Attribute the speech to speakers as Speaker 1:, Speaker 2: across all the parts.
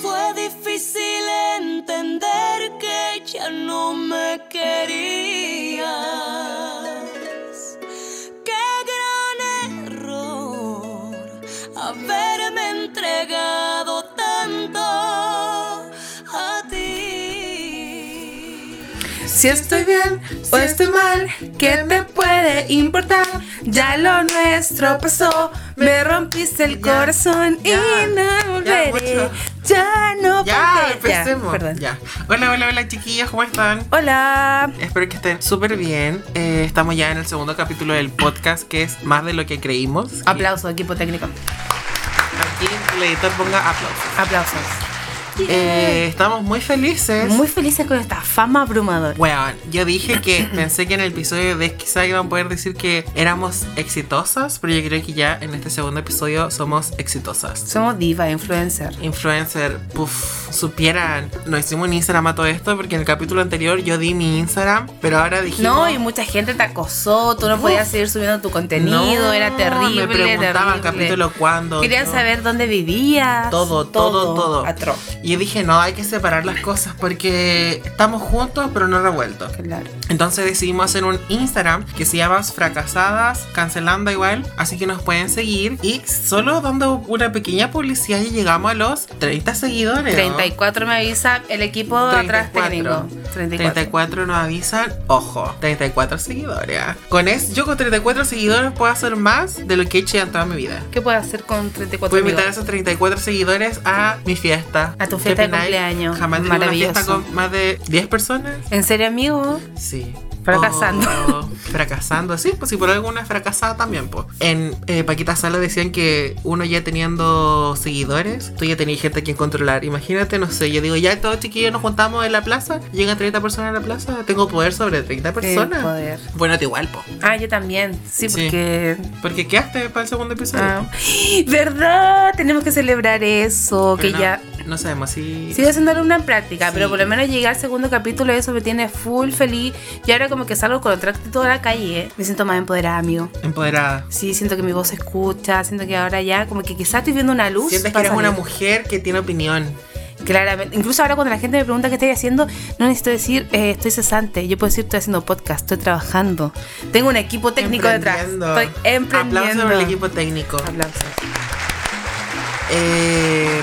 Speaker 1: Fue difícil entender que ya no me querías. Qué gran error haberme entregado tanto a ti.
Speaker 2: Si estoy bien o estoy mal, ¿qué me puede importar? Ya lo nuestro pasó, me rompiste el
Speaker 3: Ya,
Speaker 2: corazón
Speaker 3: ya,
Speaker 2: y no
Speaker 3: ya,
Speaker 2: volveré.
Speaker 3: mucho.
Speaker 2: Ya no
Speaker 3: Ya,
Speaker 2: volveré. Ya,
Speaker 3: empecemos.
Speaker 2: perdón.
Speaker 3: Ya. Hola, hola, hola, chiquillas, ¿cómo están?
Speaker 2: Hola.
Speaker 3: Espero que estén súper bien. Eh, estamos ya en el segundo capítulo del podcast, que es más de lo que creímos.
Speaker 2: Aplauso, equipo técnico.
Speaker 3: Aquí el editor ponga aplausos.
Speaker 2: Aplausos.
Speaker 3: Eh, estamos muy felices.
Speaker 2: Muy felices con esta fama abrumadora.
Speaker 3: Bueno, yo dije que pensé que en el episodio de quizá iban a poder decir que éramos exitosas, pero yo creo que ya en este segundo episodio somos exitosas.
Speaker 2: Somos diva, influencer.
Speaker 3: Influencer, puff, supieran, no hicimos un Instagram a todo esto porque en el capítulo anterior yo di mi Instagram, pero ahora dijimos...
Speaker 2: No, y mucha gente te acosó, tú no podías seguir subiendo tu contenido,
Speaker 3: No,
Speaker 2: era terrible.
Speaker 3: Me preguntaban
Speaker 2: terrible.
Speaker 3: capítulo cuándo.
Speaker 2: Querían
Speaker 3: yo-
Speaker 2: saber dónde vivías.
Speaker 3: Todo, todo, todo.
Speaker 2: Atroz.
Speaker 3: Y yo dije, no, hay que separar las cosas porque estamos juntos, pero no revueltos.
Speaker 2: Claro.
Speaker 3: Entonces decidimos hacer un Instagram que se llama Fracasadas, cancelando igual, así que nos pueden seguir. Y solo dando una pequeña publicidad y llegamos a los 30 seguidores. ¿no?
Speaker 2: 34 me avisa el equipo de atrás
Speaker 3: 34.
Speaker 2: técnico. 34.
Speaker 3: 34 nos avisan, ojo, 34 seguidores. ¿ah? Con eso, yo con 34 seguidores puedo hacer más de lo que he hecho en toda mi vida.
Speaker 2: ¿Qué puedo hacer con 34
Speaker 3: Voy a invitar a
Speaker 2: amigos?
Speaker 3: esos 34 seguidores a mi fiesta.
Speaker 2: A tu
Speaker 3: ¿Qué
Speaker 2: fiesta de
Speaker 3: opináis?
Speaker 2: cumpleaños.
Speaker 3: Jamás he tenido una fiesta
Speaker 2: Maravilloso.
Speaker 3: con más de 10 personas.
Speaker 2: ¿En serio, amigo?
Speaker 3: Sí.
Speaker 2: Fracasando.
Speaker 3: Oh, fracasando, sí, pues si por alguna fracasada también, pues. En eh, Paquita Sala decían que uno ya teniendo seguidores, tú ya tenías gente a quien controlar. Imagínate, no sé, yo digo, ya todos chiquillos nos juntamos en la plaza, llegan 30 personas a la plaza, tengo poder sobre 30 personas.
Speaker 2: Sí, poder.
Speaker 3: Bueno, te igual, po.
Speaker 2: Ah, yo también. Sí,
Speaker 3: Sí.
Speaker 2: porque.
Speaker 3: Porque quedaste para el segundo episodio.
Speaker 2: Ah. ¿Verdad? Tenemos que celebrar eso.
Speaker 3: Pero
Speaker 2: que
Speaker 3: no,
Speaker 2: ya.
Speaker 3: No sabemos si.
Speaker 2: Sigo haciendo una en práctica,
Speaker 3: Sí.
Speaker 2: pero por lo menos llegué al segundo capítulo y eso me tiene full feliz. Y ahora, como que salgo con otra actitud a la calle, ¿eh? me siento más empoderada, amigo.
Speaker 3: Empoderada.
Speaker 2: Sí, siento que mi voz se escucha, siento que ahora ya, como que quizás estoy viendo una luz.
Speaker 3: Sientes que
Speaker 2: para
Speaker 3: eres una
Speaker 2: salir.
Speaker 3: mujer que tiene opinión.
Speaker 2: Claramente. Incluso ahora cuando la gente me pregunta qué estoy haciendo, no necesito decir eh, estoy cesante. Yo puedo decir estoy haciendo podcast, estoy trabajando. Tengo un equipo técnico detrás.
Speaker 3: Emprendiendo.
Speaker 2: Estoy emprendiendo.
Speaker 3: Aplausos para el equipo técnico.
Speaker 2: Aplausos.
Speaker 3: Eh,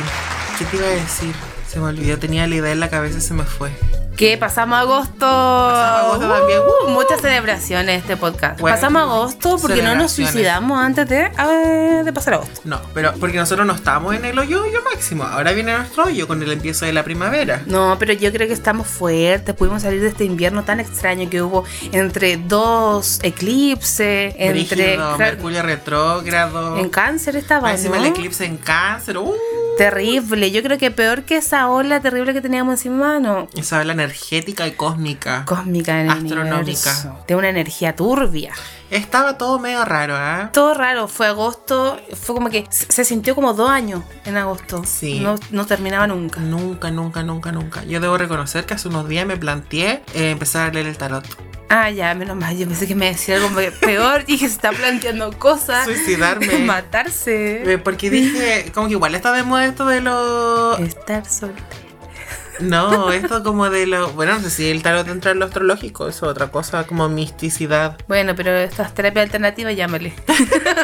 Speaker 3: ¿Qué te iba a decir? Se me olvidó, tenía la idea en la cabeza y se me fue.
Speaker 2: Que pasamos agosto.
Speaker 3: agosto también.
Speaker 2: Uh, muchas celebraciones este podcast.
Speaker 3: Bueno,
Speaker 2: pasamos agosto porque no nos
Speaker 3: celebraciones.
Speaker 2: suicidamos antes de, ah, de pasar agosto.
Speaker 3: No, pero porque nosotros no estábamos en el hoyo hoyo máximo. Ahora viene nuestro hoyo con el empiezo de la primavera.
Speaker 2: No, pero yo creo que estamos fuertes. Pudimos salir de este invierno tan extraño que hubo entre dos eclipses, entre.
Speaker 3: Brígido, Mercurio retrógrado.
Speaker 2: En cáncer estaba,
Speaker 3: Más Encima
Speaker 2: ¿no?
Speaker 3: el eclipse en cáncer. Uh,
Speaker 2: Terrible, yo creo que peor que esa ola terrible que teníamos encima, no.
Speaker 3: esa habla energética y cósmica.
Speaker 2: Cósmica en el
Speaker 3: Astronómica.
Speaker 2: universo. De una energía turbia.
Speaker 3: Estaba todo medio raro, ¿ah?
Speaker 2: Todo raro, fue agosto, fue como que se se sintió como dos años en agosto.
Speaker 3: Sí.
Speaker 2: No, no terminaba nunca.
Speaker 3: Nunca, nunca, nunca, nunca. Yo debo reconocer que hace unos días me planteé eh, empezar a leer el tarot.
Speaker 2: Ah, ya, menos mal, yo pensé que me decía algo como que peor. Dije, se está planteando cosas.
Speaker 3: Suicidarme.
Speaker 2: Matarse.
Speaker 3: Eh, Porque dije, como que igual está de moda esto de los
Speaker 2: Estar soltero.
Speaker 3: No, esto como de lo. Bueno, no sé si el tarot entra en lo astrológico, eso es otra cosa, como misticidad.
Speaker 2: Bueno, pero estas terapias alternativas, llámale.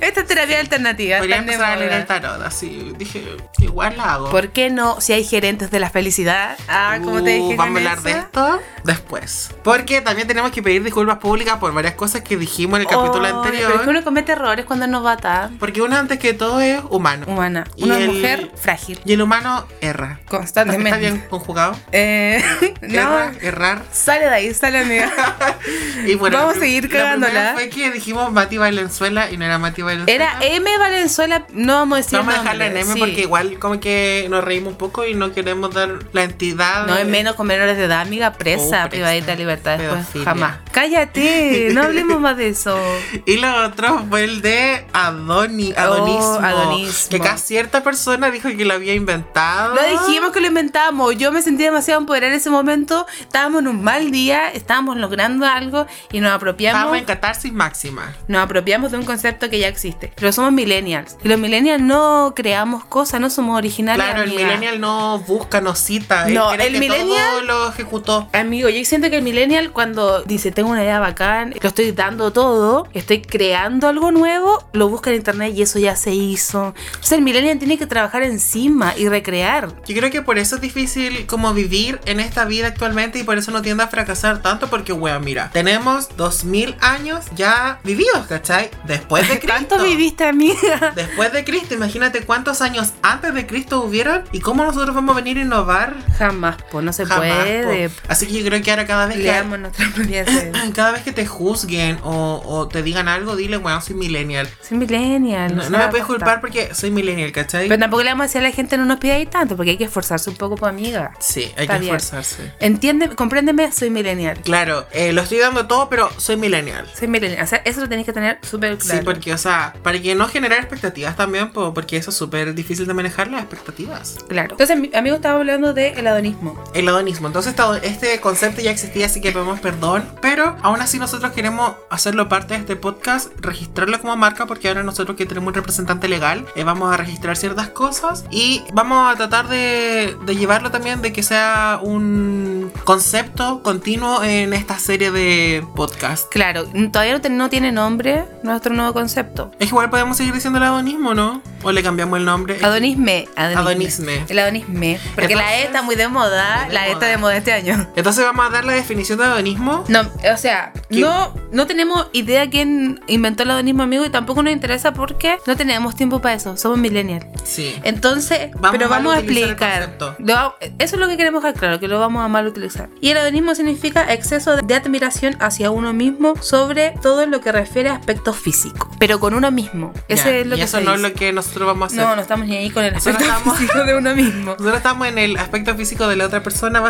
Speaker 2: estas terapias alternativas.
Speaker 3: Podría
Speaker 2: tan de
Speaker 3: empezar a leer
Speaker 2: moda.
Speaker 3: el tarot, así. Dije, igual la hago.
Speaker 2: ¿Por qué no? Si hay gerentes de la felicidad. Ah, ¿cómo te
Speaker 3: Uh,
Speaker 2: dije?
Speaker 3: Vamos a hablar
Speaker 2: con
Speaker 3: de
Speaker 2: eso?
Speaker 3: esto después. Porque también tenemos que pedir disculpas públicas por varias cosas que dijimos en el capítulo
Speaker 2: Ay, Pero es que
Speaker 3: anterior.
Speaker 2: uno comete errores cuando es novata.
Speaker 3: Porque uno antes que todo es humano.
Speaker 2: Humana.
Speaker 3: Y
Speaker 2: Una
Speaker 3: el-
Speaker 2: mujer frágil.
Speaker 3: Y el humano erra.
Speaker 2: Constantemente.
Speaker 3: ¿Está bien conjugado?
Speaker 2: Eh,
Speaker 3: Erra,
Speaker 2: no.
Speaker 3: errar.
Speaker 2: Sale de ahí, sale amiga.
Speaker 3: Y bueno,
Speaker 2: Vamos a
Speaker 3: lo prim-
Speaker 2: seguir
Speaker 3: lo primero
Speaker 2: cagándola.
Speaker 3: Fue que dijimos Mati Valenzuela y no era Mati Valenzuela.
Speaker 2: Era M Valenzuela, no vamos a decir
Speaker 3: Vamos a dejarla en
Speaker 2: nombres,
Speaker 3: M
Speaker 2: sí.
Speaker 3: ¿eh? porque igual como que nos reímos un poco y no queremos dar la entidad.
Speaker 2: No
Speaker 3: de-
Speaker 2: es menos con menores de edad, amiga, presa,
Speaker 3: Oh, presa.
Speaker 2: privadita de libertad después,
Speaker 3: Pedofilia.
Speaker 2: jamás. cállate, no hablemos más de eso.
Speaker 3: Y lo otro fue el de Adoni, adonismo,
Speaker 2: Oh, adonismo.
Speaker 3: Que cada cierta persona dijo que lo había inventado.
Speaker 2: Lo dijimos que lo inventamos. Yo me sentí demasiado empoderada en ese momento. Estábamos en un mal día, estábamos logrando algo y nos apropiamos.
Speaker 3: Estábamos en catarsis máxima.
Speaker 2: Nos apropiamos de un concepto que ya existe. Pero somos millennials. Y los millennials no creamos cosas, no somos originales.
Speaker 3: Claro, el
Speaker 2: amiga.
Speaker 3: millennial no busca, no cita. él
Speaker 2: No,
Speaker 3: cree
Speaker 2: el
Speaker 3: que
Speaker 2: millennial-
Speaker 3: todo lo ejecutó.
Speaker 2: Amigo, yo siento que el millennial cuando dice tengo una idea bacán, lo estoy dando todo, estoy creando algo nuevo, lo busca en internet y eso ya se hizo. O sea, el millennial tiene que trabajar encima y recrear.
Speaker 3: Yo creo que por eso es difícil como vivir en esta vida actualmente y por eso no tiende a fracasar tanto porque, weón, mira, tenemos 2000 años ya vividos, ¿cachai? Después de Cristo.
Speaker 2: ¿Cuánto viviste, amiga?
Speaker 3: Después de Cristo, imagínate cuántos años antes de Cristo hubieron y cómo nosotros vamos a venir a innovar.
Speaker 2: Jamás, pues no se
Speaker 3: Jamás,
Speaker 2: puede.
Speaker 3: po. Así que yo creo que ahora cada vez que,
Speaker 2: Leamos nuestra propia sed.
Speaker 3: cada vez que te juzguen o, o te digan algo, dile, weón, soy millennial.
Speaker 2: Soy millennial.
Speaker 3: No,
Speaker 2: o
Speaker 3: no
Speaker 2: sea,
Speaker 3: me
Speaker 2: basta.
Speaker 3: puedes culpar porque soy millennial, ¿cachai?
Speaker 2: Pero tampoco le vamos a decir a la gente no nos pidáis tanto, porque hay que esforzarse un poco, pues, amiga.
Speaker 3: Sí, hay que
Speaker 2: Está bien.
Speaker 3: esforzarse.
Speaker 2: Entiende, compréndeme, soy millennial.
Speaker 3: Claro, eh, lo estoy dando todo, pero soy millennial.
Speaker 2: Soy millennial. O sea, eso lo tenéis que tener súper claro.
Speaker 3: Sí, porque, o sea, para que no generar expectativas también, po- porque eso es súper difícil de manejar las expectativas.
Speaker 2: Claro. Entonces, mi amigo estaba hablando del hedonismo.
Speaker 3: El hedonismo. Entonces, esta- este concepto ya existía, así que pedimos perdón, pero aún así nosotros queremos hacerlo parte de este podcast, registrarlo como marca, porque ahora nosotros que tenemos un representante legal, eh, vamos a registrar ciertas cosas y vamos a tratar de, de llevarlo también, de que sea un concepto continuo en esta serie de podcast.
Speaker 2: Claro, n- todavía no, te- no tiene nombre nuestro nuevo concepto.
Speaker 3: Es que igual podemos seguir diciendo el hedonismo, ¿no? O le cambiamos el nombre.
Speaker 2: Adonisme. Adonisme.
Speaker 3: Adonisme.
Speaker 2: El adonisme. Porque la E
Speaker 3: Entonces,
Speaker 2: está muy de moda.
Speaker 3: muy de
Speaker 2: la E está
Speaker 3: moda.
Speaker 2: de moda este año.
Speaker 3: Entonces vamos a dar la definición de hedonismo.
Speaker 2: No, o sea,
Speaker 3: ¿Qué?
Speaker 2: no, no tenemos idea quién inventó el adonismo, amigo, y tampoco nos interesa porque no tenemos tiempo para eso. Somos millennials.
Speaker 3: Sí.
Speaker 2: E- Entonces,
Speaker 3: Vamos
Speaker 2: pero
Speaker 3: a
Speaker 2: vamos a
Speaker 3: malutilizar el
Speaker 2: explicar.
Speaker 3: concepto.
Speaker 2: Lo va- eso es lo que queremos dejar claro, que lo vamos a mal utilizar. Y el hedonismo significa exceso de admiración hacia uno mismo sobre todo lo que refiere a aspecto físico, pero con uno mismo. Ese
Speaker 3: Ya,
Speaker 2: es lo
Speaker 3: y
Speaker 2: que
Speaker 3: eso
Speaker 2: se
Speaker 3: no es
Speaker 2: dice.
Speaker 3: lo que nosotros vamos a hacer.
Speaker 2: No, no estamos ni ahí con el
Speaker 3: Nosotros
Speaker 2: aspecto
Speaker 3: estamos-
Speaker 2: físico de uno mismo.
Speaker 3: Nosotros estamos en el aspecto físico de la otra persona,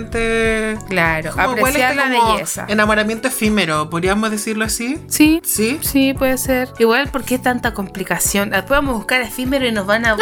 Speaker 3: básicamente.
Speaker 2: Claro,
Speaker 3: Como huele
Speaker 2: apreciar
Speaker 3: este
Speaker 2: la
Speaker 3: como
Speaker 2: belleza.
Speaker 3: Enamoramiento efímero, podríamos decirlo así.
Speaker 2: Sí.
Speaker 3: Sí.
Speaker 2: Sí, puede ser. Igual, ¿por qué tanta complicación? Después vamos a buscar efímero y nos van a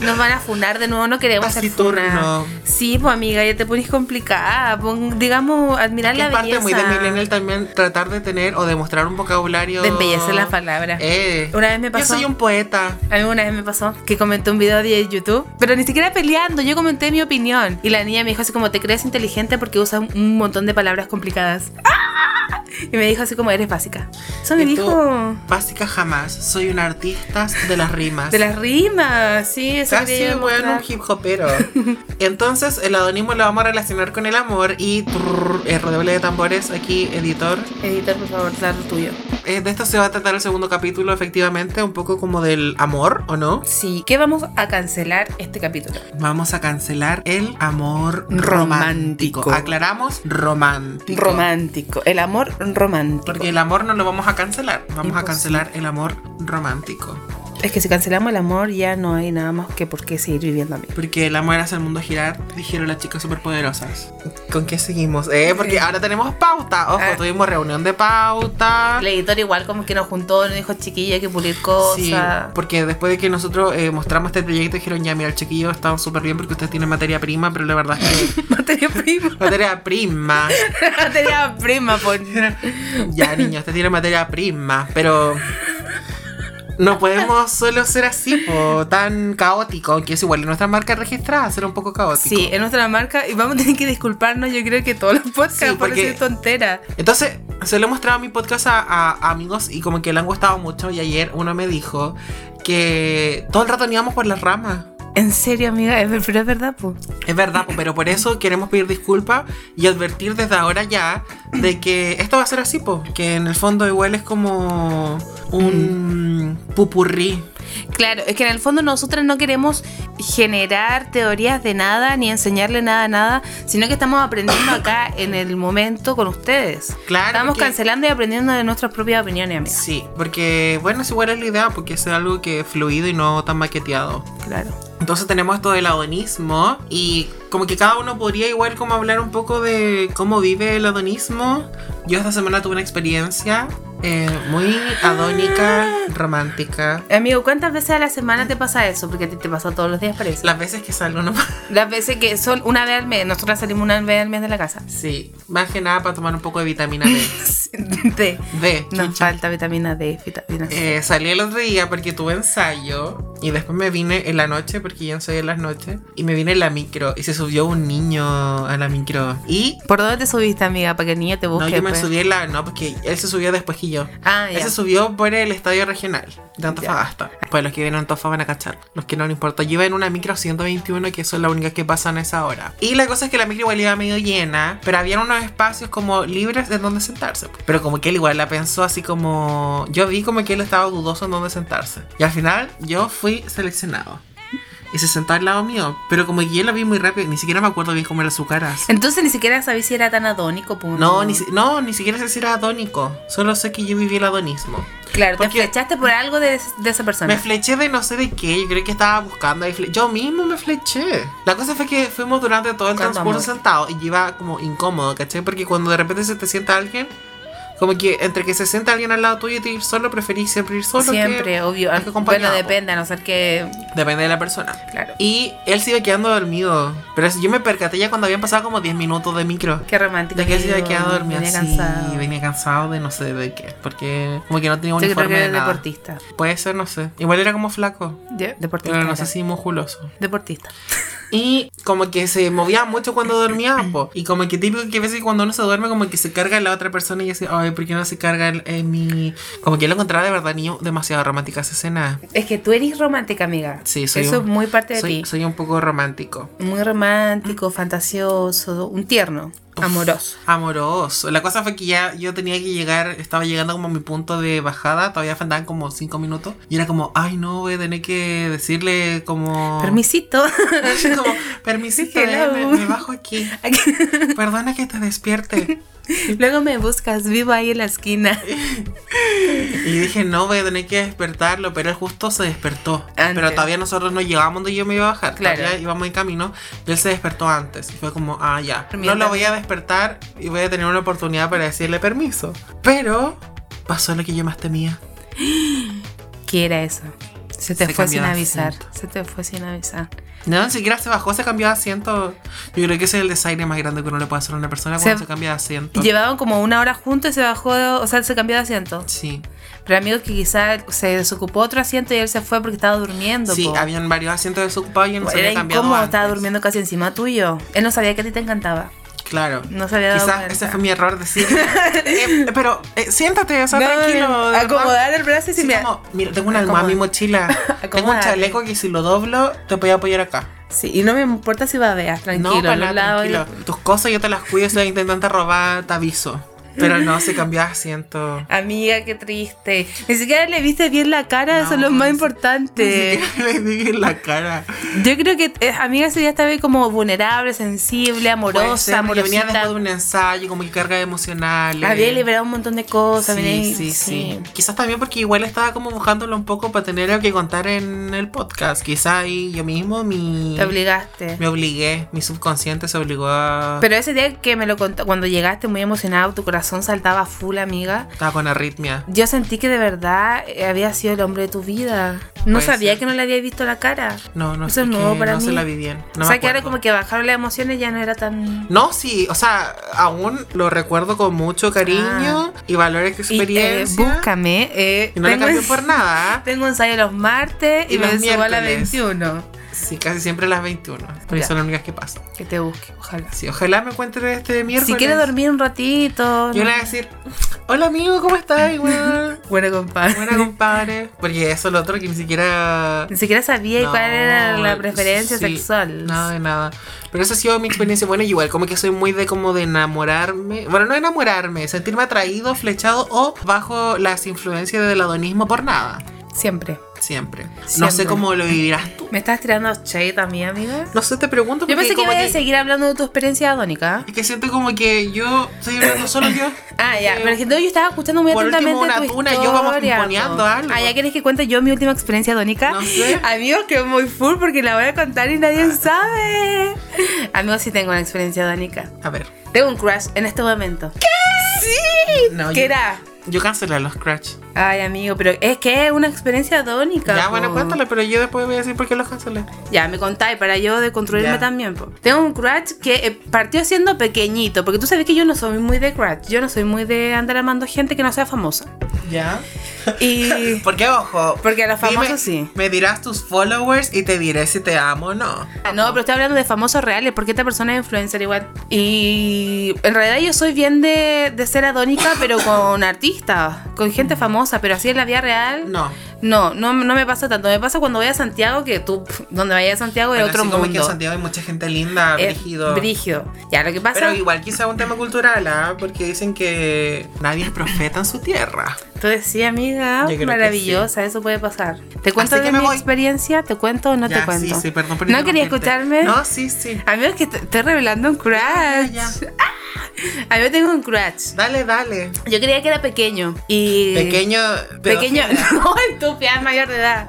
Speaker 2: nos van a funar de nuevo. No queremos hacer funas.
Speaker 3: Taciturno.
Speaker 2: Sí, pues amiga, ya te pones complicada. Pon- digamos, admirar
Speaker 3: Que
Speaker 2: la
Speaker 3: es parte
Speaker 2: belleza.
Speaker 3: muy de Millennial también tratar de tener o demostrar un vocabulario.
Speaker 2: De embellecer las palabras.
Speaker 3: Eh.
Speaker 2: Una vez me pasó-
Speaker 3: Yo soy un poeta.
Speaker 2: A mí una vez me pasó que comenté un video de YouTube, pero ni siquiera peleando, yo comenté mi opinión. Y la niña me dijo así como, te crees inteligente porque usas un- un montón de palabras complicadas. ¡Ah! Y me dijo así como, eres básica. Eso Ah, me
Speaker 3: Y tú,
Speaker 2: dijo
Speaker 3: Básica jamás. Soy un artista de las rimas.
Speaker 2: de las rimas, sí, eso
Speaker 3: Casi,
Speaker 2: quería yo
Speaker 3: Ah, bueno, un
Speaker 2: mostrar.
Speaker 3: hip hopero. Entonces, el adonismo lo vamos a relacionar con el amor y trrr, eh, redoble de tambores aquí, editor.
Speaker 2: Editor, por favor, dar lo tuyo.
Speaker 3: Eh, de esto se va a tratar el segundo capítulo, efectivamente, un poco como del amor, ¿o no?
Speaker 2: Sí, ¿qué vamos a cancelar este capítulo?
Speaker 3: Vamos a cancelar el amor
Speaker 2: Romántico.
Speaker 3: romántico. Aclaramos romántico.
Speaker 2: Romántico, el amor romántico.
Speaker 3: Porque el amor no lo vamos a cancelar, vamos
Speaker 2: Imposible.
Speaker 3: a cancelar el amor romántico.
Speaker 2: Es que si cancelamos el amor ya no hay nada más que por qué seguir viviendo a mí.
Speaker 3: Porque el amor hace el mundo girar, dijeron las chicas superpoderosas. ¿Con qué seguimos? Eh, porque ahora tenemos pauta. Ojo,
Speaker 2: Ah.
Speaker 3: tuvimos reunión de pauta.
Speaker 2: El editor igual como que nos juntó, nos dijo chiquilla hay que pulir cosas.
Speaker 3: Sí, porque después de que nosotros eh, mostramos este proyecto, dijeron, ya, mira, el chiquillo está súper bien porque ustedes tienen materia prima, pero la verdad es que
Speaker 2: Materia prima.
Speaker 3: materia prima.
Speaker 2: Materia prima, pues. por...
Speaker 3: Ya, niño, usted tiene materia prima, pero no podemos solo ser así, po, tan caótico, aunque es igual en nuestra marca registrada, ser un poco caótico.
Speaker 2: Sí, en nuestra marca. Y vamos a tener que disculparnos, yo creo que todos los podcasts
Speaker 3: Sí,
Speaker 2: por
Speaker 3: porque-
Speaker 2: decir tontera.
Speaker 3: Entonces, se lo he mostrado mi podcast a, a amigos y como que le han gustado mucho y ayer uno me dijo que todo el rato íbamos por las ramas.
Speaker 2: En serio, amiga, es, ver- pero es verdad, pues. po.
Speaker 3: Es verdad, po, pero por eso queremos pedir disculpas y advertir desde ahora ya de que esto va a ser así, po, que en el fondo igual es como un pupurrí.
Speaker 2: Claro, es que en el fondo nosotras no queremos generar teorías de nada ni enseñarle nada a nada, sino que estamos aprendiendo acá en el momento con ustedes.
Speaker 3: Claro,
Speaker 2: Estamos
Speaker 3: porque-
Speaker 2: cancelando y aprendiendo de nuestras propias opiniones, amiga.
Speaker 3: Sí, porque bueno, es igual es la idea, porque es algo que es fluido y no tan maqueteado.
Speaker 2: Claro.
Speaker 3: Entonces tenemos esto del adonismo y como que cada uno podría igual como hablar un poco de cómo vive el adonismo. Yo esta semana tuve una experiencia eh, muy adónica, romántica.
Speaker 2: Amigo, ¿cuántas veces a la semana te pasa eso? Porque a ti te pasa todos los días, parece.
Speaker 3: Las veces que salgo nomás.
Speaker 2: Las veces que son una vez al mes, nosotras salimos una vez al mes de la casa.
Speaker 3: Sí, más que nada para tomar un poco de vitamina D.
Speaker 2: D.
Speaker 3: D.
Speaker 2: Nos
Speaker 3: chucha.
Speaker 2: falta vitamina D, vitamina C.
Speaker 3: Eh, salí el otro día porque tuve ensayo y después me vine en la noche porque yo ensayo en las noches y me vine en la micro y se subió un niño a la micro y
Speaker 2: ¿Por dónde te subiste, amiga? Para que el niño te busque.
Speaker 3: no yo me
Speaker 2: pues.
Speaker 3: subí en la no porque él se subió después que yo
Speaker 2: Ah,
Speaker 3: él
Speaker 2: ya.
Speaker 3: se subió por el estadio regional de Antofagasta pues los que vienen a Antofagasta van a cachar los que no le importa yo iba en una micro 121 que son las únicas que pasan a esa hora y la cosa es que la micro igual iba medio llena pero había unos espacios como libres en donde sentarse pues. pero como que él igual la pensó así como yo vi como que él estaba dudoso en donde sentarse y al final yo fui seleccionado y se sentó al lado mío pero como que yo la vi muy rápido ni siquiera me acuerdo bien cómo era su cara así.
Speaker 2: Entonces ni siquiera sabía si era tan adónico. pues,
Speaker 3: No, ni, si- no, ni siquiera sé si era adónico. Solo sé que yo viví el adonismo.
Speaker 2: Claro, te
Speaker 3: porque-
Speaker 2: flechaste por algo de, de esa persona.
Speaker 3: Me fleché de no sé de qué. Yo creo que estaba buscando. ahí fle- Yo mismo me fleché. La cosa fue que fuimos durante todo el
Speaker 2: Cuánto
Speaker 3: transcurso
Speaker 2: amor.
Speaker 3: sentados y yo iba como incómodo, ¿cachai? Porque cuando de repente se te sienta alguien, como que entre que se sienta alguien al lado tuyo y te ir solo, preferís siempre ir solo. que-
Speaker 2: Siempre, obvio.
Speaker 3: que acompañado,
Speaker 2: Bueno,
Speaker 3: po.
Speaker 2: depende, a no ser que.
Speaker 3: Depende de la persona.
Speaker 2: Claro.
Speaker 3: Y él se iba quedando dormido. Pero yo me percaté ya cuando habían pasado como 10 minutos de micro.
Speaker 2: Qué romántico.
Speaker 3: De que se había
Speaker 2: amigo.
Speaker 3: quedado dormido
Speaker 2: Venía
Speaker 3: así,
Speaker 2: cansado.
Speaker 3: venía cansado de no sé de qué, porque como que no tenía
Speaker 2: Yo
Speaker 3: un
Speaker 2: creo
Speaker 3: uniforme
Speaker 2: que
Speaker 3: de
Speaker 2: era
Speaker 3: nada.
Speaker 2: deportista.
Speaker 3: Puede ser, no sé. Igual era como flaco,
Speaker 2: Ya, Deportista.
Speaker 3: pero no
Speaker 2: era.
Speaker 3: sé si musculoso.
Speaker 2: Deportista.
Speaker 3: Y como que se movía mucho cuando dormía, po. Y como que típico que a veces cuando uno se duerme, como que se carga la otra persona y así, ay, ¿por qué no se carga el- eh, mi...? Como que yo lo encontraba de verdad niño demasiado romántica esa escena.
Speaker 2: Es que tú eres romántica, amiga.
Speaker 3: Sí, soy
Speaker 2: Eso
Speaker 3: un-
Speaker 2: es muy parte de
Speaker 3: soy-
Speaker 2: ti.
Speaker 3: soy un poco romántico.
Speaker 2: Muy romántico, fantasioso, un tierno, amoroso.
Speaker 3: Amoroso. La cosa fue que ya yo tenía que llegar, estaba llegando como a mi punto de bajada, todavía faltaban como 5 minutos. Y era como, ay no, voy a tener que decirle como...
Speaker 2: Permisito.
Speaker 3: como, permisito, eh,
Speaker 2: Hello.
Speaker 3: me, me bajo aquí. Perdona que te despierte.
Speaker 2: Luego me buscas, vivo ahí en la esquina.
Speaker 3: Y dije, no, voy a tener que despertarlo, pero él justo se despertó.
Speaker 2: Antes.
Speaker 3: Pero todavía nosotros no llegábamos donde yo me iba a bajar.
Speaker 2: Claro.
Speaker 3: Todavía íbamos en camino y él se despertó antes. Y fue como, ah, ya. No
Speaker 2: Mientras-
Speaker 3: lo voy a despertar y voy a tener una oportunidad para decirle permiso. Pero pasó lo que yo más temía.
Speaker 2: ¿Qué era eso? Se te
Speaker 3: Se
Speaker 2: fue
Speaker 3: cambió
Speaker 2: sin
Speaker 3: de
Speaker 2: avisar.
Speaker 3: asiento.
Speaker 2: Se te fue sin avisar.
Speaker 3: No, ni siquiera se bajó, se cambió de asiento. Yo creo que ese es el desaire más grande que uno le puede hacer a una persona
Speaker 2: Se-
Speaker 3: cuando se cambia de asiento.
Speaker 2: Llevaban como una hora juntos y se bajó, o sea, se cambió de asiento.
Speaker 3: Sí,
Speaker 2: Pero amigos que quizás se desocupó otro asiento y él se fue porque estaba durmiendo.
Speaker 3: sí
Speaker 2: po.
Speaker 3: habían varios asientos desocupados y él no se
Speaker 2: Era
Speaker 3: había cambiado.
Speaker 2: incómodo, estaba
Speaker 3: antes.
Speaker 2: durmiendo casi encima tuyo. Él no sabía que a ti te encantaba.
Speaker 3: Claro.
Speaker 2: No se había dado
Speaker 3: Quizás
Speaker 2: cuenta.
Speaker 3: ese fue mi error decir. eh, pero eh, siéntate, o sea,
Speaker 2: No,
Speaker 3: tranquilo. de verdad.
Speaker 2: Acomodar el brazo y
Speaker 3: Sí,
Speaker 2: se me...
Speaker 3: como, mira, tengo una almohada en mi
Speaker 2: Acomoda.
Speaker 3: mochila. tengo un
Speaker 2: Acomódate.
Speaker 3: chaleco que si lo doblo te voy a apoyar acá.
Speaker 2: Sí, y no me importa si babeas, tranquilo.
Speaker 3: no, para
Speaker 2: los
Speaker 3: nada,
Speaker 2: lados-
Speaker 3: tranquilo. Tus cosas yo te las cuido, si las intentan robar, te aviso. Pero no, se cambió de asiento.
Speaker 2: Amiga, qué triste. Ni siquiera le viste bien la cara, eso es
Speaker 3: No,
Speaker 2: lo más
Speaker 3: ni si-
Speaker 2: importante.
Speaker 3: Le dije en la cara.
Speaker 2: Yo creo que eh, amiga ese día estaba como vulnerable, sensible,
Speaker 3: Puede ser,
Speaker 2: amorosa,
Speaker 3: porque venía después Pues, de
Speaker 2: amorosita.
Speaker 3: un ensayo, como que carga emocional.
Speaker 2: Había liberado un montón de cosas. venía-
Speaker 3: Sí, sí, sí, Quizás también porque igual estaba como buscándolo un poco para tener algo que contar en el podcast. Quizás ahí yo mismo mi,
Speaker 2: Te obligaste.
Speaker 3: me obligué, mi subconsciente se obligó a...
Speaker 2: Pero ese día que me lo contó, cuando llegaste muy emocionado, tu corazón saltaba full, amiga.
Speaker 3: Estaba con arritmia.
Speaker 2: Yo sentí que de verdad eh, había sido el hombre de tu vida. No
Speaker 3: Puede
Speaker 2: sabía
Speaker 3: ser.
Speaker 2: que no le había visto la cara.
Speaker 3: No, no
Speaker 2: Eso
Speaker 3: sé
Speaker 2: es nuevo
Speaker 3: qué,
Speaker 2: para
Speaker 3: no se
Speaker 2: mí.
Speaker 3: la vi bien. No
Speaker 2: o
Speaker 3: me
Speaker 2: sea, que ahora
Speaker 3: acuerdo.
Speaker 2: como que bajaron las emociones ya no era tan...
Speaker 3: No, sí, o sea, aún lo recuerdo con mucho cariño y valores de
Speaker 2: Ah. Y, eh,
Speaker 3: experiencia.
Speaker 2: búscame. eh,
Speaker 3: Y no le
Speaker 2: tengo
Speaker 3: cambió
Speaker 2: ens-
Speaker 3: por nada. ¿eh?
Speaker 2: Tengo ensayo los martes y,
Speaker 3: Y
Speaker 2: me
Speaker 3: los
Speaker 2: subo a las
Speaker 3: miércoles.
Speaker 2: 21.
Speaker 3: Sí, casi siempre a las 21. Porque
Speaker 2: Ya.
Speaker 3: son las únicas que pasan.
Speaker 2: Que te busque, ojalá.
Speaker 3: Sí, ojalá me encuentre este miércoles.
Speaker 2: Si quieres dormir un ratito.
Speaker 3: Yo
Speaker 2: no-
Speaker 3: le voy a decir, hola amigo, ¿cómo estás? Igual.
Speaker 2: Bueno, compadre.
Speaker 3: Buena, compadre. Porque eso es lo otro que ni siquiera.
Speaker 2: Ni siquiera sabía cuál era la
Speaker 3: No,
Speaker 2: preferencia
Speaker 3: sí,
Speaker 2: sexual.
Speaker 3: Nada de nada. Pero esa ha sido mi experiencia. Bueno, igual, como que soy muy de como de enamorarme. Bueno, no enamorarme, sentirme atraído, flechado o bajo las influencias del adonismo por nada.
Speaker 2: Siempre.
Speaker 3: Siempre. No
Speaker 2: Siempre.
Speaker 3: sé cómo lo vivirás tú.
Speaker 2: ¿Me estás tirando shade a mí, amiga?
Speaker 3: No sé, te pregunto
Speaker 2: Yo pensé
Speaker 3: porque
Speaker 2: que
Speaker 3: como
Speaker 2: ibas a seguir hablando de tu experiencia adónica.
Speaker 3: Es que siento como que yo estoy hablando solo yo.
Speaker 2: Ah, ya,
Speaker 3: Eh,
Speaker 2: pero es que no, yo estaba escuchando muy
Speaker 3: por último,
Speaker 2: atentamente
Speaker 3: una
Speaker 2: tu
Speaker 3: tuna,
Speaker 2: historia.
Speaker 3: yo vamos
Speaker 2: po.
Speaker 3: pimponeando algo.
Speaker 2: Ah, ya quieres que cuente yo mi última experiencia adónica.
Speaker 3: No sé.
Speaker 2: Amigos, que es muy full porque la voy a contar y nadie sabe. Amigos, sí tengo una experiencia adónica.
Speaker 3: A ver.
Speaker 2: Tengo un crush en este momento.
Speaker 3: No,
Speaker 2: ¿Qué
Speaker 3: yo-
Speaker 2: era?
Speaker 3: Yo cancelé los Crash.
Speaker 2: Ay, amigo, pero es que es una experiencia adónica.
Speaker 3: Ya,
Speaker 2: po.
Speaker 3: bueno, cuéntale, pero yo después voy a decir por qué los cancelé.
Speaker 2: Ya, me contáis para yo deconstruirme
Speaker 3: Ya.
Speaker 2: también. po. Tengo un crush que eh, partió siendo pequeñito, porque tú sabes que yo no soy muy de crush, yo no soy muy de andar amando gente que no sea famosa.
Speaker 3: Ya.
Speaker 2: Y
Speaker 3: Porque, ojo.
Speaker 2: Porque a los
Speaker 3: dime-
Speaker 2: famosos sí.
Speaker 3: Me dirás tus followers y te diré si te amo o no.
Speaker 2: Ah, No, pero estoy hablando de famosos reales, porque esta persona es influencer igual. Y en realidad yo soy bien de, de ser adónica, pero con artistas, con gente famosa, pero así en la vida real.
Speaker 3: No.
Speaker 2: No, no, no me pasa tanto. Me pasa cuando voy a Santiago, que tú, pf, donde vaya a Santiago, es
Speaker 3: Bueno,
Speaker 2: otro
Speaker 3: así como que en
Speaker 2: mundo. Eh,
Speaker 3: Santiago hay mucha gente linda,
Speaker 2: Es
Speaker 3: brígido.
Speaker 2: brígido. Ya, lo que pasa.
Speaker 3: Pero igual quizá un tema cultural, ¿ah? porque dicen que nadie es profeta en su tierra.
Speaker 2: Entonces sí, amiga,
Speaker 3: Yo creo que
Speaker 2: maravillosa, eso puede pasar. ¿Te cuento
Speaker 3: Así
Speaker 2: de
Speaker 3: que me
Speaker 2: mi
Speaker 3: voy.
Speaker 2: experiencia? ¿Te cuento o no
Speaker 3: Ya,
Speaker 2: te cuento?
Speaker 3: Sí, sí, perdón por
Speaker 2: ¿No quería
Speaker 3: interrumpirte.
Speaker 2: escucharme?
Speaker 3: No, sí, sí.
Speaker 2: Amigos, que te estoy revelando un crush.
Speaker 3: Ya, ya, ya.
Speaker 2: A mí tengo un crush.
Speaker 3: Dale, dale.
Speaker 2: Yo creía que era pequeño. Y.
Speaker 3: Pequeño. Ah,
Speaker 2: Pequeño.
Speaker 3: pedófilo.
Speaker 2: No, estúpida, es mayor de edad.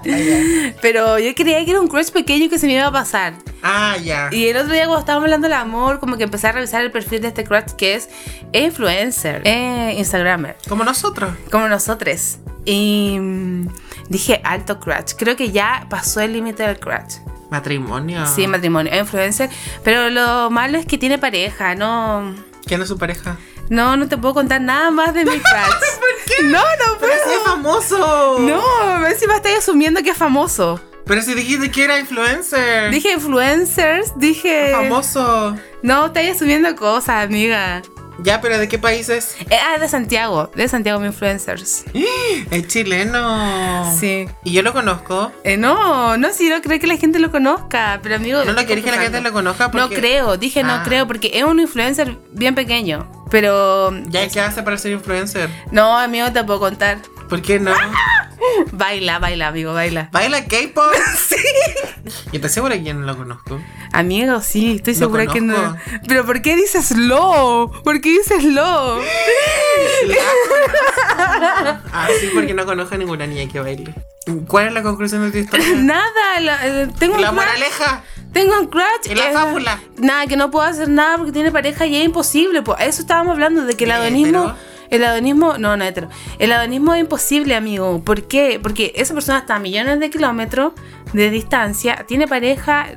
Speaker 2: Pero yo creía que era un crush pequeño que se me iba a pasar.
Speaker 3: Ah, ya.
Speaker 2: Y el otro día cuando estábamos hablando del amor, como que empecé a revisar el perfil de este crush que es influencer, eh, Instagramer.
Speaker 3: Como nosotros.
Speaker 2: como nosotros. Y mm, dije alto crush. Creo que ya pasó el límite del crush.
Speaker 3: Matrimonio.
Speaker 2: Sí, matrimonio, es influencer. Pero lo malo es que tiene pareja, no.
Speaker 3: ¿Quién es su pareja?
Speaker 2: No, no te puedo contar nada más de mi crush. ¿Por qué? No, no
Speaker 3: Pero sí es
Speaker 2: puedo.
Speaker 3: famoso.
Speaker 2: No, encima estoy asumiendo que es famoso.
Speaker 3: Pero si dijiste que era influencer.
Speaker 2: Dije influencers, dije.
Speaker 3: Eh. Famoso.
Speaker 2: No, estáis asumiendo cosas, amiga.
Speaker 3: Ya, pero ¿de qué país es?
Speaker 2: Eh, ah, de Santiago, de Santiago mi influencers.
Speaker 3: Es chileno.
Speaker 2: Sí.
Speaker 3: Y yo lo conozco.
Speaker 2: Eh, no, no, si no creo que la gente lo conozca, pero amigo.
Speaker 3: No lo querés que la gente lo conozca
Speaker 2: No
Speaker 3: porque...
Speaker 2: creo, dije no
Speaker 3: Ah.
Speaker 2: creo, porque es un influencer bien pequeño. Pero.
Speaker 3: Ya, ¿qué hace para ser influencer?
Speaker 2: No, amigo, te puedo contar.
Speaker 3: ¿Por qué no?
Speaker 2: Baila, baila, amigo, baila.
Speaker 3: ¿Baila K-pop? sí. Y te aseguro que yo no lo conozco.
Speaker 2: Amigo, sí, estoy
Speaker 3: Lo
Speaker 2: segura que no.
Speaker 3: conozco.
Speaker 2: Pero ¿por qué dices low? ¿Por qué dices low?
Speaker 3: Ah, sí, porque no conozco a ninguna niña que baile. ¿Cuál es la conclusión de tu historia?
Speaker 2: Nada, la- eh, tengo,
Speaker 3: La
Speaker 2: un crush,
Speaker 3: moraleja.
Speaker 2: tengo un crush.
Speaker 3: Y la
Speaker 2: eh,
Speaker 3: fábula.
Speaker 2: Nada, que no puedo hacer nada porque tiene pareja y es imposible. po. Eso estábamos hablando, de que el
Speaker 3: Eh,
Speaker 2: adonismo.
Speaker 3: pero-
Speaker 2: El adonismo, no, no hetero. El adonismo es imposible, amigo. ¿Por qué? Porque esa persona está a millones de kilómetros de distancia, tiene pareja,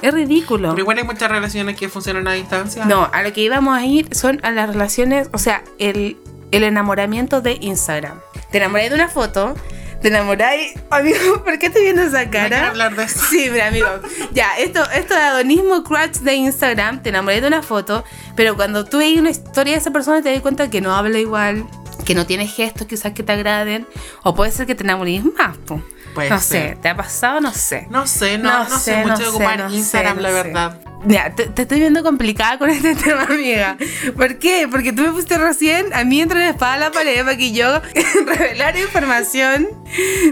Speaker 2: es ridículo.
Speaker 3: Pero igual hay muchas relaciones que funcionan a distancia.
Speaker 2: No, a lo que íbamos a ir son a las relaciones, o sea, el, el enamoramiento de Instagram. Te enamoráis de una foto, te enamoráis. Amigo, ¿por qué te viendo esa
Speaker 3: No quiero
Speaker 2: cara?
Speaker 3: hablar de eso.
Speaker 2: Sí, mira, amigo. Ya, esto, esto de adonismo crush de Instagram, te enamoré de una foto, pero cuando tú veis una historia de esa persona te das cuenta que no habla igual, que no tiene gestos quizás que te agraden, o puede ser que te enamorís más, po.
Speaker 3: Puede
Speaker 2: no
Speaker 3: ser.
Speaker 2: sé, ¿te ha pasado? No sé.
Speaker 3: No sé, no, no, sé, mucho de
Speaker 2: no
Speaker 3: ocupar
Speaker 2: sé, no
Speaker 3: Instagram,
Speaker 2: sé,
Speaker 3: la
Speaker 2: no sé.
Speaker 3: verdad.
Speaker 2: Mira, te, te estoy viendo complicada con este tema, amiga. ¿Por qué? Porque tú me pusiste recién a mí entre la espada a la pared para que yo revelara información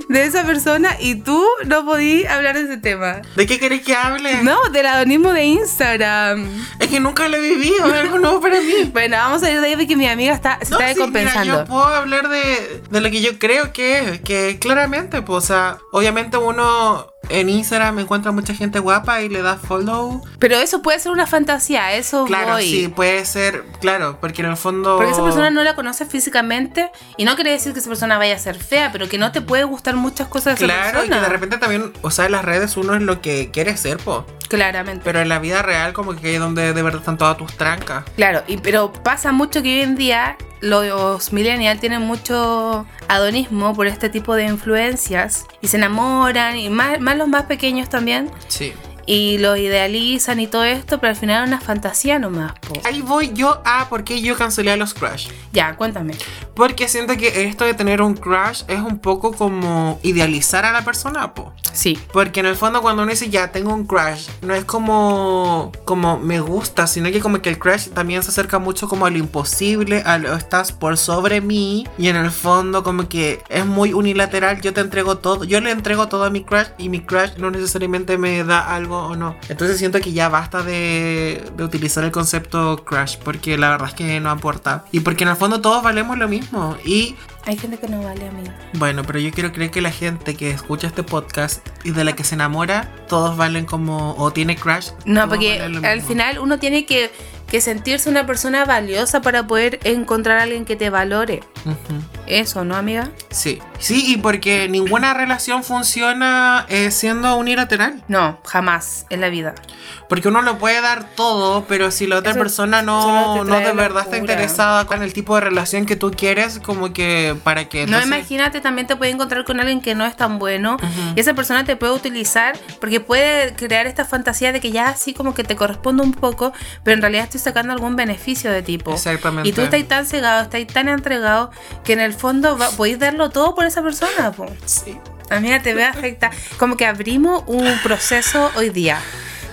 Speaker 2: de esa persona y tú no podí hablar de ese tema.
Speaker 3: ¿De qué querés que hable?
Speaker 2: No, del adonismo de Instagram.
Speaker 3: Es que nunca lo he vivido, es algo nuevo para mí.
Speaker 2: Bueno, vamos a ir de ahí porque mi amiga está, se está
Speaker 3: No, sí,
Speaker 2: descompensando.
Speaker 3: mira, yo puedo hablar de, de lo que yo creo que es, que claramente, pues, o sea, obviamente uno en Instagram encuentra mucha gente guapa y le da follow.
Speaker 2: Pero eso puede ser una fantasía, eso
Speaker 3: Claro,
Speaker 2: voy.
Speaker 3: sí, puede ser, claro, porque en el fondo...
Speaker 2: Porque esa persona no la conoce físicamente y no quiere decir que esa persona vaya a ser fea, pero que no te puede gustar muchas cosas de esa
Speaker 3: Claro, y que
Speaker 2: persona.
Speaker 3: de repente también, o sea, en las redes uno es lo que quiere ser, po.
Speaker 2: Claramente.
Speaker 3: Pero en la vida real como que es donde de verdad están todas tus trancas.
Speaker 2: Claro, y, pero pasa mucho que hoy en día los millennials tienen mucho adonismo por este tipo de influencias y se enamoran, y más, más los más pequeños también,
Speaker 3: Sí.
Speaker 2: y los idealizan y todo esto, pero al final es una fantasía nomás. po.
Speaker 3: Ahí voy yo a por qué yo cancelé a los Crush.
Speaker 2: Ya, cuéntame.
Speaker 3: Porque siento que esto de tener un crush es un poco como idealizar a la persona, po.
Speaker 2: Sí.
Speaker 3: Porque en el fondo cuando uno dice ya tengo un crush, no es como como me gusta, sino que como que el crush también se acerca mucho como a lo imposible, a lo estás por sobre mí y en el fondo como que es muy unilateral, yo te entrego todo, yo le entrego todo a mi crush y mi crush no necesariamente me da algo o no. Entonces siento que ya basta de, de utilizar el concepto crush porque la verdad es que no aporta y porque en el fondo todos valemos lo mismo y
Speaker 2: Hay gente que no vale a mí.
Speaker 3: bueno, pero yo quiero creer que la gente que escucha este podcast y de la que se enamora, todos valen como. o tiene crush.
Speaker 2: No,
Speaker 3: todos
Speaker 2: porque
Speaker 3: valen lo
Speaker 2: al
Speaker 3: mismo.
Speaker 2: final uno tiene que, que sentirse una persona valiosa para poder encontrar a alguien que te valore.
Speaker 3: Ujú.
Speaker 2: Eso, ¿no, amiga?
Speaker 3: Sí. Sí, y porque ninguna relación funciona eh, siendo unilateral.
Speaker 2: No, jamás en la vida.
Speaker 3: Eh, Porque uno lo puede dar todo, pero si la otra
Speaker 2: Eso-
Speaker 3: persona
Speaker 2: solo
Speaker 3: no,
Speaker 2: te
Speaker 3: no
Speaker 2: trae
Speaker 3: de verdad está
Speaker 2: locura.
Speaker 3: interesada con el tipo de relación que tú quieres, como que para que.
Speaker 2: No,
Speaker 3: entonces-
Speaker 2: imagínate, también te puede encontrar con alguien que no es tan bueno
Speaker 3: Ujú.
Speaker 2: y esa persona te puede utilizar porque puede crear esta fantasía de que ya así como que te corresponde un poco, pero en realidad estoy sacando algún beneficio de tipo.
Speaker 3: Exactamente.
Speaker 2: Y tú estás tan cegado, estás tan entregado que en el fondo va- podéis darlo todo por esa persona. po.
Speaker 3: Sí.
Speaker 2: Amiga, te ve afecta. Como que abrimos un proceso hoy día.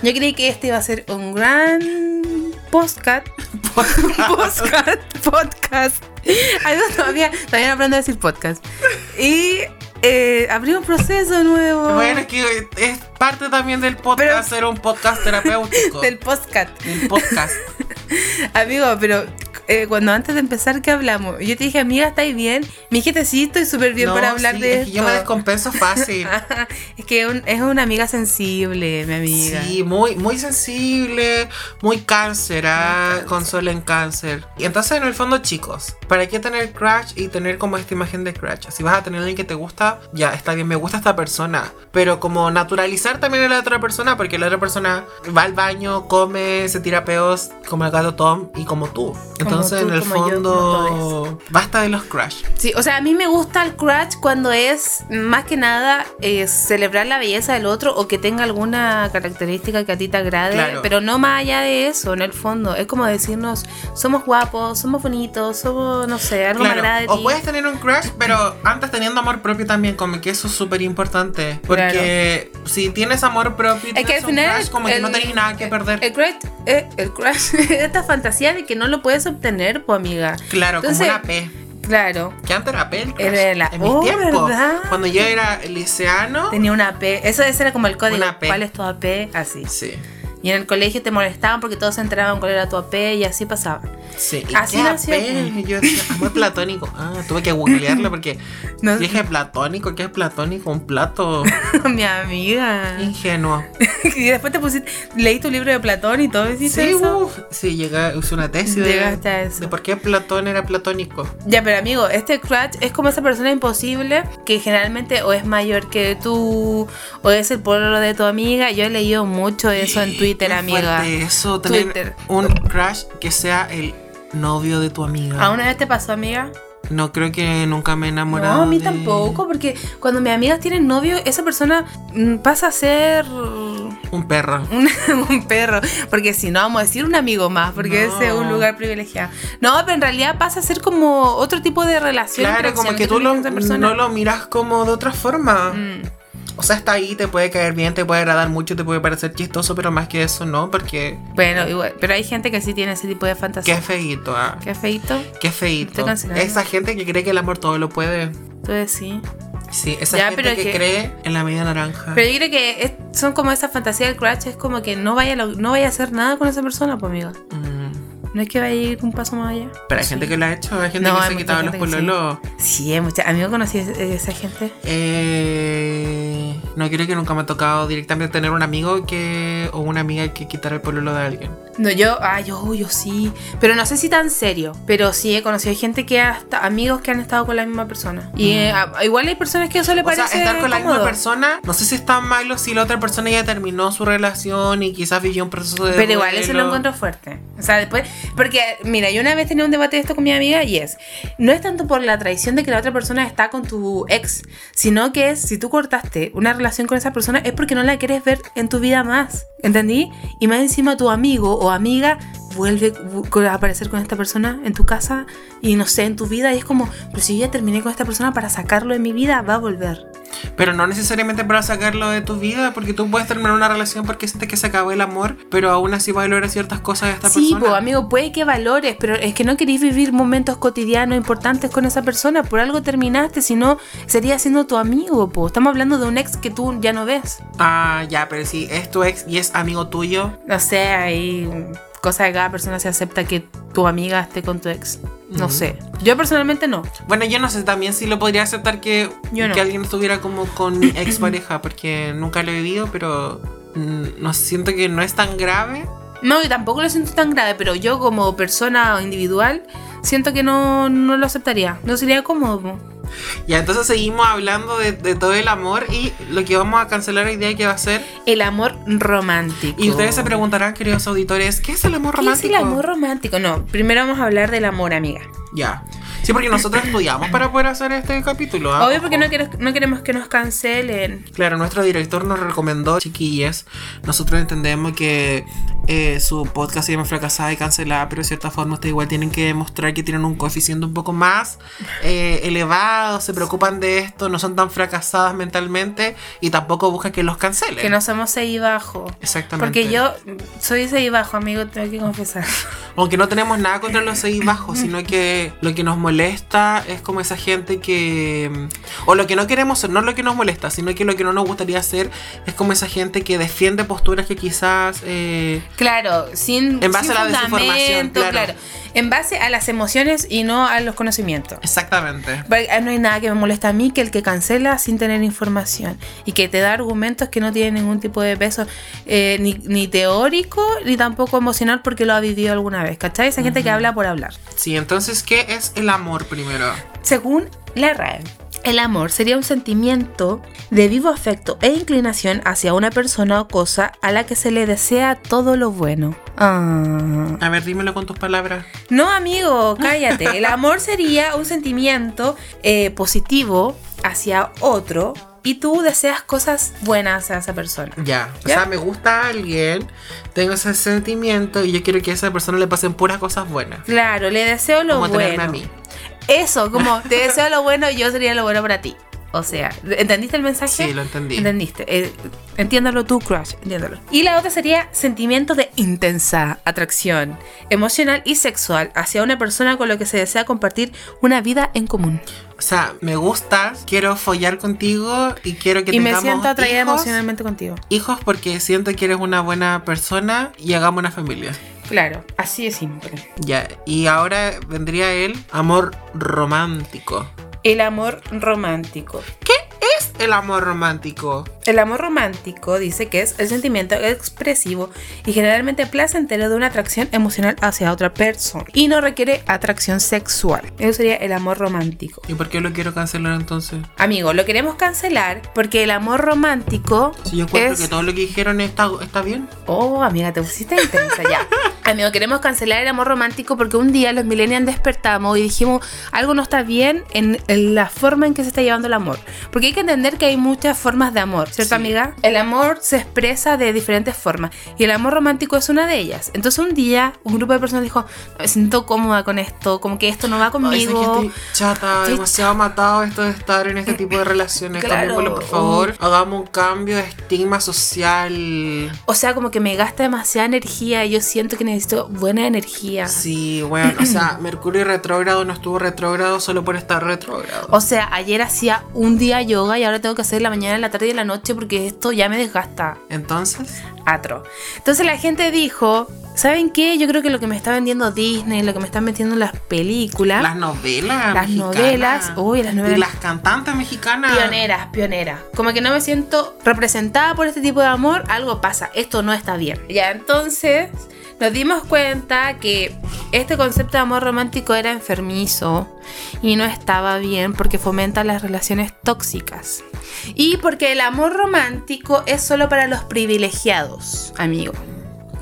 Speaker 2: Yo creí que este iba a ser un gran podcast. podcast. Podcast. Algo todavía, todavía no aprendo a decir podcast. Y eh, abrí un proceso nuevo.
Speaker 3: Bueno, es que es parte también del
Speaker 2: Pero-
Speaker 3: podcast ser un podcast terapéutico.
Speaker 2: del podcast.
Speaker 3: Un podcast.
Speaker 2: Amigo, pero eh, cuando antes de empezar, ¿qué hablamos? Yo te dije, amiga, ¿estáis bien? Me dijiste, sí, estoy súper bien
Speaker 3: No,
Speaker 2: para hablar
Speaker 3: sí,
Speaker 2: de
Speaker 3: es que yo me
Speaker 2: esto.
Speaker 3: descompenso fácil.
Speaker 2: es que un- es una amiga sensible, mi amiga.
Speaker 3: Sí, muy, muy sensible, muy cáncer, ah, consola en cáncer. Y entonces, en el fondo, chicos, ¿para qué tener crush y tener como esta imagen de crush? Si vas a tener alguien que te gusta, ya está bien, me gusta esta persona. Pero como naturalizar también a la otra persona, porque la otra persona va al baño, come, se tira peos, como el gato Tom y como tú. Entonces,
Speaker 2: tú,
Speaker 3: en el
Speaker 2: como yo, como
Speaker 3: fondo, basta de los crush.
Speaker 2: Sí, o sea, a mí me gusta el crush cuando es más que nada eh, celebrar la belleza del otro o que tenga alguna característica que a ti te agrade,
Speaker 3: Claro.
Speaker 2: pero no más allá de eso, en el fondo. Es como decirnos, somos guapos, somos bonitos, somos, no sé, algo me agrada de
Speaker 3: o
Speaker 2: ti.
Speaker 3: puedes tener un crush, pero antes teniendo amor propio también, como que eso es súper importante. Porque si tienes amor propio, y
Speaker 2: Es que
Speaker 3: tienes
Speaker 2: al
Speaker 3: un
Speaker 2: final.
Speaker 3: crush, como que no tenés nada que perder.
Speaker 2: El crush, eh, el crush, esta fantasía de que no lo puedes obtener, pues amiga.
Speaker 3: claro,
Speaker 2: entonces-
Speaker 3: como una P.
Speaker 2: Claro,
Speaker 3: Que antes era P el crush.
Speaker 2: Era la-
Speaker 3: en mis
Speaker 2: Oh,
Speaker 3: tiempos.
Speaker 2: ¿verdad?
Speaker 3: Cuando yo era liceano.
Speaker 2: tenía una P. Eso ese era como el código.
Speaker 3: Una P.
Speaker 2: ¿Cuál es tu AP? Así.
Speaker 3: Sí,
Speaker 2: Y en el colegio te molestaban porque todos se enteraban cuál era tu AP y así pasaba.
Speaker 3: sí. ¿Y
Speaker 2: Así
Speaker 3: qué
Speaker 2: nació.
Speaker 3: AP? Yo decía, amor platónico. Ah, tuve que googlearlo porque
Speaker 2: No.
Speaker 3: dije platónico. ¿Qué es platónico? Un plato
Speaker 2: Mi amiga.
Speaker 3: ingenuo.
Speaker 2: Y después te pusiste, leí tu libro de Platón y todo, ¿hiciste
Speaker 3: Sí,
Speaker 2: eso?
Speaker 3: uff. Sí, llegué, usé una tesis de-
Speaker 2: Llegaste a eso.
Speaker 3: de por qué Platón era platónico.
Speaker 2: Ya, pero amigo, este crush es como esa persona imposible que generalmente o es mayor que tú o es el pueblo de tu amiga. Yo he leído mucho eso en Twitter,
Speaker 3: Qué
Speaker 2: amiga.
Speaker 3: fuerte eso, tener
Speaker 2: Twitter.
Speaker 3: un crush que sea el novio de tu amiga.
Speaker 2: ¿A una vez te pasó, amiga?
Speaker 3: No creo que nunca me he enamorado.
Speaker 2: No, a mí
Speaker 3: de-
Speaker 2: tampoco, porque cuando mis amigas tienen novio, esa persona mm, pasa a ser un,
Speaker 3: Un perro.
Speaker 2: un perro. Porque si no, vamos a decir un amigo más, porque
Speaker 3: No.
Speaker 2: ese es un lugar privilegiado. No, pero en realidad pasa a ser como otro tipo de relación.
Speaker 3: Claro, como
Speaker 2: interacción
Speaker 3: que tú
Speaker 2: tienes
Speaker 3: lo-
Speaker 2: con esa persona.
Speaker 3: no lo miras como de otra forma.
Speaker 2: Mm.
Speaker 3: O sea, está ahí, te puede caer bien, te puede agradar mucho, te puede parecer chistoso, pero más que eso no, porque
Speaker 2: Bueno, igual, pero hay gente que sí tiene ese tipo de
Speaker 3: qué
Speaker 2: fantasía.
Speaker 3: feíto, ah.
Speaker 2: ¿Qué, feito?
Speaker 3: Qué feíto.
Speaker 2: Estoy cancelada.
Speaker 3: Esa gente que cree que el amor todo lo puede.
Speaker 2: Tú decís.
Speaker 3: Sí, esa
Speaker 2: Ya,
Speaker 3: gente
Speaker 2: pero
Speaker 3: que,
Speaker 2: que-
Speaker 3: cree en la media naranja.
Speaker 2: Pero yo creo que es- son como esas fantasías del crush, es como que no vaya, a lo- no vaya a hacer nada con esa persona, pues amiga.
Speaker 3: Mm.
Speaker 2: No es que vaya a ir un paso más allá.
Speaker 3: Pero hay
Speaker 2: Sí.
Speaker 3: gente que lo ha hecho, hay gente
Speaker 2: No,
Speaker 3: que
Speaker 2: hay
Speaker 3: se ha
Speaker 2: mucha
Speaker 3: quitado los
Speaker 2: gente que sí.
Speaker 3: pololos.
Speaker 2: Sí, hay mucha. A mí me conocí esa, esa gente.
Speaker 3: Eh, no creo que nunca me ha tocado directamente tener un amigo que o una amiga que quitar el pololo de alguien.
Speaker 2: No, yo, ah, yo, yo sí. Pero no sé si tan serio. Pero sí he conocido gente que hasta amigos que han estado con la misma persona. Y eh, a- igual hay personas que eso le
Speaker 3: O sea,
Speaker 2: parece.
Speaker 3: estar con la misma
Speaker 2: cómodo.
Speaker 3: persona, no sé si está malo si la otra persona ya terminó su relación y quizás vivió un proceso de
Speaker 2: Pero igual eso lo
Speaker 3: duelo.
Speaker 2: encuentro fuerte. O sea, después, porque mira, yo una vez tenía un debate de esto con mi amiga y es, no es tanto por la traición de que la otra persona está con tu ex, sino que es, si tú cortaste una relación con esa persona es porque no la quieres ver en tu vida más, ¿entendí? Y más encima tu amigo o amiga vuelve bu- con- a aparecer con esta persona en tu casa y no sé, en tu vida. Y es como, pero si yo ya terminé con esta persona para sacarlo de mi vida, va a volver.
Speaker 3: Pero no necesariamente para sacarlo de tu vida, porque tú puedes terminar una relación porque sientes que se acabó el amor, pero aún así valoras ciertas cosas de esta
Speaker 2: sí,
Speaker 3: persona.
Speaker 2: po, amigo, puede que valores, pero es que no querés vivir momentos cotidianos importantes con esa persona. Por algo terminaste, si no, sería siendo tu amigo, po. Estamos hablando de un ex que tú ya no ves.
Speaker 3: Ah, ya, pero si es tu ex y es amigo tuyo,
Speaker 2: No sé, hay cosas de cada persona se acepta que tu amiga esté con tu ex. No
Speaker 3: Ujú.
Speaker 2: sé. Yo personalmente no.
Speaker 3: bueno, yo no sé también si lo podría aceptar que,
Speaker 2: Yo no.
Speaker 3: que alguien estuviera como con mi ex pareja, porque nunca lo he vivido, pero mm, no siento que no es tan grave.
Speaker 2: No, y tampoco lo siento tan grave, pero yo como persona individual siento que no, no lo aceptaría. No sería cómodo. po.
Speaker 3: Ya, entonces seguimos hablando de, de todo el amor y lo que vamos a cancelar hoy día que va a ser.
Speaker 2: El amor romántico.
Speaker 3: Y ustedes se preguntarán, queridos auditores, ¿qué es el amor
Speaker 2: ¿Qué es
Speaker 3: romántico?
Speaker 2: el amor romántico? No, primero vamos a hablar del amor, amiga.
Speaker 3: Ya. Sí, porque nosotros estudiamos para poder hacer este capítulo. ¿ah?
Speaker 2: Obvio porque no, quiero- no queremos que nos cancelen.
Speaker 3: Claro, nuestro director nos recomendó, chiquillas. Nosotros entendemos que eh, su podcast se llama Fracasada y Cancelada, pero de cierta forma ustedes igual tienen que demostrar que tienen un coeficiente un poco más eh, elevado, se preocupan de esto, no son tan fracasadas mentalmente y tampoco buscan que los cancelen.
Speaker 2: Que no somos seis bajo.
Speaker 3: Exactamente.
Speaker 2: Porque yo soy seis bajo, amigo, tengo que confesar.
Speaker 3: Aunque no tenemos nada contra los seis bajos, sino que lo que nos molesta es como esa gente que. O lo que no queremos ser, no lo que nos molesta, sino que lo que no nos gustaría hacer es como esa gente que defiende posturas que quizás. eh,
Speaker 2: Claro, sin,
Speaker 3: En base
Speaker 2: sin
Speaker 3: a la desinformación,
Speaker 2: fundamento,
Speaker 3: claro.
Speaker 2: En base a las emociones y no a los conocimientos.
Speaker 3: exactamente.
Speaker 2: Porque, ah, No hay nada que me molesta a mí que el que cancela sin tener información y que te da argumentos que no tienen ningún tipo de peso eh, ni, ni teórico ni tampoco emocional porque lo ha vivido alguna vez, ¿cachai? Esa gente que habla por hablar.
Speaker 3: Sí, entonces, ¿qué es el amor primero?
Speaker 2: Según la RAE, el amor sería un sentimiento de vivo afecto e inclinación hacia una persona o cosa a la que se le desea todo lo bueno. Ah.
Speaker 3: A ver, dímelo con tus palabras.
Speaker 2: No, amigo, cállate. El amor sería un sentimiento eh, positivo hacia otro y tú deseas cosas buenas a esa persona.
Speaker 3: Ya. O
Speaker 2: ¿Ya?
Speaker 3: sea, me gusta alguien, tengo ese sentimiento y yo quiero que a esa persona le pasen puras cosas buenas.
Speaker 2: Claro, le deseo lo
Speaker 3: Como tenerme
Speaker 2: bueno.
Speaker 3: a mí.
Speaker 2: Eso, como te deseo lo bueno, yo sería lo bueno para ti. O sea, ¿entendiste el mensaje?
Speaker 3: Sí, lo entendí.
Speaker 2: Entendiste. Eh, entiéndalo tú, crush. Entiéndalo. Y la otra sería sentimiento de intensa atracción emocional y sexual hacia una persona con la que se desea compartir una vida en común.
Speaker 3: O sea, me gustas, quiero follar contigo y quiero que
Speaker 2: y me
Speaker 3: tengamos
Speaker 2: siento atraída
Speaker 3: hijos,
Speaker 2: emocionalmente contigo.
Speaker 3: Hijos porque siento que eres una buena persona y hagamos una familia.
Speaker 2: Claro, así de simple.
Speaker 3: Ya, y ahora vendría el amor romántico.
Speaker 2: El amor romántico.
Speaker 3: Es el amor romántico.
Speaker 2: El amor romántico dice que es el sentimiento expresivo y generalmente placentero de una atracción emocional hacia otra persona y no requiere atracción sexual. Eso sería el amor romántico.
Speaker 3: ¿Y por qué lo quiero cancelar entonces?
Speaker 2: Amigo, lo queremos cancelar porque el amor romántico
Speaker 3: Si yo encuentro
Speaker 2: es...
Speaker 3: que todo lo que dijeron está, está bien.
Speaker 2: Oh, amiga, te pusiste intensa ya. Amigo, queremos cancelar el amor romántico porque un día los millennials despertamos y dijimos algo no está bien en, en la forma en que se está llevando el amor. Porque hay que entender que hay muchas formas de amor, ¿cierto,
Speaker 3: Sí.
Speaker 2: amiga? El amor se expresa de diferentes formas y el amor romántico es una de ellas. Entonces un día un grupo de personas dijo, me siento cómoda con esto, como que esto no va
Speaker 3: Ay, sé que
Speaker 2: conmigo.
Speaker 3: estoy chata,
Speaker 2: Estoy
Speaker 3: demasiado matado esto de estar en este tipo de relaciones.
Speaker 2: Claro.
Speaker 3: Cambiémoslo, por favor. Hagamos un cambio de estigma social.
Speaker 2: o sea, como que me gasta demasiada energía y yo siento que necesito buena energía.
Speaker 3: Sí, bueno, o sea, Mercurio retrógrado no estuvo retrógrado solo por estar retrógrado.
Speaker 2: O sea, ayer hacía un día yoga y ahora tengo que hacer la mañana, la tarde y la noche porque esto ya me desgasta.
Speaker 3: Entonces,
Speaker 2: Atro. Entonces la gente dijo, ¿saben qué? Yo creo que lo que me está vendiendo Disney, lo que me están vendiendo las películas,
Speaker 3: las novelas.
Speaker 2: Las
Speaker 3: mexicanas.
Speaker 2: novelas, uy, las novelas.
Speaker 3: Y las cantantes mexicanas.
Speaker 2: pioneras, pioneras. Como que no me siento representada por este tipo de amor, algo pasa, esto no está bien. Ya, entonces nos dimos cuenta que este concepto de amor romántico era enfermizo y no estaba bien porque fomenta las relaciones tóxicas. Y porque el amor romántico es solo para los privilegiados, amigo.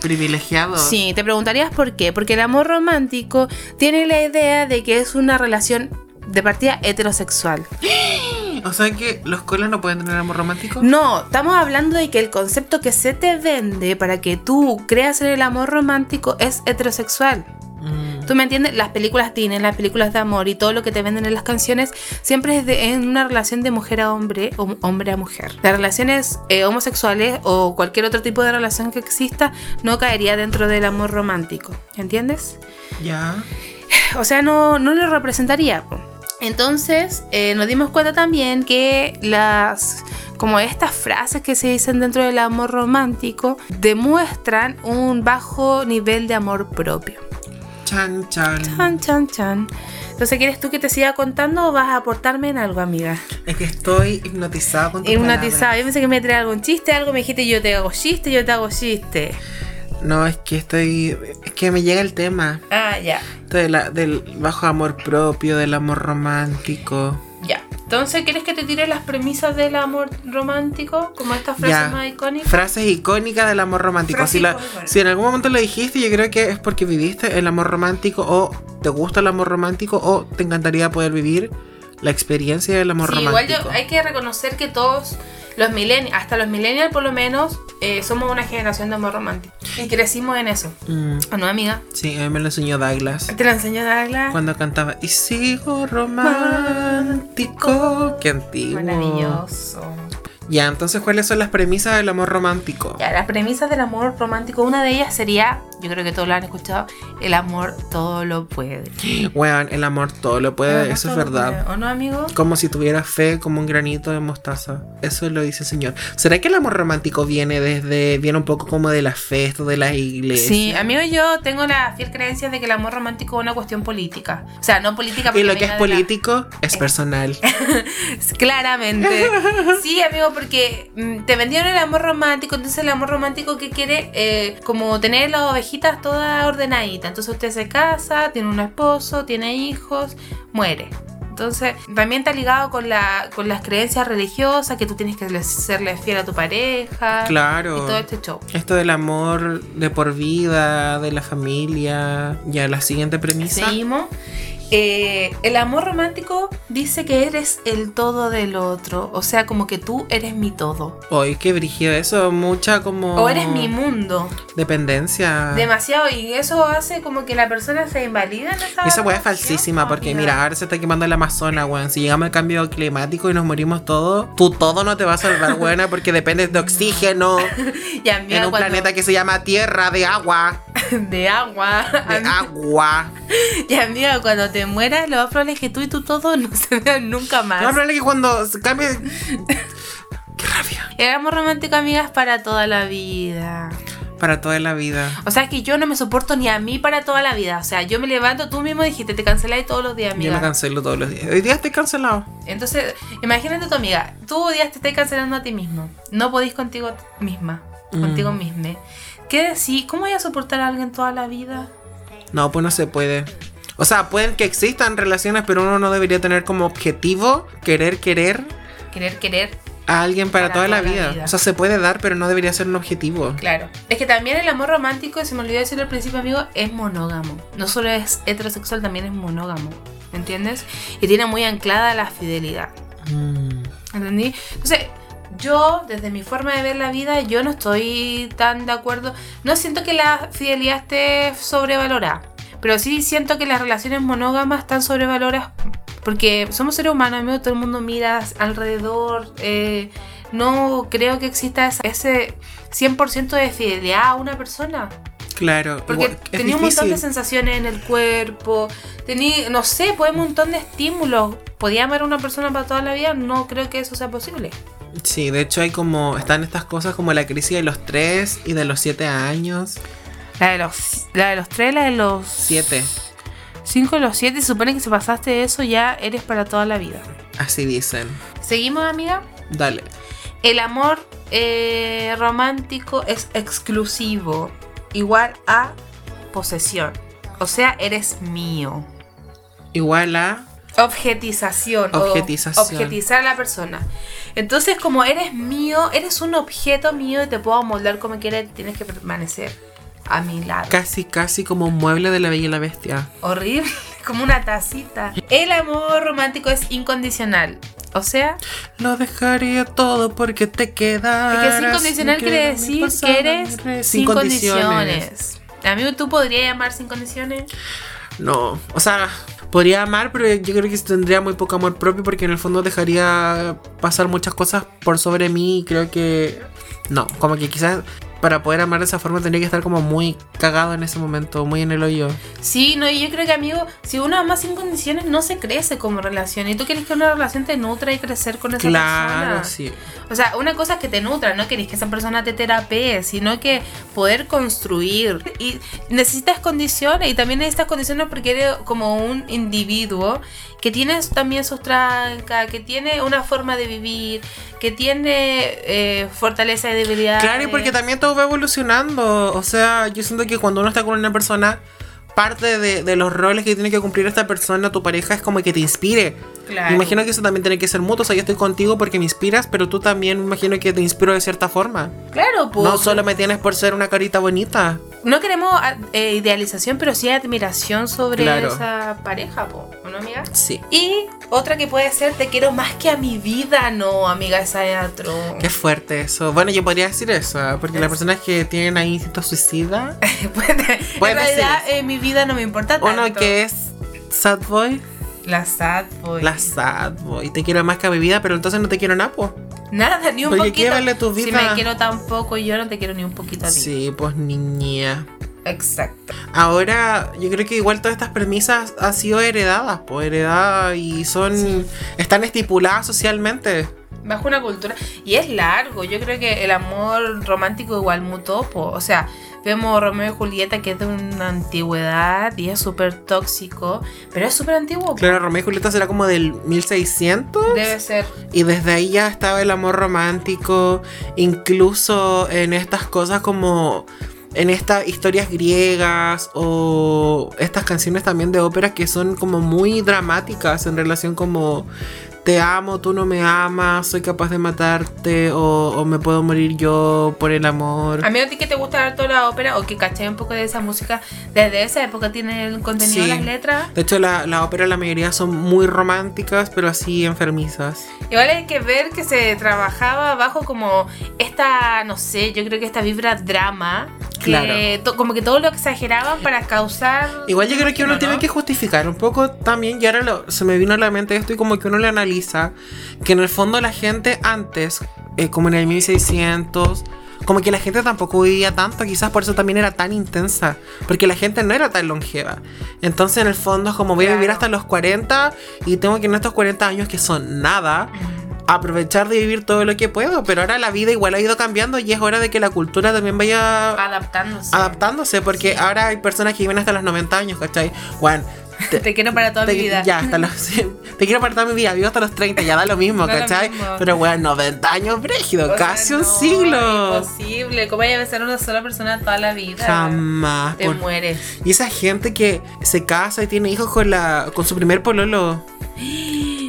Speaker 3: Privilegiados.
Speaker 2: Sí, te preguntarías por qué. Porque el amor romántico tiene la idea de que es una relación de partida heterosexual.
Speaker 3: O sea que los colas no pueden tener amor romántico.
Speaker 2: No, estamos hablando de que el concepto que se te vende para que tú creas en el amor romántico es heterosexual.
Speaker 3: Mm.
Speaker 2: ¿Tú me entiendes? Las películas tienen las películas de amor y todo lo que te venden en las canciones siempre es de- en una relación de mujer a hombre o hombre a mujer. Las relaciones eh, homosexuales o cualquier otro tipo de relación que exista no caería dentro del amor romántico. ¿Entiendes?
Speaker 3: Ya.
Speaker 2: O sea, no, no lo representaría. po. Entonces, eh, nos dimos cuenta también que las. Como estas frases que se dicen dentro del amor romántico demuestran un bajo nivel de amor propio.
Speaker 3: Chan, chan.
Speaker 2: Chan, chan, chan. Entonces, ¿quieres tú que te siga contando o vas a aportarme en algo, amiga?
Speaker 3: Es que estoy hipnotizada con tu
Speaker 2: Hipnotizada. Yo pensé que me traía algún chiste, algo me dijiste, yo te hago chiste, yo te hago chiste.
Speaker 3: No, es que estoy. Es que me llega el tema.
Speaker 2: Ah, ya,
Speaker 3: Esto de la- del bajo amor propio, del amor romántico.
Speaker 2: ya. Entonces, ¿quieres que te tire las premisas del amor romántico? Como estas frases
Speaker 3: Ya.
Speaker 2: más icónicas.
Speaker 3: Frases icónicas del amor romántico.
Speaker 2: Frases
Speaker 3: Si, la-
Speaker 2: icónicas.
Speaker 3: si en algún momento lo dijiste, yo creo que es porque viviste el amor romántico o te gusta el amor romántico o te encantaría poder vivir la experiencia del amor
Speaker 2: Sí, igual
Speaker 3: romántico.
Speaker 2: yo- hay que reconocer que todos los millennials, hasta los millennials por lo menos, eh, somos una generación de amor romántico. Y crecimos en eso.
Speaker 3: Mm,
Speaker 2: ¿O no, amiga?
Speaker 3: sí, a mí me lo enseñó Douglas.
Speaker 2: Te la enseñó Dagla.
Speaker 3: Cuando cantaba Y sigo romántico. Qué antiguo.
Speaker 2: Maravilloso.
Speaker 3: Ya, entonces, ¿cuáles son las premisas del amor romántico?
Speaker 2: Ya, las premisas del amor romántico, una de ellas sería, yo creo que todos lo han escuchado, el amor todo lo puede.
Speaker 3: Weón, el amor todo lo puede,
Speaker 2: El amor
Speaker 3: Eh, eso es
Speaker 2: todo lo
Speaker 3: verdad.
Speaker 2: puede, ¿O no, amigo?
Speaker 3: Como si tuviera fe, como un granito de mostaza. Eso lo dice el Señor. ¿Será que el amor romántico viene desde. viene un poco como de las festas, de las iglesias?
Speaker 2: Sí, amigo, yo tengo la fiel creencia de que el amor romántico es una cuestión política. O sea, no política
Speaker 3: Y
Speaker 2: porque
Speaker 3: lo que es
Speaker 2: venga de la-
Speaker 3: político es personal.
Speaker 2: Claramente. Sí, amigo, porque mm, te vendieron el amor romántico, entonces el amor romántico que quiere eh, como tener las ovejitas todas ordenaditas. Entonces usted se casa, tiene un esposo, tiene hijos, muere. Entonces también está ligado con, la, con las creencias religiosas, que tú tienes que le- serle fiel a tu pareja. Y
Speaker 3: Claro.
Speaker 2: todo este show.
Speaker 3: Esto del amor de por vida, de la familia. Ya, la siguiente premisa.
Speaker 2: Seguimos. Eh, el amor romántico dice que eres el todo del otro. O sea, como que tú eres mi todo.
Speaker 3: Hoy qué brígido eso. Mucha como.
Speaker 2: O eres
Speaker 3: Oh.
Speaker 2: mi mundo.
Speaker 3: Dependencia.
Speaker 2: Demasiado, y eso hace como que la persona se invalida en esa.
Speaker 3: Esa weá
Speaker 2: relación.
Speaker 3: es falsísima,
Speaker 2: Oh,
Speaker 3: porque mira, ahora se está quemando el Amazonas, weón. Si llegamos al cambio climático y nos morimos todos, tú todo no te va a salvar, weona, porque dependes de oxígeno
Speaker 2: Y a mí
Speaker 3: en un
Speaker 2: cuando-
Speaker 3: planeta que se llama Tierra, de agua,
Speaker 2: De agua.
Speaker 3: de agua.
Speaker 2: Y amiga, cuando te mueras, lo más probable es que tú y tú todo no se vean nunca más.
Speaker 3: No, pero es que cuando se cambie. Qué rabia.
Speaker 2: El amor romántico, amigas, para toda la vida.
Speaker 3: Para toda la vida.
Speaker 2: O sea, es que yo no me soporto ni a mí para toda la vida. O sea, yo me levanto, tú mismo dijiste, te canceláis todos los días,
Speaker 3: Yo me
Speaker 2: amiga.
Speaker 3: cancelo todos los días. Hoy día estoy cancelado.
Speaker 2: Entonces, imagínate a tu amiga, tú días te estás cancelando a ti mismo, no podís contigo misma, contigo misma. ¿Qué decís? ¿Cómo voy a soportar a alguien toda la vida?
Speaker 3: No, pues no se puede. O sea, pueden que existan relaciones, pero uno no debería tener como objetivo querer, querer
Speaker 2: Querer, querer,
Speaker 3: a alguien para, toda, la, vida.
Speaker 2: vida.
Speaker 3: O sea, se puede dar, pero no debería ser un objetivo.
Speaker 2: claro. Es que también el amor romántico, se me olvidó decirlo al principio, amigo, es monógamo. No solo es heterosexual, también es monógamo. ¿Entiendes? Y tiene muy anclada la fidelidad.
Speaker 3: Mm.
Speaker 2: ¿Entendí? Entonces, yo, desde mi forma de ver la vida, yo no estoy tan de acuerdo. No siento que la fidelidad esté sobrevalorada. Pero sí siento que las relaciones monógamas están sobrevaloradas. Porque somos seres humanos, amigo, todo el mundo mira alrededor. eh, no creo que exista esa- ese 100% de fidelidad a una persona.
Speaker 3: Claro.
Speaker 2: Porque
Speaker 3: igual- es
Speaker 2: tenía un montón de
Speaker 3: difícil.
Speaker 2: sensaciones en el cuerpo, tenía, no sé, pues un montón de estímulos. ¿Podía amar a una persona para toda la vida? No creo que eso sea posible.
Speaker 3: Sí, de hecho hay como, están estas cosas como la crisis de los 3 y de los 7 años.
Speaker 2: La de los, la de los tres, la de los
Speaker 3: 7,
Speaker 2: cinco, los siete, se supone que si pasaste eso ya eres para toda la vida.
Speaker 3: así dicen.
Speaker 2: ¿Seguimos, amiga?
Speaker 3: Dale.
Speaker 2: El amor eh, romántico es exclusivo, igual a posesión. O sea, eres mío.
Speaker 3: Igual a...
Speaker 2: Objetización. o
Speaker 3: Objetización.
Speaker 2: Objetizar a la persona. Entonces, como eres mío, eres un objeto mío y te puedo moldar como quieras, tienes que permanecer a mi lado.
Speaker 3: Casi, casi como un mueble de la Bella y la Bestia.
Speaker 2: Horrible, como una tacita. El amor romántico es incondicional. O sea,
Speaker 3: Lo dejaría todo porque te quedaras.
Speaker 2: es que sin condicional
Speaker 3: Me
Speaker 2: quiere
Speaker 3: quedo en mi
Speaker 2: decir
Speaker 3: pasado,
Speaker 2: que
Speaker 3: mi
Speaker 2: eres
Speaker 3: re-
Speaker 2: sin condiciones. Amigo, ¿tú podrías llamar sin condiciones?
Speaker 3: No, o sea, podría amar, pero yo creo que tendría muy poco amor propio porque en el fondo dejaría pasar muchas cosas por sobre mí y creo que no, como que quizás para poder amar de esa forma tendría que estar como muy cagado en ese momento, muy en el hoyo.
Speaker 2: Sí, no, y yo creo que, amigo, si uno ama sin condiciones, no se crece como relación. Y tú quieres que una relación te nutra y crecer con esa persona.
Speaker 3: Claro, sí.
Speaker 2: O sea, una cosa es que te nutra, no querés que esa persona te terapee, sino que poder construir. Y necesitas condiciones, y también necesitas condiciones porque eres como un individuo que tiene también sus trancas, que tiene una forma de vivir, que tiene eh, fortaleza y debilidad.
Speaker 3: Claro, y porque también todo va evolucionando. O sea, yo siento que cuando uno está con una persona, parte de, de los roles que tiene que cumplir esta persona, tu pareja, es como que te inspire.
Speaker 2: Claro.
Speaker 3: Me imagino que eso también tiene que ser mutuo. O sea, yo estoy contigo porque me inspiras, pero tú también me imagino que te inspiro de cierta forma.
Speaker 2: Claro, pues.
Speaker 3: No solo me tienes por ser una carita bonita.
Speaker 2: no queremos ah, eh, idealización, pero sí admiración sobre
Speaker 3: Claro.
Speaker 2: esa pareja, po, ¿o ¿no, amiga?
Speaker 3: Sí.
Speaker 2: Y otra que puede ser, te quiero más que a mi vida, no, amiga, esa es otro.
Speaker 3: Qué fuerte eso. Bueno, yo podría decir eso, ¿ah? porque las
Speaker 2: Es-
Speaker 3: personas que tienen ahí instinto suicida,
Speaker 2: Puede-
Speaker 3: Puede
Speaker 2: en realidad, eh, mi vida no me importa tanto.
Speaker 3: uno que es sad boy,
Speaker 2: La sad pues. boy.
Speaker 3: la sad boy, te quiero más que a mi vida, pero entonces no te quiero napo.
Speaker 2: Nada, ni un
Speaker 3: Porque
Speaker 2: poquito.
Speaker 3: ¿qué vale tu
Speaker 2: Si
Speaker 3: vida?
Speaker 2: me quiero tampoco, yo no te quiero ni un poquito a ti.
Speaker 3: Sí, pues niña.
Speaker 2: Exacto.
Speaker 3: Ahora, yo creo que igual todas estas premisas han sido heredadas, pues heredadas y son. están estipuladas socialmente.
Speaker 2: Bajo una cultura. Y es largo. Yo creo que el amor romántico igual mutó. po. O sea, vemos Romeo y Julieta que es de una antigüedad y es súper tóxico. Pero es súper antiguo. po.
Speaker 3: Claro, Romeo y Julieta será como del 1600.
Speaker 2: Debe ser.
Speaker 3: Y desde ahí ya estaba el amor romántico, incluso en estas cosas como en estas historias griegas o estas canciones también de óperas que son como muy dramáticas en relación como te amo, tú no me amas, soy capaz de matarte o, o me puedo morir yo por el amor.
Speaker 2: A mí a ti que te gusta toda la ópera o que caché un poco de esa música, desde esa época tiene el contenido
Speaker 3: Sí.
Speaker 2: las letras.
Speaker 3: De hecho, la- las óperas la mayoría son muy románticas, pero así enfermizas.
Speaker 2: Igual hay que ver que se trabajaba bajo como esta, no sé, yo creo que esta vibra drama. Que
Speaker 3: Claro.
Speaker 2: to- como que todo lo exageraban para causar.
Speaker 3: Igual yo creo que uno
Speaker 2: ¿no?
Speaker 3: tiene que justificar un poco también, y ahora lo- se me vino a la mente esto y como que uno lo analiza, que en el fondo la gente antes, eh, como en el 1600, como que la gente tampoco vivía tanto, quizás por eso también era tan intensa, porque la gente no era tan longeva. Entonces en el fondo es como voy a vivir
Speaker 2: Claro.
Speaker 3: hasta los 40 y tengo que en estos 40 años que son nada, aprovechar de vivir todo lo que puedo, pero ahora la vida igual ha ido cambiando y es hora de que la cultura también vaya
Speaker 2: Adaptándose.
Speaker 3: adaptándose, porque ahora hay personas que viven hasta los 90 años, ¿cachai? Juan, te,
Speaker 2: Te quiero para toda mi
Speaker 3: te-
Speaker 2: vida.
Speaker 3: ya, hasta los, te quiero apartar mi vida, vivo hasta los 30, ya da lo mismo,
Speaker 2: Da lo
Speaker 3: ¿cachai?
Speaker 2: mismo.
Speaker 3: Pero weón, 90 años
Speaker 2: O
Speaker 3: brígido,
Speaker 2: sea,
Speaker 3: casi un
Speaker 2: no,
Speaker 3: siglo.
Speaker 2: Imposible. ¿Cómo vaya a besar a una sola persona toda la vida?
Speaker 3: Jamás.
Speaker 2: Te
Speaker 3: por-
Speaker 2: mueres.
Speaker 3: Y esa gente que se casa y tiene hijos con la con su primer pololo.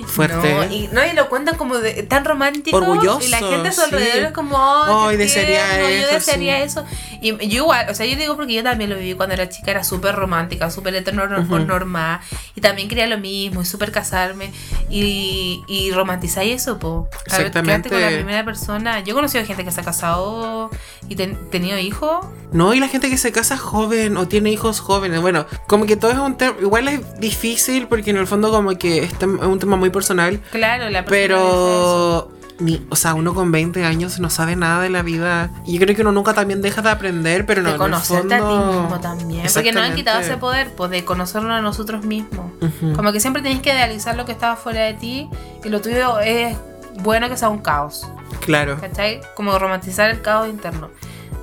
Speaker 3: Fuerte.
Speaker 2: No, y, no, y lo cuentan como de- tan romántico.
Speaker 3: Orgulloso,
Speaker 2: Y la gente a su
Speaker 3: sí.
Speaker 2: alrededor es como, oh,
Speaker 3: Ay, desearía
Speaker 2: Yo
Speaker 3: eso,
Speaker 2: desearía
Speaker 3: sí.
Speaker 2: eso. Y yo igual, o sea, yo digo porque yo también lo viví cuando era chica, era súper romántica, súper heteronormada. Y también quería lo mismo, y súper casarme. Y, y romantizar eso, po. A ver, quedarte
Speaker 3: Exactamente.
Speaker 2: con la primera persona. Yo he conocido gente que se ha casado y ten- tenido hijos.
Speaker 3: No, y la gente que se casa joven o tiene hijos jóvenes. Bueno, como que todo es un tema. Igual es difícil porque en el fondo, como que este es un tema muy personal.
Speaker 2: Claro, la persona desea eso.
Speaker 3: Pero, ni, o sea, uno con 20 años no sabe nada de la vida. Y yo creo que uno nunca también deja de aprender, pero no,
Speaker 2: de
Speaker 3: en el
Speaker 2: conocerte a ti
Speaker 3: fondo-
Speaker 2: mismo también. Porque nos han quitado ese
Speaker 3: Exactamente.
Speaker 2: poder, pues, de conocernos a nosotros mismos.
Speaker 3: Ujú.
Speaker 2: Como que siempre tenés que idealizar lo que estaba fuera de ti y lo tuyo es bueno que sea un caos,
Speaker 3: Claro.
Speaker 2: ¿cachai? Como romantizar el caos interno.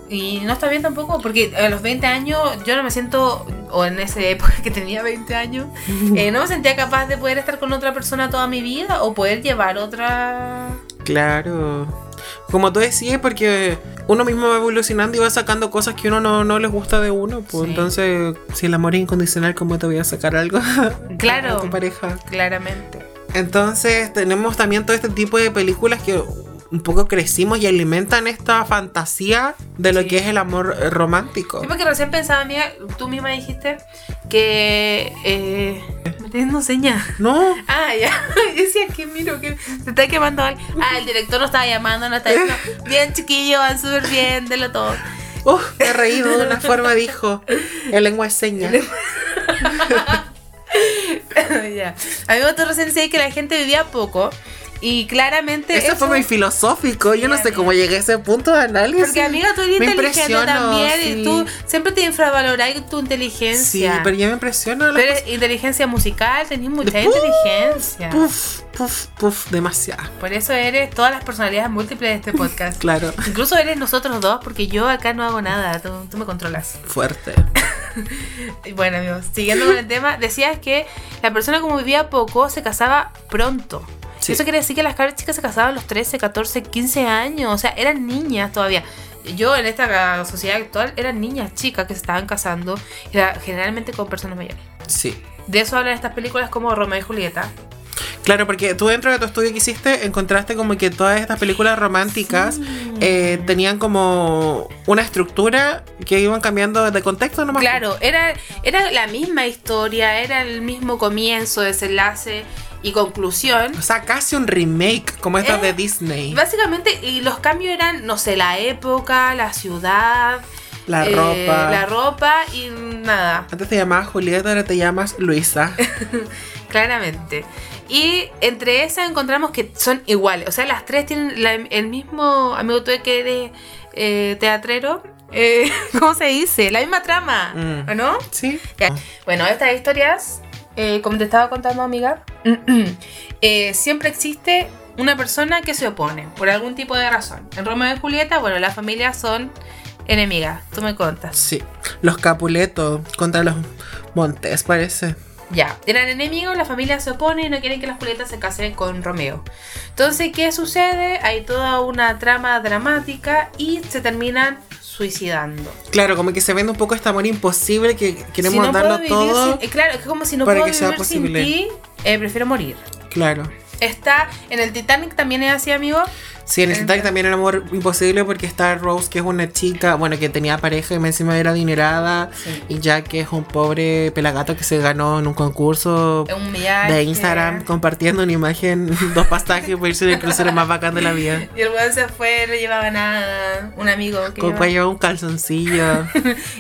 Speaker 2: Y no está bien tampoco, porque a los 20 años yo no me siento, o en esa época que tenía 20 años, eh, no me sentía capaz de poder estar con otra persona toda mi vida o poder llevar otra...
Speaker 3: Claro. Como tú decías, porque uno mismo va evolucionando y va sacando cosas que uno no, no les gusta de uno. Pues
Speaker 2: Sí.
Speaker 3: entonces, si el amor es incondicional, ¿cómo te voy a sacar algo?
Speaker 2: Claro.
Speaker 3: A tu pareja.
Speaker 2: Claramente.
Speaker 3: Entonces tenemos también todo este tipo de películas que un poco crecimos y alimentan esta fantasía de lo
Speaker 2: Sí.
Speaker 3: que es el amor eh, romántico.
Speaker 2: Sí, porque recién pensaba, amiga, tú misma dijiste que. Eh, me tenés no señas.
Speaker 3: No,
Speaker 2: Ah, ya. Yo decía que miro que se está quemando alguien. Ah, el director nos estaba llamando, nos está diciendo, bien chiquillo, van súper bien, de lo todo.
Speaker 3: Uf, me he reído de una forma, dijo. En lengua de señas.
Speaker 2: ya. Amigo, tú recién decías que la gente vivía poco. Y claramente.
Speaker 3: Eso fue muy filosófico. Yo no
Speaker 2: Sí,
Speaker 3: sé cómo llegué a ese punto de análisis.
Speaker 2: Porque amiga, tú eres
Speaker 3: Me
Speaker 2: inteligente
Speaker 3: impresiono,
Speaker 2: también
Speaker 3: sí.
Speaker 2: y tú siempre te infravalorás tu
Speaker 3: Sí,
Speaker 2: inteligencia.
Speaker 3: pero ya me impresiona.
Speaker 2: Tú
Speaker 3: la
Speaker 2: eres inteligencia musical, tenés mucha
Speaker 3: Puf,
Speaker 2: inteligencia.
Speaker 3: Puf, puf, puf, demasiado.
Speaker 2: Por eso eres todas las personalidades múltiples de este podcast.
Speaker 3: Claro,
Speaker 2: Incluso eres nosotros dos, porque yo acá no hago nada, tú, tú me controlas.
Speaker 3: fuerte.
Speaker 2: Y Bueno, amigos, siguiendo con el tema, decías que la persona como vivía poco se casaba pronto.
Speaker 3: Sí.
Speaker 2: Eso quiere decir que las cabras chicas se casaban a los 13, 14, 15 años, o sea, eran niñas todavía. Yo en esta sociedad actual eran niñas chicas que se estaban casando era generalmente con personas mayores.
Speaker 3: Sí.
Speaker 2: De eso hablan estas películas como Romeo y Julieta.
Speaker 3: Claro, porque tú dentro de tu estudio que hiciste encontraste como que todas estas películas románticas eh, tenían como una estructura que iban cambiando de contexto nomás.
Speaker 2: Claro, era, era la misma historia, era el mismo comienzo, desenlace y conclusión.
Speaker 3: O sea, casi un remake como estas
Speaker 2: Eh,
Speaker 3: de
Speaker 2: Y
Speaker 3: Disney.
Speaker 2: básicamente, y los cambios eran, no sé, la época, la ciudad,
Speaker 3: La
Speaker 2: eh,
Speaker 3: ropa.
Speaker 2: la ropa y nada,
Speaker 3: Antes te llamabas Julieta, ahora te llamas Luisa.
Speaker 2: claramente. Y entre esas encontramos que son iguales, o sea, las tres tienen la- el mismo, amigo, tú que eres eh, teatrero, eh, ¿cómo se dice? La misma trama,
Speaker 3: Mm.
Speaker 2: ¿o no?
Speaker 3: ¿Sí?
Speaker 2: Ya. Bueno, estas historias, eh, como te estaba contando, amiga, eh, siempre existe una persona que se opone por algún tipo de razón. En Romeo y Julieta, bueno, las familias son enemigas, tú me contas.
Speaker 3: Sí. Los Capuletos contra los Montes, parece.
Speaker 2: Ya, eran enemigos, la familia se opone y no quieren que las Julietas se casen con Romeo. Entonces, ¿qué sucede? Hay toda una trama dramática y se terminan suicidando.
Speaker 3: Claro, como que se vende un poco este amor imposible que
Speaker 2: Si
Speaker 3: queremos
Speaker 2: no puedo
Speaker 3: darlo
Speaker 2: vivir
Speaker 3: todo.
Speaker 2: sin- eh, claro, es como si no
Speaker 3: para
Speaker 2: puedo
Speaker 3: que sea
Speaker 2: vivir sin
Speaker 3: posible.
Speaker 2: ti, eh, prefiero morir.
Speaker 3: Claro.
Speaker 2: Está en el Titanic también es así, amigo.
Speaker 3: Sí,
Speaker 2: Eh.
Speaker 3: en el Titanic también era amor imposible porque está Rose, que es una chica, bueno, que tenía pareja y más encima era adinerada.
Speaker 2: Sí.
Speaker 3: Y Jack, que es un pobre pelagato que se ganó en un concurso
Speaker 2: Un viaje.
Speaker 3: de Instagram compartiendo una imagen, dos pasajes para irse en el crucero más bacán de la vida.
Speaker 2: Y el weón se fue, no llevaba nada. Un amigo que.
Speaker 3: Con
Speaker 2: llevaba-
Speaker 3: cuello un calzoncillo.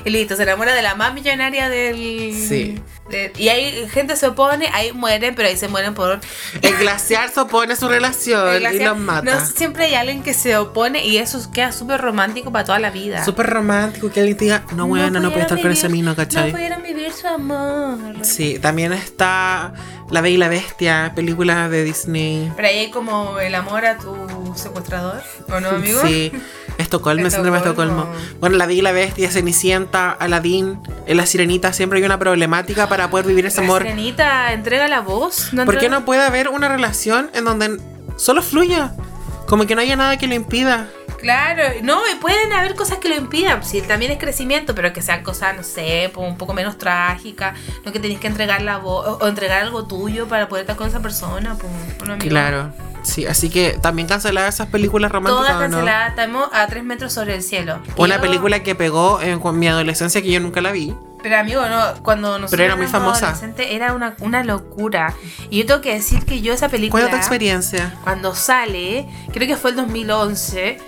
Speaker 2: Y listo, se enamora de la más millonaria del.
Speaker 3: Sí.
Speaker 2: de- y hay gente se opone, ahí mueren, pero ahí se mueren por.
Speaker 3: El glaciar supone su relación y
Speaker 2: desgracia.
Speaker 3: los mata.
Speaker 2: No, siempre hay alguien que se opone y eso queda súper romántico para toda la vida.
Speaker 3: Súper romántico que alguien te diga, no, weón, no, no puedes estar con ese mino, ¿cachai?
Speaker 2: No pudieron vivir su amor.
Speaker 3: Sí, también está La Bella y la Bestia, película de Disney.
Speaker 2: Pero ahí hay como el amor a tu secuestrador, ¿o no, amigo?
Speaker 3: Sí, Estocolmo, el síndrome de Estocolmo.
Speaker 2: Estocolmo.
Speaker 3: Bueno, La Bella y la Bestia, Cenicienta, Aladín, eh, La Sirenita, siempre hay una problemática para poder vivir ese
Speaker 2: La
Speaker 3: amor.
Speaker 2: sirenita, entrega la voz.
Speaker 3: ¿Por qué
Speaker 2: entrega-
Speaker 3: no puede haber una relación en donde solo fluya? Como que no haya nada que lo impida.
Speaker 2: Claro, no, y pueden haber cosas que lo impidan. Sí, también es crecimiento, pero que sean cosas, no sé, po- un poco menos trágicas. No que tenés que entregar la voz o o entregar algo tuyo para poder estar con esa persona. po, un amigo.
Speaker 3: Claro. Sí, así que también cancelar esas películas románticas.
Speaker 2: Todas
Speaker 3: ¿o no?
Speaker 2: canceladas, estamos a tres metros sobre el cielo. Y
Speaker 3: Una
Speaker 2: yo-
Speaker 3: película que pegó en cu- mi adolescencia que yo nunca la vi.
Speaker 2: Pero amigo, no, cuando nosotros
Speaker 3: Pero era muy
Speaker 2: éramos
Speaker 3: famosa.
Speaker 2: adolescentes, Era una, una locura. Y yo tengo que decir que yo esa película.
Speaker 3: ¿Cuál es tu experiencia?
Speaker 2: cuando sale, creo que fue el 2011,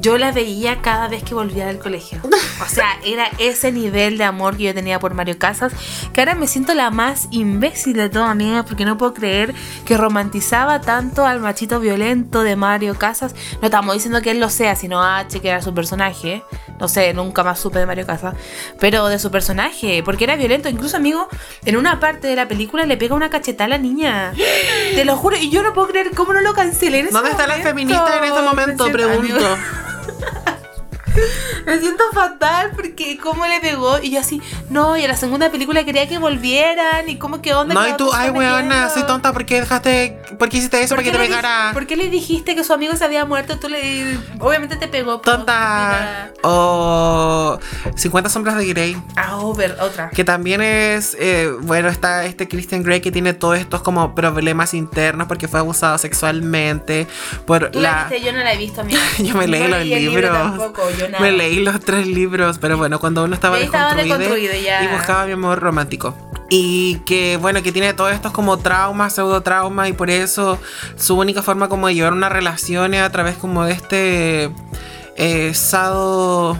Speaker 2: yo la veía cada vez que volvía del colegio. O sea, era ese nivel de amor que yo tenía por Mario Casas, que ahora me siento la más imbécil de todas, amiga, porque no puedo creer que romantizaba tanto al machito violento de Mario Casas. No estamos diciendo que él lo sea, sino a H, que era su personaje. No sé, nunca más supe de Mario Casas, pero de su personaje, porque era violento. Incluso, amigo, en una parte de la película le pega una cachetada a la niña. Te lo juro, y yo no puedo creer cómo no lo cancelé. en ese
Speaker 3: ¿Dónde está la
Speaker 2: momento.
Speaker 3: feminista en este momento?
Speaker 2: Me siento-
Speaker 3: Pregunto.
Speaker 2: amigo, me siento fatal porque cómo le pegó. Y yo así, no, y a la segunda película quería que volvieran. Y cómo que onda.
Speaker 3: No,
Speaker 2: que
Speaker 3: y
Speaker 2: no
Speaker 3: tú,
Speaker 2: se
Speaker 3: ay,
Speaker 2: están
Speaker 3: weona,
Speaker 2: metiendo.
Speaker 3: soy tonta, ¿por qué dejaste ¿Por qué hiciste eso? ¿Para que te
Speaker 2: le di-
Speaker 3: pegara?
Speaker 2: por qué le dijiste que su amigo se había muerto? Tú le. Obviamente te pegó. pues, pero-
Speaker 3: Tonta. O 50 sombras de Grey.
Speaker 2: Ah, over, otra.
Speaker 3: Que también es, eh, bueno, está este Christian Grey que tiene todos estos como problemas internos porque fue abusado sexualmente por
Speaker 2: Tú la, viste, yo no la he visto, amiga.
Speaker 3: Yo me leí
Speaker 2: No
Speaker 3: los
Speaker 2: leí el libro
Speaker 3: libros.
Speaker 2: tampoco, yo nada.
Speaker 3: Me leí los tres libros, pero bueno, cuando uno estaba
Speaker 2: Yo estaba
Speaker 3: desconstruido,
Speaker 2: desconstruido, ya.
Speaker 3: y buscaba mi amor romántico. Y que bueno, que tiene todos estos como traumas, pseudo traumas, y por eso su única forma como de llevar una relación es a través como de este eh,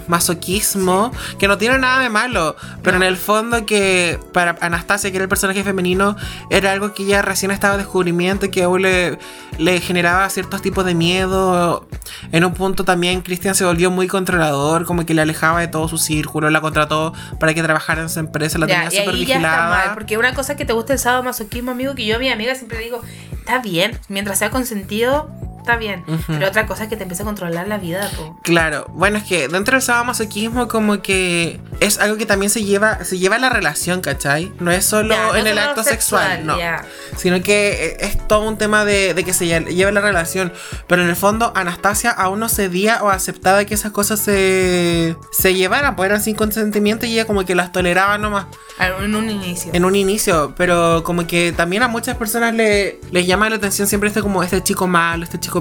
Speaker 3: masoquismo, que no tiene nada de malo, pero en el fondo que para Anastasia, que era el personaje femenino, era algo que ella recién estaba en descubrimiento y que aún le, le generaba ciertos tipos de miedo. En un punto también Christian se volvió muy controlador, como que le alejaba de todo su círculo, la contrató para que trabajara en su empresa, la
Speaker 2: Ya,
Speaker 3: tenía súper
Speaker 2: y ahí ya está mal,
Speaker 3: vigilada.
Speaker 2: porque una cosa que te gusta el sábado masoquismo, amigo, que yo a mi amiga siempre digo, está bien, mientras sea consentido, está bien. Pero otra cosa es que te empieza a controlar la vida, po.
Speaker 3: Claro, bueno, es que dentro del sadomasoquismo como que es algo que también se lleva se lleva a la relación, ¿cachai? No es solo
Speaker 2: Ya, no
Speaker 3: en el
Speaker 2: solo
Speaker 3: acto sexual, no.
Speaker 2: ya.
Speaker 3: sino que e, es todo un tema de, de que se lle- lleve la relación. Pero en el fondo, Anastasia aún no cedía o aceptaba que esas cosas se, se llevaran, pues eran sin consentimiento y ella como que las toleraba nomás
Speaker 2: Al- En un inicio.
Speaker 3: en un inicio. Pero como que también a muchas personas le, les llama la atención siempre este como este chico malo, este chico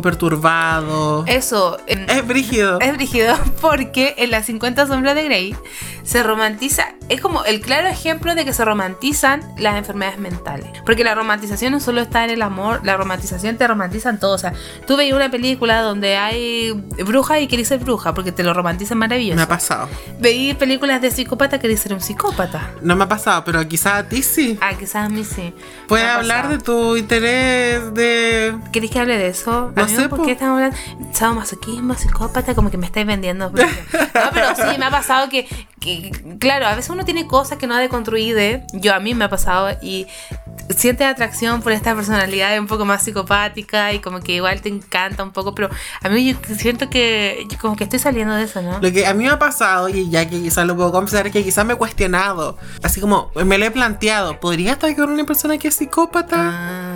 Speaker 3: perturbado. Es,
Speaker 2: Eso. en-
Speaker 3: brígido.
Speaker 2: Es brígido porque en las 50 sombras de Grey se romantiza, es como el claro ejemplo de que se romantizan las enfermedades mentales. Porque la romantización no solo está en el amor, la romantización te romantizan todo. O sea, tú veías una película donde hay bruja y querés ser bruja porque te lo romantizan
Speaker 3: me ha
Speaker 2: maravilloso.
Speaker 3: pasado.
Speaker 2: Veí películas de psicópata querés ser un psicópata.
Speaker 3: No me ha pasado, pero quizás a ti sí.
Speaker 2: Ah, quizás a mí sí.
Speaker 3: Puedes hablar de tu interés de...
Speaker 2: ¿Querés que hable de eso?
Speaker 3: No
Speaker 2: Amigo,
Speaker 3: sé,
Speaker 2: ¿por
Speaker 3: po.
Speaker 2: qué estamos hablando? Sábado masoquismo, psicópata, como que me estáis vendiendo. No, pero sí, me ha pasado que, que- claro, a veces uno tiene cosas que no ha deconstruido. ¿eh? Yo a mí me ha pasado y sientes atracción por esta personalidad un poco más psicopática y como que igual te encanta un poco, pero a mí yo siento que yo como que estoy saliendo de eso, ¿no?
Speaker 3: Lo que a mí me ha pasado, y ya que quizás lo puedo confesar, es que quizás me he cuestionado. Así como me lo he planteado. ¿Podría estar con una persona que es psicópata?
Speaker 2: Ah,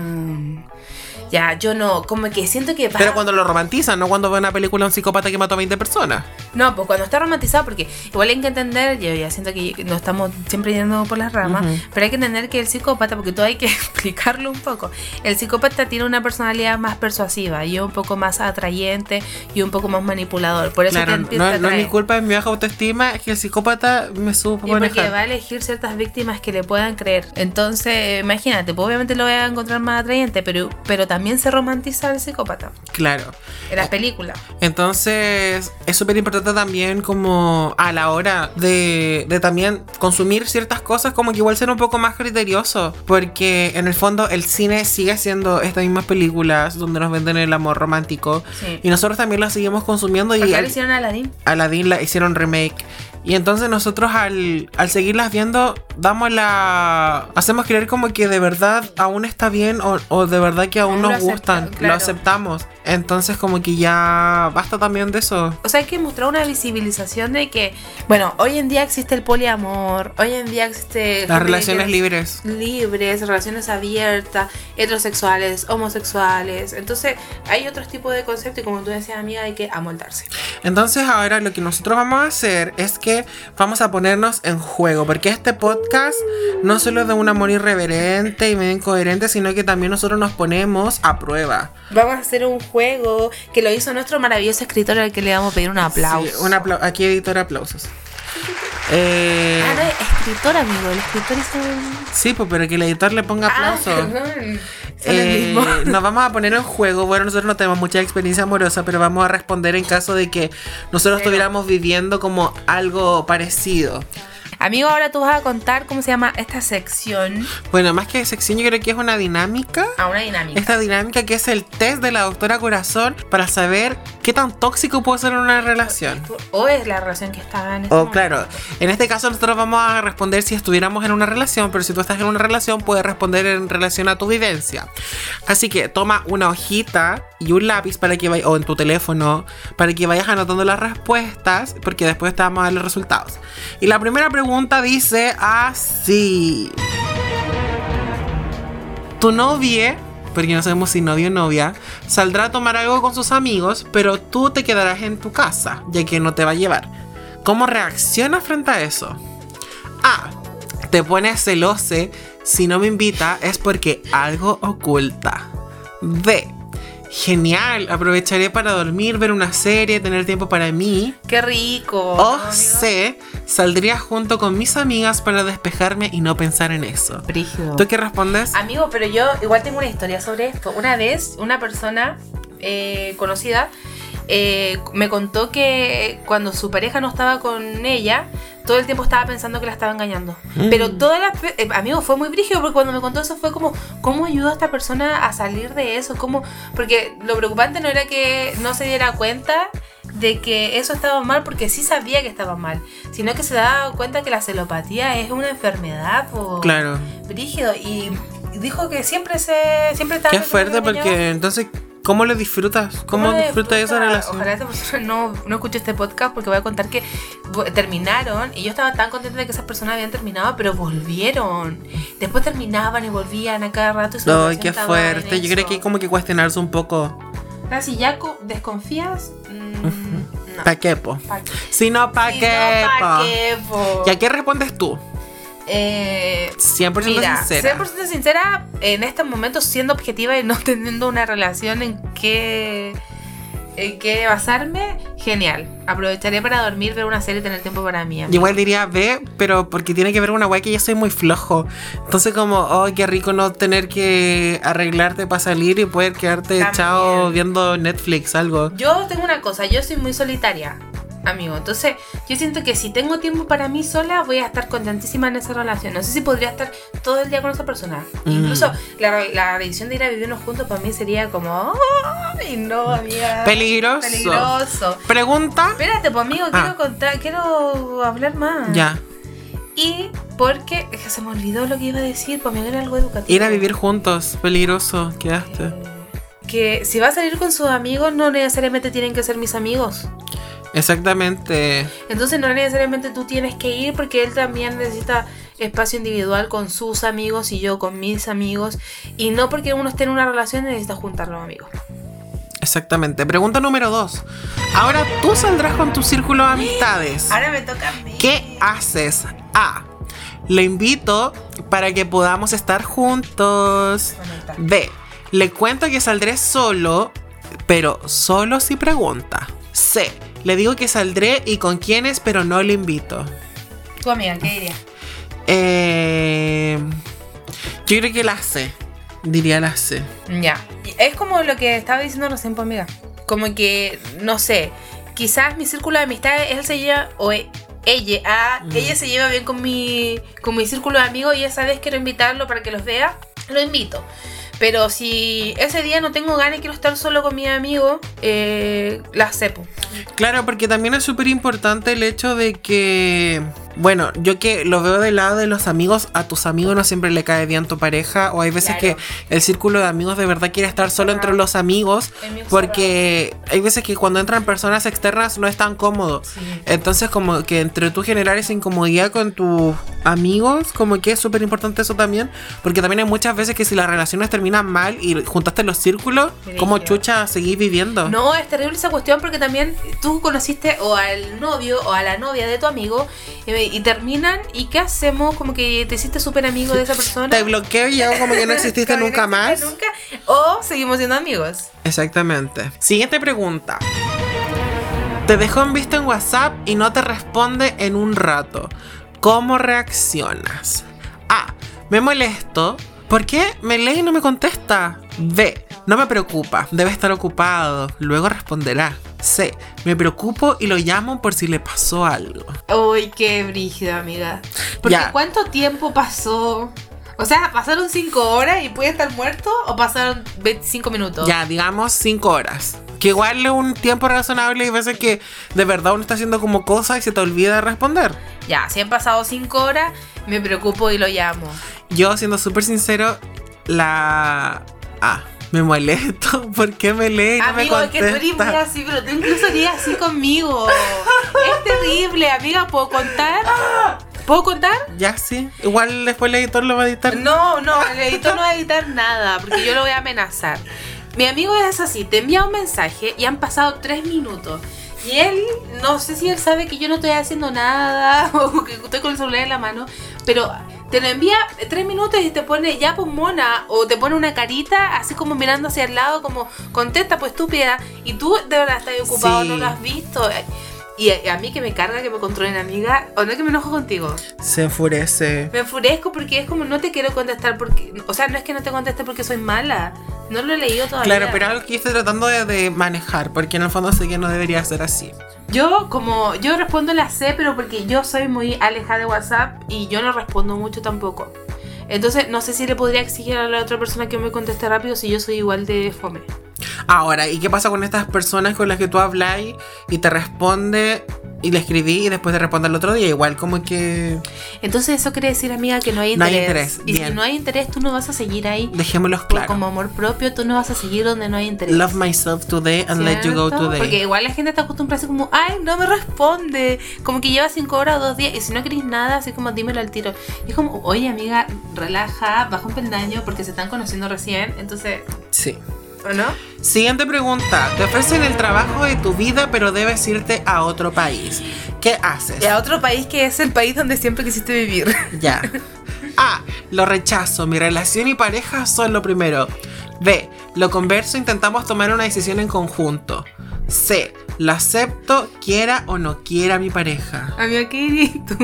Speaker 2: ya, yo no, como que siento que... va-
Speaker 3: Pero cuando lo romantizan, no cuando ve una película de un psicópata que mató a 20 personas.
Speaker 2: No, pues cuando está romantizado, porque igual hay que entender, yo ya siento que no estamos siempre yendo por las ramas, pero hay que entender que el psicópata, porque todo hay que explicarlo un poco, el psicópata tiene una personalidad más persuasiva y un poco más atrayente y un poco más manipulador. Por eso
Speaker 3: Claro,
Speaker 2: te
Speaker 3: no,
Speaker 2: empieza a
Speaker 3: no es
Speaker 2: atraer.
Speaker 3: mi culpa, es mi baja autoestima, es que el psicópata me supo
Speaker 2: Y porque
Speaker 3: manejar.
Speaker 2: va a elegir ciertas víctimas que le puedan creer. Entonces, imagínate, pues obviamente lo voy a encontrar más atrayente, pero, pero también se romantiza el psicópata
Speaker 3: Claro.
Speaker 2: en las películas.
Speaker 3: Entonces, es súper importante también como a la hora de, de también consumir ciertas cosas, como que igual ser un poco más criterioso, porque en el fondo el cine sigue siendo estas mismas películas donde nos venden el amor romántico
Speaker 2: Sí.
Speaker 3: y nosotros también lo seguimos consumiendo y
Speaker 2: Porque ahora
Speaker 3: al-
Speaker 2: hicieron a Aladdin.
Speaker 3: Aladdin la hicieron remake. Y entonces nosotros al, al seguirlas viendo, damos la... Hacemos creer como que de verdad aún está bien o, o de verdad que aún
Speaker 2: Aún
Speaker 3: nos
Speaker 2: lo acepta-
Speaker 3: gustan, lo
Speaker 2: claro.
Speaker 3: aceptamos. Entonces como que ya basta también de eso.
Speaker 2: O sea, hay que mostrar una visibilización de que, bueno, hoy en día existe el poliamor, hoy en día existe... gente
Speaker 3: Las
Speaker 2: que
Speaker 3: relaciones
Speaker 2: quiere-
Speaker 3: libres.
Speaker 2: libres, relaciones abiertas, heterosexuales, homosexuales. Entonces, hay otros tipos de conceptos y como tú decías, amiga, hay que amoldarse.
Speaker 3: Entonces ahora lo que nosotros vamos a hacer es que vamos a ponernos en juego, porque este podcast no solo es de un amor irreverente y medio incoherente, sino que también nosotros nos ponemos a prueba.
Speaker 2: Vamos a hacer un juego que lo hizo nuestro maravilloso escritor al que le vamos a pedir un aplauso.
Speaker 3: Sí, un apla- aquí editor aplausos. Eh,
Speaker 2: Ah, no, escritor, amigo, el escritor hizo un...
Speaker 3: sí, pues, pero que el editor le ponga aplausos.
Speaker 2: Ah, perdón. Son el
Speaker 3: Eh,
Speaker 2: mismo.
Speaker 3: nos vamos a poner en juego. Bueno, nosotros no tenemos mucha experiencia amorosa, pero vamos a responder en caso de que nosotros estuviéramos viviendo como algo parecido.
Speaker 2: Amigo, ahora tú vas a contar cómo se llama esta sección
Speaker 3: Bueno, más que sección, yo creo que es una dinámica.
Speaker 2: a una dinámica.
Speaker 3: Esta dinámica que es el test de la doctora Corazón para saber qué tan tóxico puede ser una relación.
Speaker 2: O es la relación que estaba en este
Speaker 3: Oh,
Speaker 2: momento.
Speaker 3: claro. En este caso nosotros vamos a responder si estuviéramos en una relación, pero si tú estás en una relación puedes responder en relación a tu vivencia. Así que toma una hojita y un lápiz para que vayas, o en tu teléfono, para que vayas anotando las respuestas, porque después te vamos a dar los resultados. Y la primera pregunta dice así. Tu novia porque no sabemos si novio o novia, saldrá a tomar algo con sus amigos, pero tú te quedarás en tu casa, ya que no te va a llevar. ¿Cómo reaccionas frente a eso? A. Te pones celose. Si no me invita es porque algo oculta. B. Genial, aprovecharé para dormir, ver una serie, tener tiempo para mí.
Speaker 2: Qué rico.
Speaker 3: O
Speaker 2: ¿no, amigo?
Speaker 3: C. Saldría junto con mis amigas para despejarme y no pensar en eso.
Speaker 2: Brígido.
Speaker 3: ¿Tú qué respondes?
Speaker 2: Amigo, pero yo igual tengo una historia sobre esto. Una vez, una persona eh, conocida eh, me contó que cuando su pareja no estaba con ella, todo el tiempo estaba pensando que la estaba engañando. Pero todas las. ve- eh, amigo, fue muy brígido porque cuando me contó eso fue como, ¿cómo ayudó a esta persona a salir de eso? ¿Cómo? Porque lo preocupante no era que no se diera cuenta de que eso estaba mal porque sí sabía que estaba mal, sino que se daba cuenta que la celopatía es una enfermedad. po.
Speaker 3: Claro.
Speaker 2: Brígido y dijo que siempre se siempre estaba
Speaker 3: Qué
Speaker 2: pensando
Speaker 3: fuerte
Speaker 2: que tenía-
Speaker 3: porque entonces, ¿cómo lo disfrutas? ¿Cómo,
Speaker 2: ¿Cómo le
Speaker 3: disfrutas esa relación?
Speaker 2: Ojalá esa persona no, no escuche este podcast porque voy a contar que vo- terminaron y yo estaba tan contenta de que esas personas habían terminado, pero volvieron. Después terminaban y volvían a cada rato. Y su
Speaker 3: Ay,
Speaker 2: relación
Speaker 3: qué
Speaker 2: estaba en
Speaker 3: fuerte. Yo
Speaker 2: eso.
Speaker 3: creo que hay como que cuestionarse un poco.
Speaker 2: Ah, si ya co- desconfías, mm, no.
Speaker 3: ¿Para qué, po?
Speaker 2: Pa' qué.
Speaker 3: Si no, ¿para
Speaker 2: Si no,
Speaker 3: qué,
Speaker 2: pa'
Speaker 3: po?
Speaker 2: qué, po.
Speaker 3: ¿Y a qué respondes tú?
Speaker 2: Eh,
Speaker 3: 100%
Speaker 2: Mira,
Speaker 3: sincera.
Speaker 2: 100% sincera, en estos momentos siendo objetiva y no teniendo una relación en qué, en qué basarme, genial. Aprovecharé para dormir, ver una serie y tener tiempo para mí.
Speaker 3: Yo Igual diría B, pero porque tiene que ver una weá que yo soy muy flojo. Entonces, como, oh, qué rico no tener que arreglarte para salir y poder quedarte
Speaker 2: También.
Speaker 3: echado viendo Netflix, algo.
Speaker 2: Yo tengo una cosa, yo soy muy solitaria, amigo. Entonces, yo siento que si tengo tiempo para mí sola, voy a estar contentísima en esa relación. No sé si podría estar todo el día con esa persona.
Speaker 3: Mm.
Speaker 2: Incluso la, la decisión de ir a vivirnos juntos para mí sería como, ¡ay, no, amiga!
Speaker 3: Peligroso.
Speaker 2: Peligroso.
Speaker 3: Pregunta.
Speaker 2: Espérate, pues amigo,
Speaker 3: Ah.
Speaker 2: quiero contar, quiero hablar más.
Speaker 3: Ya.
Speaker 2: Y porque es que se me olvidó lo que iba a decir, pues me era algo educativo.
Speaker 3: Ir a vivir juntos. Peligroso. Quedaste.
Speaker 2: Que si va a salir con sus amigos, no necesariamente tienen que ser mis amigos.
Speaker 3: Exactamente.
Speaker 2: Entonces no necesariamente tú tienes que ir porque él también necesita espacio individual con sus amigos y yo con mis amigos. Y no porque uno esté en una relación necesita juntar los amigos.
Speaker 3: Exactamente. Pregunta número dos. Ahora tú saldrás con tu círculo de amistades.
Speaker 2: Ahora me toca a mí.
Speaker 3: ¿Qué haces? A. Le invito para que podamos estar juntos.
Speaker 2: Conectar.
Speaker 3: B. Le cuento que saldré solo, pero solo si pregunta. C. Le digo que saldré y con quiénes, pero no le invito.
Speaker 2: Tu amiga, ¿qué diría?
Speaker 3: Eh, yo creo que la C. Diría la C.
Speaker 2: Ya. Es como lo que estaba diciendo recién, pues, amiga. Como que, no sé, quizás mi círculo de amistades, él se lleva, o e- ella, ah, ella se lleva bien con mi, con mi círculo de amigos y esa vez quiero invitarlo para que los vea, lo invito. Pero si ese día no tengo ganas y quiero estar solo con mi amigo, eh, la cepo.
Speaker 3: Claro, porque también es súper importante el hecho de que, bueno, yo que lo veo del lado de los amigos, a tus amigos no siempre le cae bien tu pareja, o hay veces
Speaker 2: Claro.
Speaker 3: que el círculo de amigos de verdad quiere estar solo entre los amigos,
Speaker 2: El mío es
Speaker 3: porque hay veces que cuando entran personas externas no es tan cómodo. Entonces como que entre tú generar esa incomodidad con tus amigos, como que es súper importante eso también, porque también hay muchas veces que si las relaciones terminan mal y juntaste los círculos, como
Speaker 2: Brígido.
Speaker 3: chucha seguís viviendo?
Speaker 2: No, es terrible esa cuestión porque también tú conociste o al novio o a la novia de tu amigo eh, y terminan y ¿qué hacemos? Como que te hiciste súper amigo de esa persona.
Speaker 3: Te bloqueo y hago como que no exististe
Speaker 2: Como que
Speaker 3: nunca
Speaker 2: no
Speaker 3: más.
Speaker 2: existe nunca, o seguimos siendo amigos.
Speaker 3: Exactamente. Siguiente pregunta. Te dejó en visto en WhatsApp y no te responde en un rato. ¿Cómo reaccionas? A. Me molesto. ¿Por qué me lee y no me contesta? B. No me preocupa. Debe estar ocupado. Luego responderá. C. Me preocupo y lo llamo por si le pasó algo.
Speaker 2: Uy, qué brígido, amiga. Porque
Speaker 3: Ya.
Speaker 2: ¿cuánto tiempo pasó? O sea, ¿pasaron 5 horas y puede estar muerto? ¿O pasaron 25 minutos?
Speaker 3: Ya, digamos 5 horas. Que igual es un tiempo razonable y veces que de verdad uno está haciendo como cosas y se te olvida responder.
Speaker 2: Ya, si han pasado 5 horas, me preocupo y lo llamo.
Speaker 3: Yo, siendo súper sincero, la A. Me molesto. ¿Por qué me lee y no
Speaker 2: Amigo,
Speaker 3: me
Speaker 2: es que tú eres muy
Speaker 3: contesta?
Speaker 2: así, pero tú incluso eres así conmigo. Es terrible, amiga, ¿puedo contar? ¿Puedo contar?
Speaker 3: Ya, sí. Igual después el editor lo va a editar.
Speaker 2: No, no, el editor no va a editar nada porque yo lo voy a amenazar. Mi amigo es así, te envía un mensaje y han pasado tres minutos. Y él, no sé si él sabe que yo no estoy haciendo nada o que estoy con el celular en la mano, pero te lo envía tres minutos y te pone ya pues mona o te pone una carita así como mirando hacia el lado como contesta pues estúpida y tú de verdad estás ocupado,
Speaker 3: Sí.
Speaker 2: no lo has visto. Y a a mí que me carga que me controlen amiga, o no que me enojo contigo.
Speaker 3: Se enfurece.
Speaker 2: Me enfurezco porque es como no te quiero contestar porque, o sea, no es que no te conteste porque soy mala. No lo he leído todavía.
Speaker 3: Claro, pero algo que yo estoy tratando de, de manejar, porque en el fondo sé que no debería ser así.
Speaker 2: yo como yo respondo la C, pero porque yo soy muy alejada de WhatsApp y yo no respondo mucho tampoco. Entonces, no sé si le podría exigir a la otra persona que me conteste rápido si yo soy igual de fome.
Speaker 3: Ahora, ¿y qué pasa con estas personas con las que tú habláis y te responde y le escribí y después te responde al otro día? Igual como que
Speaker 2: Entonces, eso quiere decir, amiga, que no hay
Speaker 3: No hay
Speaker 2: interés.
Speaker 3: interés,
Speaker 2: Y
Speaker 3: bien.
Speaker 2: si no hay interés, tú no vas a seguir ahí.
Speaker 3: dejémoslos
Speaker 2: Por-
Speaker 3: claro.
Speaker 2: Como amor propio, tú no vas a seguir donde no hay interés.
Speaker 3: Love myself today and let you go
Speaker 2: ¿Cierto?
Speaker 3: today.
Speaker 2: Porque igual la gente está acostumbrada así como, ay, no me responde. Como que lleva cinco horas o dos días y si no querés nada, así como dímelo al tiro. Y es como, oye amiga, relaja, baja un peldaño porque se están conociendo recién. Entonces,
Speaker 3: Sí.
Speaker 2: ¿o no?
Speaker 3: Siguiente pregunta. Te ofrecen el trabajo de tu vida, pero debes irte a otro país. ¿Qué haces?
Speaker 2: Y a otro país que es el país donde siempre quisiste vivir.
Speaker 3: Ya. A. Lo rechazo. Mi relación y pareja son lo primero. B. Lo converso. Intentamos tomar una decisión en conjunto. C. Lo acepto, quiera o no quiera mi pareja.
Speaker 2: Amiga, ¿qué dirías tú?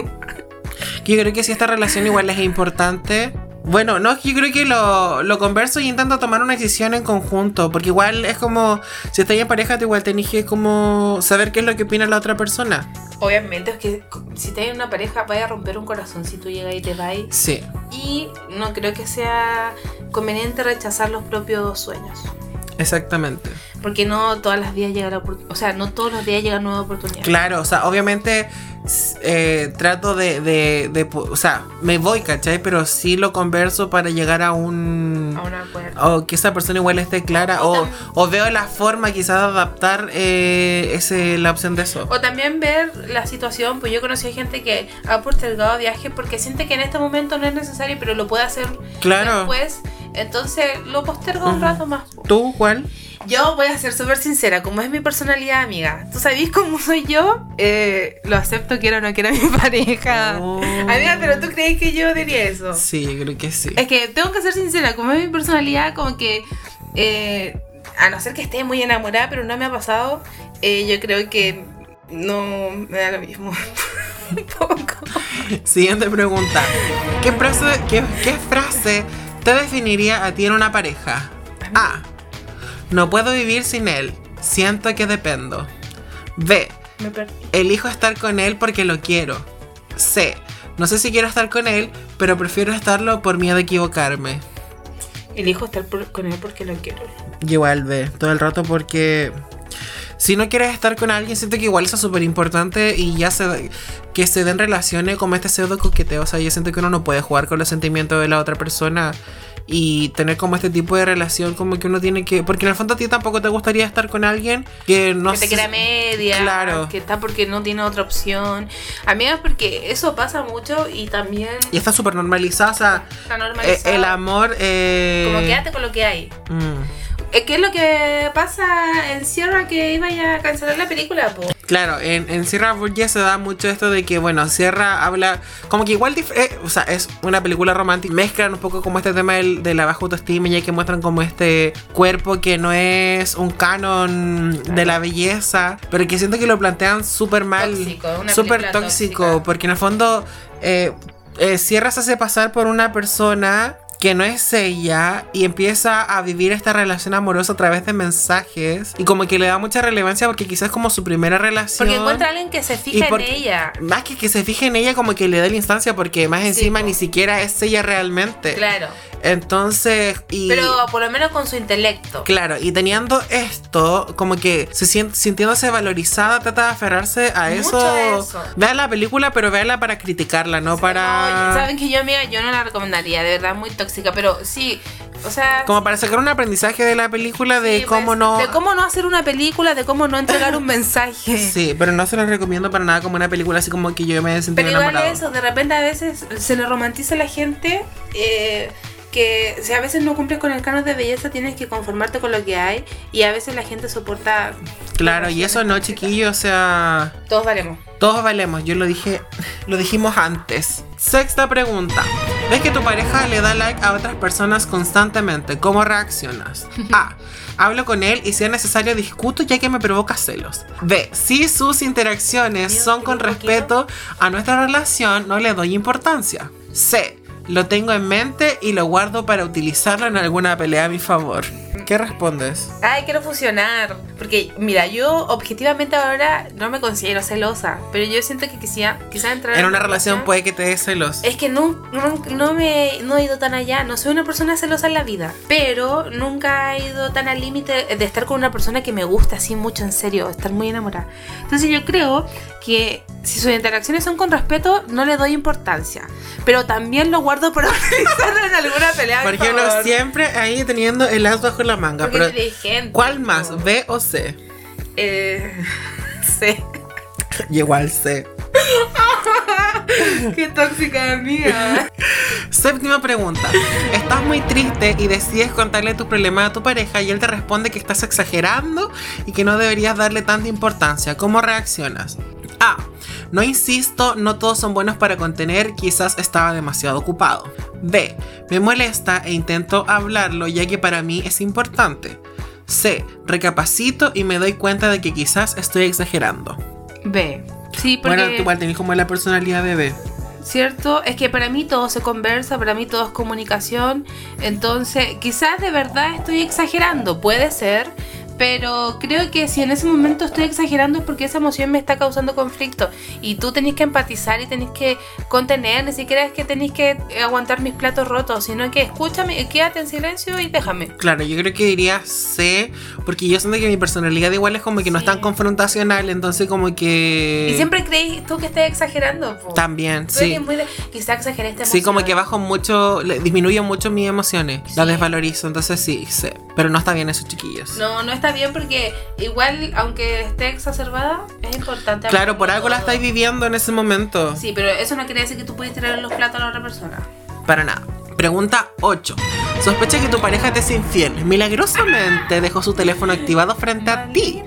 Speaker 3: Yo creo que si esta relación igual es importante. Bueno, no, yo creo que lo, lo converso y intento tomar una decisión en conjunto. Porque igual es como, si estáis en pareja, tú igual tenés que como saber qué es lo que opina la otra persona.
Speaker 2: Obviamente es que si estás en una pareja, vaya a romper un corazón si tú llegas y te vas.
Speaker 3: Sí.
Speaker 2: Y no creo que sea conveniente rechazar los propios sueños.
Speaker 3: Exactamente.
Speaker 2: Porque no todas las días llega la oportunidad. O sea, no todos los días llega nueva oportunidad.
Speaker 3: Claro, o sea, obviamente s- eh, trato de, de, de po- O sea, me voy, ¿cachai? Pero sí lo converso para llegar a un.
Speaker 2: A un acuerdo.
Speaker 3: O que esa persona igual esté clara.
Speaker 2: O
Speaker 3: O,
Speaker 2: tam-
Speaker 3: o veo la forma quizás de adaptar eh, ese, la opción de eso.
Speaker 2: O también ver la situación, pues yo conocí gente que ha postergado viajes porque siente que en este momento no es necesario, pero lo puede hacer
Speaker 3: Claro.
Speaker 2: después. Entonces lo postergo un
Speaker 3: Ujú.
Speaker 2: rato más. pues. po.
Speaker 3: ¿Tú cuál?
Speaker 2: Yo voy a ser súper sincera, como es mi personalidad, amiga. ¿Tú sabés cómo soy yo? Eh, lo acepto, quiera o no quiera mi pareja.
Speaker 3: Oh.
Speaker 2: Amiga, pero ¿tú crees que yo diría eso?
Speaker 3: Sí, yo creo que sí.
Speaker 2: Es que tengo que ser sincera, como es mi personalidad, como que eh, a no ser que esté muy enamorada, pero no me ha pasado, eh, yo creo que no me da lo mismo. Un poco.
Speaker 3: Siguiente pregunta. ¿Qué frase, qué, qué frase te definiría a ti en una pareja? A. No puedo vivir sin él. Siento que dependo. B.
Speaker 2: Me perdí.
Speaker 3: Elijo estar con él porque lo quiero. C. No sé si quiero estar con él, pero prefiero estarlo por miedo a equivocarme.
Speaker 2: Elijo estar por- con él porque lo quiero.
Speaker 3: Yo Igual B, todo el rato porque si no quieres estar con alguien, siento que igual eso es súper importante y ya se, que se den relaciones como este pseudo coqueteo. O sea, yo siento que uno no puede jugar con los sentimientos de la otra persona y tener como este tipo de relación como que uno tiene que... Porque en el fondo a ti tampoco te gustaría estar con alguien que no
Speaker 2: que te
Speaker 3: se-
Speaker 2: queda media,
Speaker 3: Ah, Claro.
Speaker 2: que está porque no tiene otra opción. Amigas, porque eso pasa mucho y también
Speaker 3: Y está súper normalizada, o sea,
Speaker 2: está
Speaker 3: eh,
Speaker 2: normalizado.
Speaker 3: el amor... eh,
Speaker 2: como quédate con lo que hay.
Speaker 3: mm.
Speaker 2: Eh, ¿Qué es lo que pasa en Sierra que iba a cancelar la película? po?
Speaker 3: Claro, en, en Sierra Burgess se da mucho esto de que, bueno, Sierra habla como que igual, dif- eh, o sea, es una película romántica, mezclan un poco como este tema del, de la baja autoestima, ya que muestran como este cuerpo que no es un canon de la belleza, pero que siento que lo plantean súper mal,
Speaker 2: Tóxico, una
Speaker 3: súper
Speaker 2: película
Speaker 3: tóxico,
Speaker 2: tóxica.
Speaker 3: porque en el fondo eh, eh, Sierra se hace pasar por una persona que no es ella y empieza a vivir esta relación amorosa a través de mensajes y como que le da mucha relevancia porque quizás como su primera relación
Speaker 2: Porque encuentra a alguien que se
Speaker 3: Y
Speaker 2: fija
Speaker 3: porque-
Speaker 2: en ella.
Speaker 3: más que que se fije en ella como que le da la instancia porque más encima
Speaker 2: po.
Speaker 3: ni siquiera es ella realmente
Speaker 2: Claro.
Speaker 3: entonces y
Speaker 2: Pero por lo menos con su intelecto.
Speaker 3: Claro, y teniendo esto, como que se sien- sintiéndose valorizada, trata de aferrarse a
Speaker 2: Mucho
Speaker 3: eso.
Speaker 2: de eso.
Speaker 3: Vea la película, pero véala para criticarla, no para...
Speaker 2: Oye, Saben que yo, amiga, yo no la recomendaría, de verdad, muy tóxica. Pero sí, O sea,
Speaker 3: Como para sacar un aprendizaje de la película de
Speaker 2: sí, pues,
Speaker 3: cómo no.
Speaker 2: de cómo no hacer una película, de cómo no entregar un mensaje.
Speaker 3: Sí, pero no se los recomiendo para nada como una película así como que yo me sentí
Speaker 2: Pero igual
Speaker 3: enamorado.
Speaker 2: eso, de repente a veces se le romantiza a la gente eh, que si a veces no cumples con el canon de belleza tienes que conformarte con lo que hay y a veces la gente soporta
Speaker 3: Claro, y eso no, chiquillo, o sea,
Speaker 2: todos valemos.
Speaker 3: todos valemos, yo lo dije, lo dijimos antes. Sexta pregunta. ¿Ves que tu pareja le da like a otras personas constantemente? ¿Cómo reaccionas? A. Hablo con él y si es necesario discuto ya que me provoca celos. B. Si sus interacciones
Speaker 2: Dios,
Speaker 3: son
Speaker 2: qué
Speaker 3: con
Speaker 2: poquito.
Speaker 3: respeto a nuestra relación, no le doy importancia. C. Lo tengo en mente y lo guardo para utilizarlo en alguna pelea a mi favor. ¿Qué respondes?
Speaker 2: Ay, quiero fusionar. Porque, mira, yo objetivamente ahora no me considero celosa, pero yo siento que quisiera quizá entrar
Speaker 3: En una relación
Speaker 2: pues
Speaker 3: puede que te dé celos.
Speaker 2: Es que no, no, no me no he ido tan allá, no soy una persona celosa en la vida, pero nunca he ido tan al límite de estar con una persona que me gusta así mucho, en serio, estar muy enamorada. Entonces yo creo que si sus interacciones son con respeto, no le doy importancia, pero también lo guardo para utilizarlo en alguna pelea. por
Speaker 3: Porque uno
Speaker 2: favor.
Speaker 3: siempre ahí teniendo el as bajo la manga.
Speaker 2: Porque
Speaker 3: Pero,
Speaker 2: inteligente.
Speaker 3: ¿Cuál más? ¿B o C?
Speaker 2: Eh, sí.
Speaker 3: Y Igual C.
Speaker 2: Qué tóxica amiga.
Speaker 3: Séptima pregunta. Estás muy triste y decides contarle tu problema a tu pareja y él te responde que estás exagerando y que no deberías darle tanta importancia. ¿Cómo reaccionas? A. No insisto, no todos son buenos para contener, quizás estaba demasiado ocupado. B. Me molesta e intento hablarlo ya que para mí es importante. C. Recapacito y me doy cuenta de que quizás estoy exagerando.
Speaker 2: B. Sí, porque
Speaker 3: Bueno, tú igual tenés como la personalidad de B.
Speaker 2: ¿Cierto? Es que para mí todo se conversa, para mí todo es comunicación. Entonces, quizás de verdad estoy exagerando, puede ser. Pero creo que si en ese momento estoy exagerando es porque esa emoción me está causando conflicto. Y tú tenés que empatizar y tenés que contener. Ni siquiera es que tenés que eh, aguantar mis platos rotos, sino que escúchame, eh, quédate en silencio y déjame.
Speaker 3: Claro, yo creo que diría C, porque yo siento que mi personalidad igual es como que no es
Speaker 2: Sí.
Speaker 3: tan confrontacional, entonces como que...
Speaker 2: Y siempre creí tú que estás exagerando. po.
Speaker 3: También,
Speaker 2: Tú eres
Speaker 3: sí.
Speaker 2: muy de- Quizás exageré esta
Speaker 3: Sí, como
Speaker 2: emoción.
Speaker 3: que bajo mucho, le- disminuyo mucho mis emociones, las
Speaker 2: Sí.
Speaker 3: desvalorizo, entonces sí, C. Pero no está bien eso, chiquillos.
Speaker 2: No, no está bien porque igual, aunque esté exacerbada, es importante.
Speaker 3: Claro,
Speaker 2: hablar
Speaker 3: por
Speaker 2: de
Speaker 3: algo la
Speaker 2: todo.
Speaker 3: estáis viviendo en ese momento.
Speaker 2: Sí, pero eso no quiere decir que tú puedes tirar los platos a la otra persona.
Speaker 3: Para nada. Pregunta 8. Sospecha que tu pareja te es infiel. Milagrosamente dejó su teléfono activado frente a ti.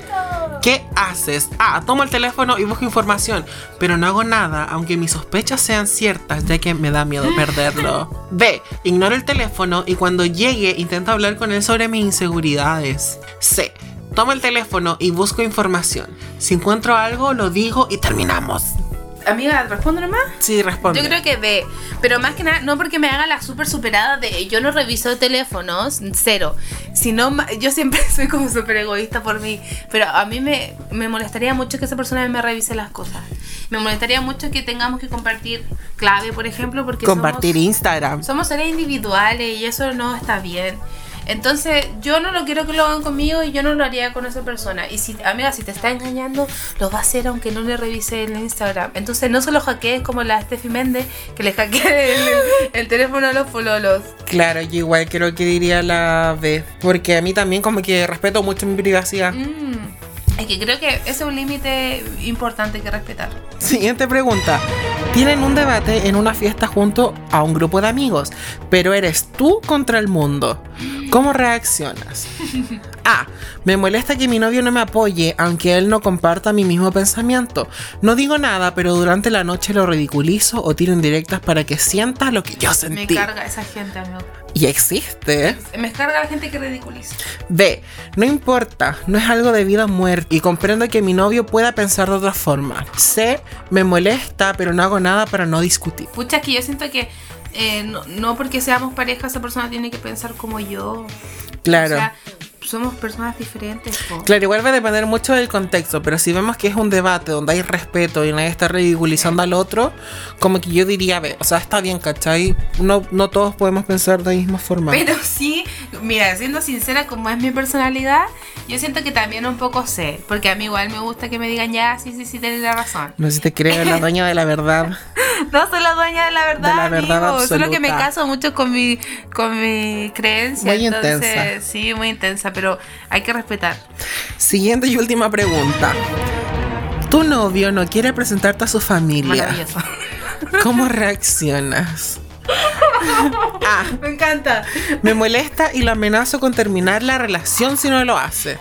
Speaker 3: ¿Qué haces? A. Tomo el teléfono y busco información, pero no hago nada, aunque mis sospechas sean ciertas, ya que me da miedo perderlo. B. Ignoro el teléfono y cuando llegue intento hablar con él sobre mis inseguridades. C. Tomo el teléfono y busco información. Si encuentro algo, lo digo y terminamos.
Speaker 2: Amiga, respondo nomás.
Speaker 3: Sí, responde.
Speaker 2: Yo creo que B, pero más que nada, no porque me haga la súper superada de yo no reviso teléfonos, cero, sino ma- yo siempre soy como súper egoísta por mí, pero a mí me, me molestaría mucho que esa persona me revise las cosas. Me molestaría mucho que tengamos que compartir clave, por ejemplo, porque somos-
Speaker 3: Compartir Instagram.
Speaker 2: Somos seres individuales y eso no está bien. Entonces, yo no lo quiero que lo hagan conmigo y yo no lo haría con esa persona. Y si, amiga, si te está engañando, lo va a hacer aunque no le revise el Instagram. Entonces, no se lo hackees como la Steffi Méndez, que le hackea el, el teléfono a los pololos.
Speaker 3: Claro, yo igual creo que diría la B, porque a mí también como que respeto mucho mi privacidad.
Speaker 2: Mm. Es que creo que ese es un límite importante que respetar.
Speaker 3: Siguiente pregunta. Tienen un debate en una fiesta junto a un grupo de amigos, pero eres tú contra el mundo. ¿Cómo reaccionas? A. Me molesta que mi novio no me apoye, aunque él no comparta mi mismo pensamiento. No digo nada, pero durante la noche lo ridiculizo o tiro indirectas para que sienta lo que yo
Speaker 2: Me
Speaker 3: sentí.
Speaker 2: carga esa gente, amigo.
Speaker 3: Y existe, ¿eh?
Speaker 2: Me carga la gente que ridiculiza.
Speaker 3: B. No importa, no es algo de vida o muerte y comprendo que mi novio pueda pensar de otra forma. C. Me molesta, pero no hago nada para no discutir.
Speaker 2: Pucha, es que yo siento que eh, no, no porque seamos pareja, esa persona tiene que pensar como yo.
Speaker 3: Claro.
Speaker 2: O sea, somos personas diferentes. po.
Speaker 3: Claro, igual va a depender mucho del contexto, pero si vemos que es un debate donde hay respeto y nadie está ridiculizando al otro, como que yo diría, B. O sea, está bien, ¿cachai? No, no todos podemos pensar de la misma forma.
Speaker 2: Pero sí, mira, siendo sincera, como es mi personalidad, yo siento que también un poco sé. Porque a mí igual me gusta que me digan ya, sí, sí, sí, tenés la razón.
Speaker 3: No sé si te creo la dueña de la verdad.
Speaker 2: No soy la dueña de la verdad,
Speaker 3: De la verdad
Speaker 2: amigo. Solo que me
Speaker 3: absoluta.
Speaker 2: caso mucho con mi, con mi creencia.
Speaker 3: Muy
Speaker 2: entonces,
Speaker 3: intensa.
Speaker 2: Sí, muy intensa, pero hay que respetar.
Speaker 3: Siguiente y última pregunta. Tu novio no quiere presentarte a su familia.
Speaker 2: Maravilloso.
Speaker 3: ¿Cómo reaccionas? A.
Speaker 2: me encanta.
Speaker 3: Me molesta y lo amenazo con terminar la relación si no lo hace.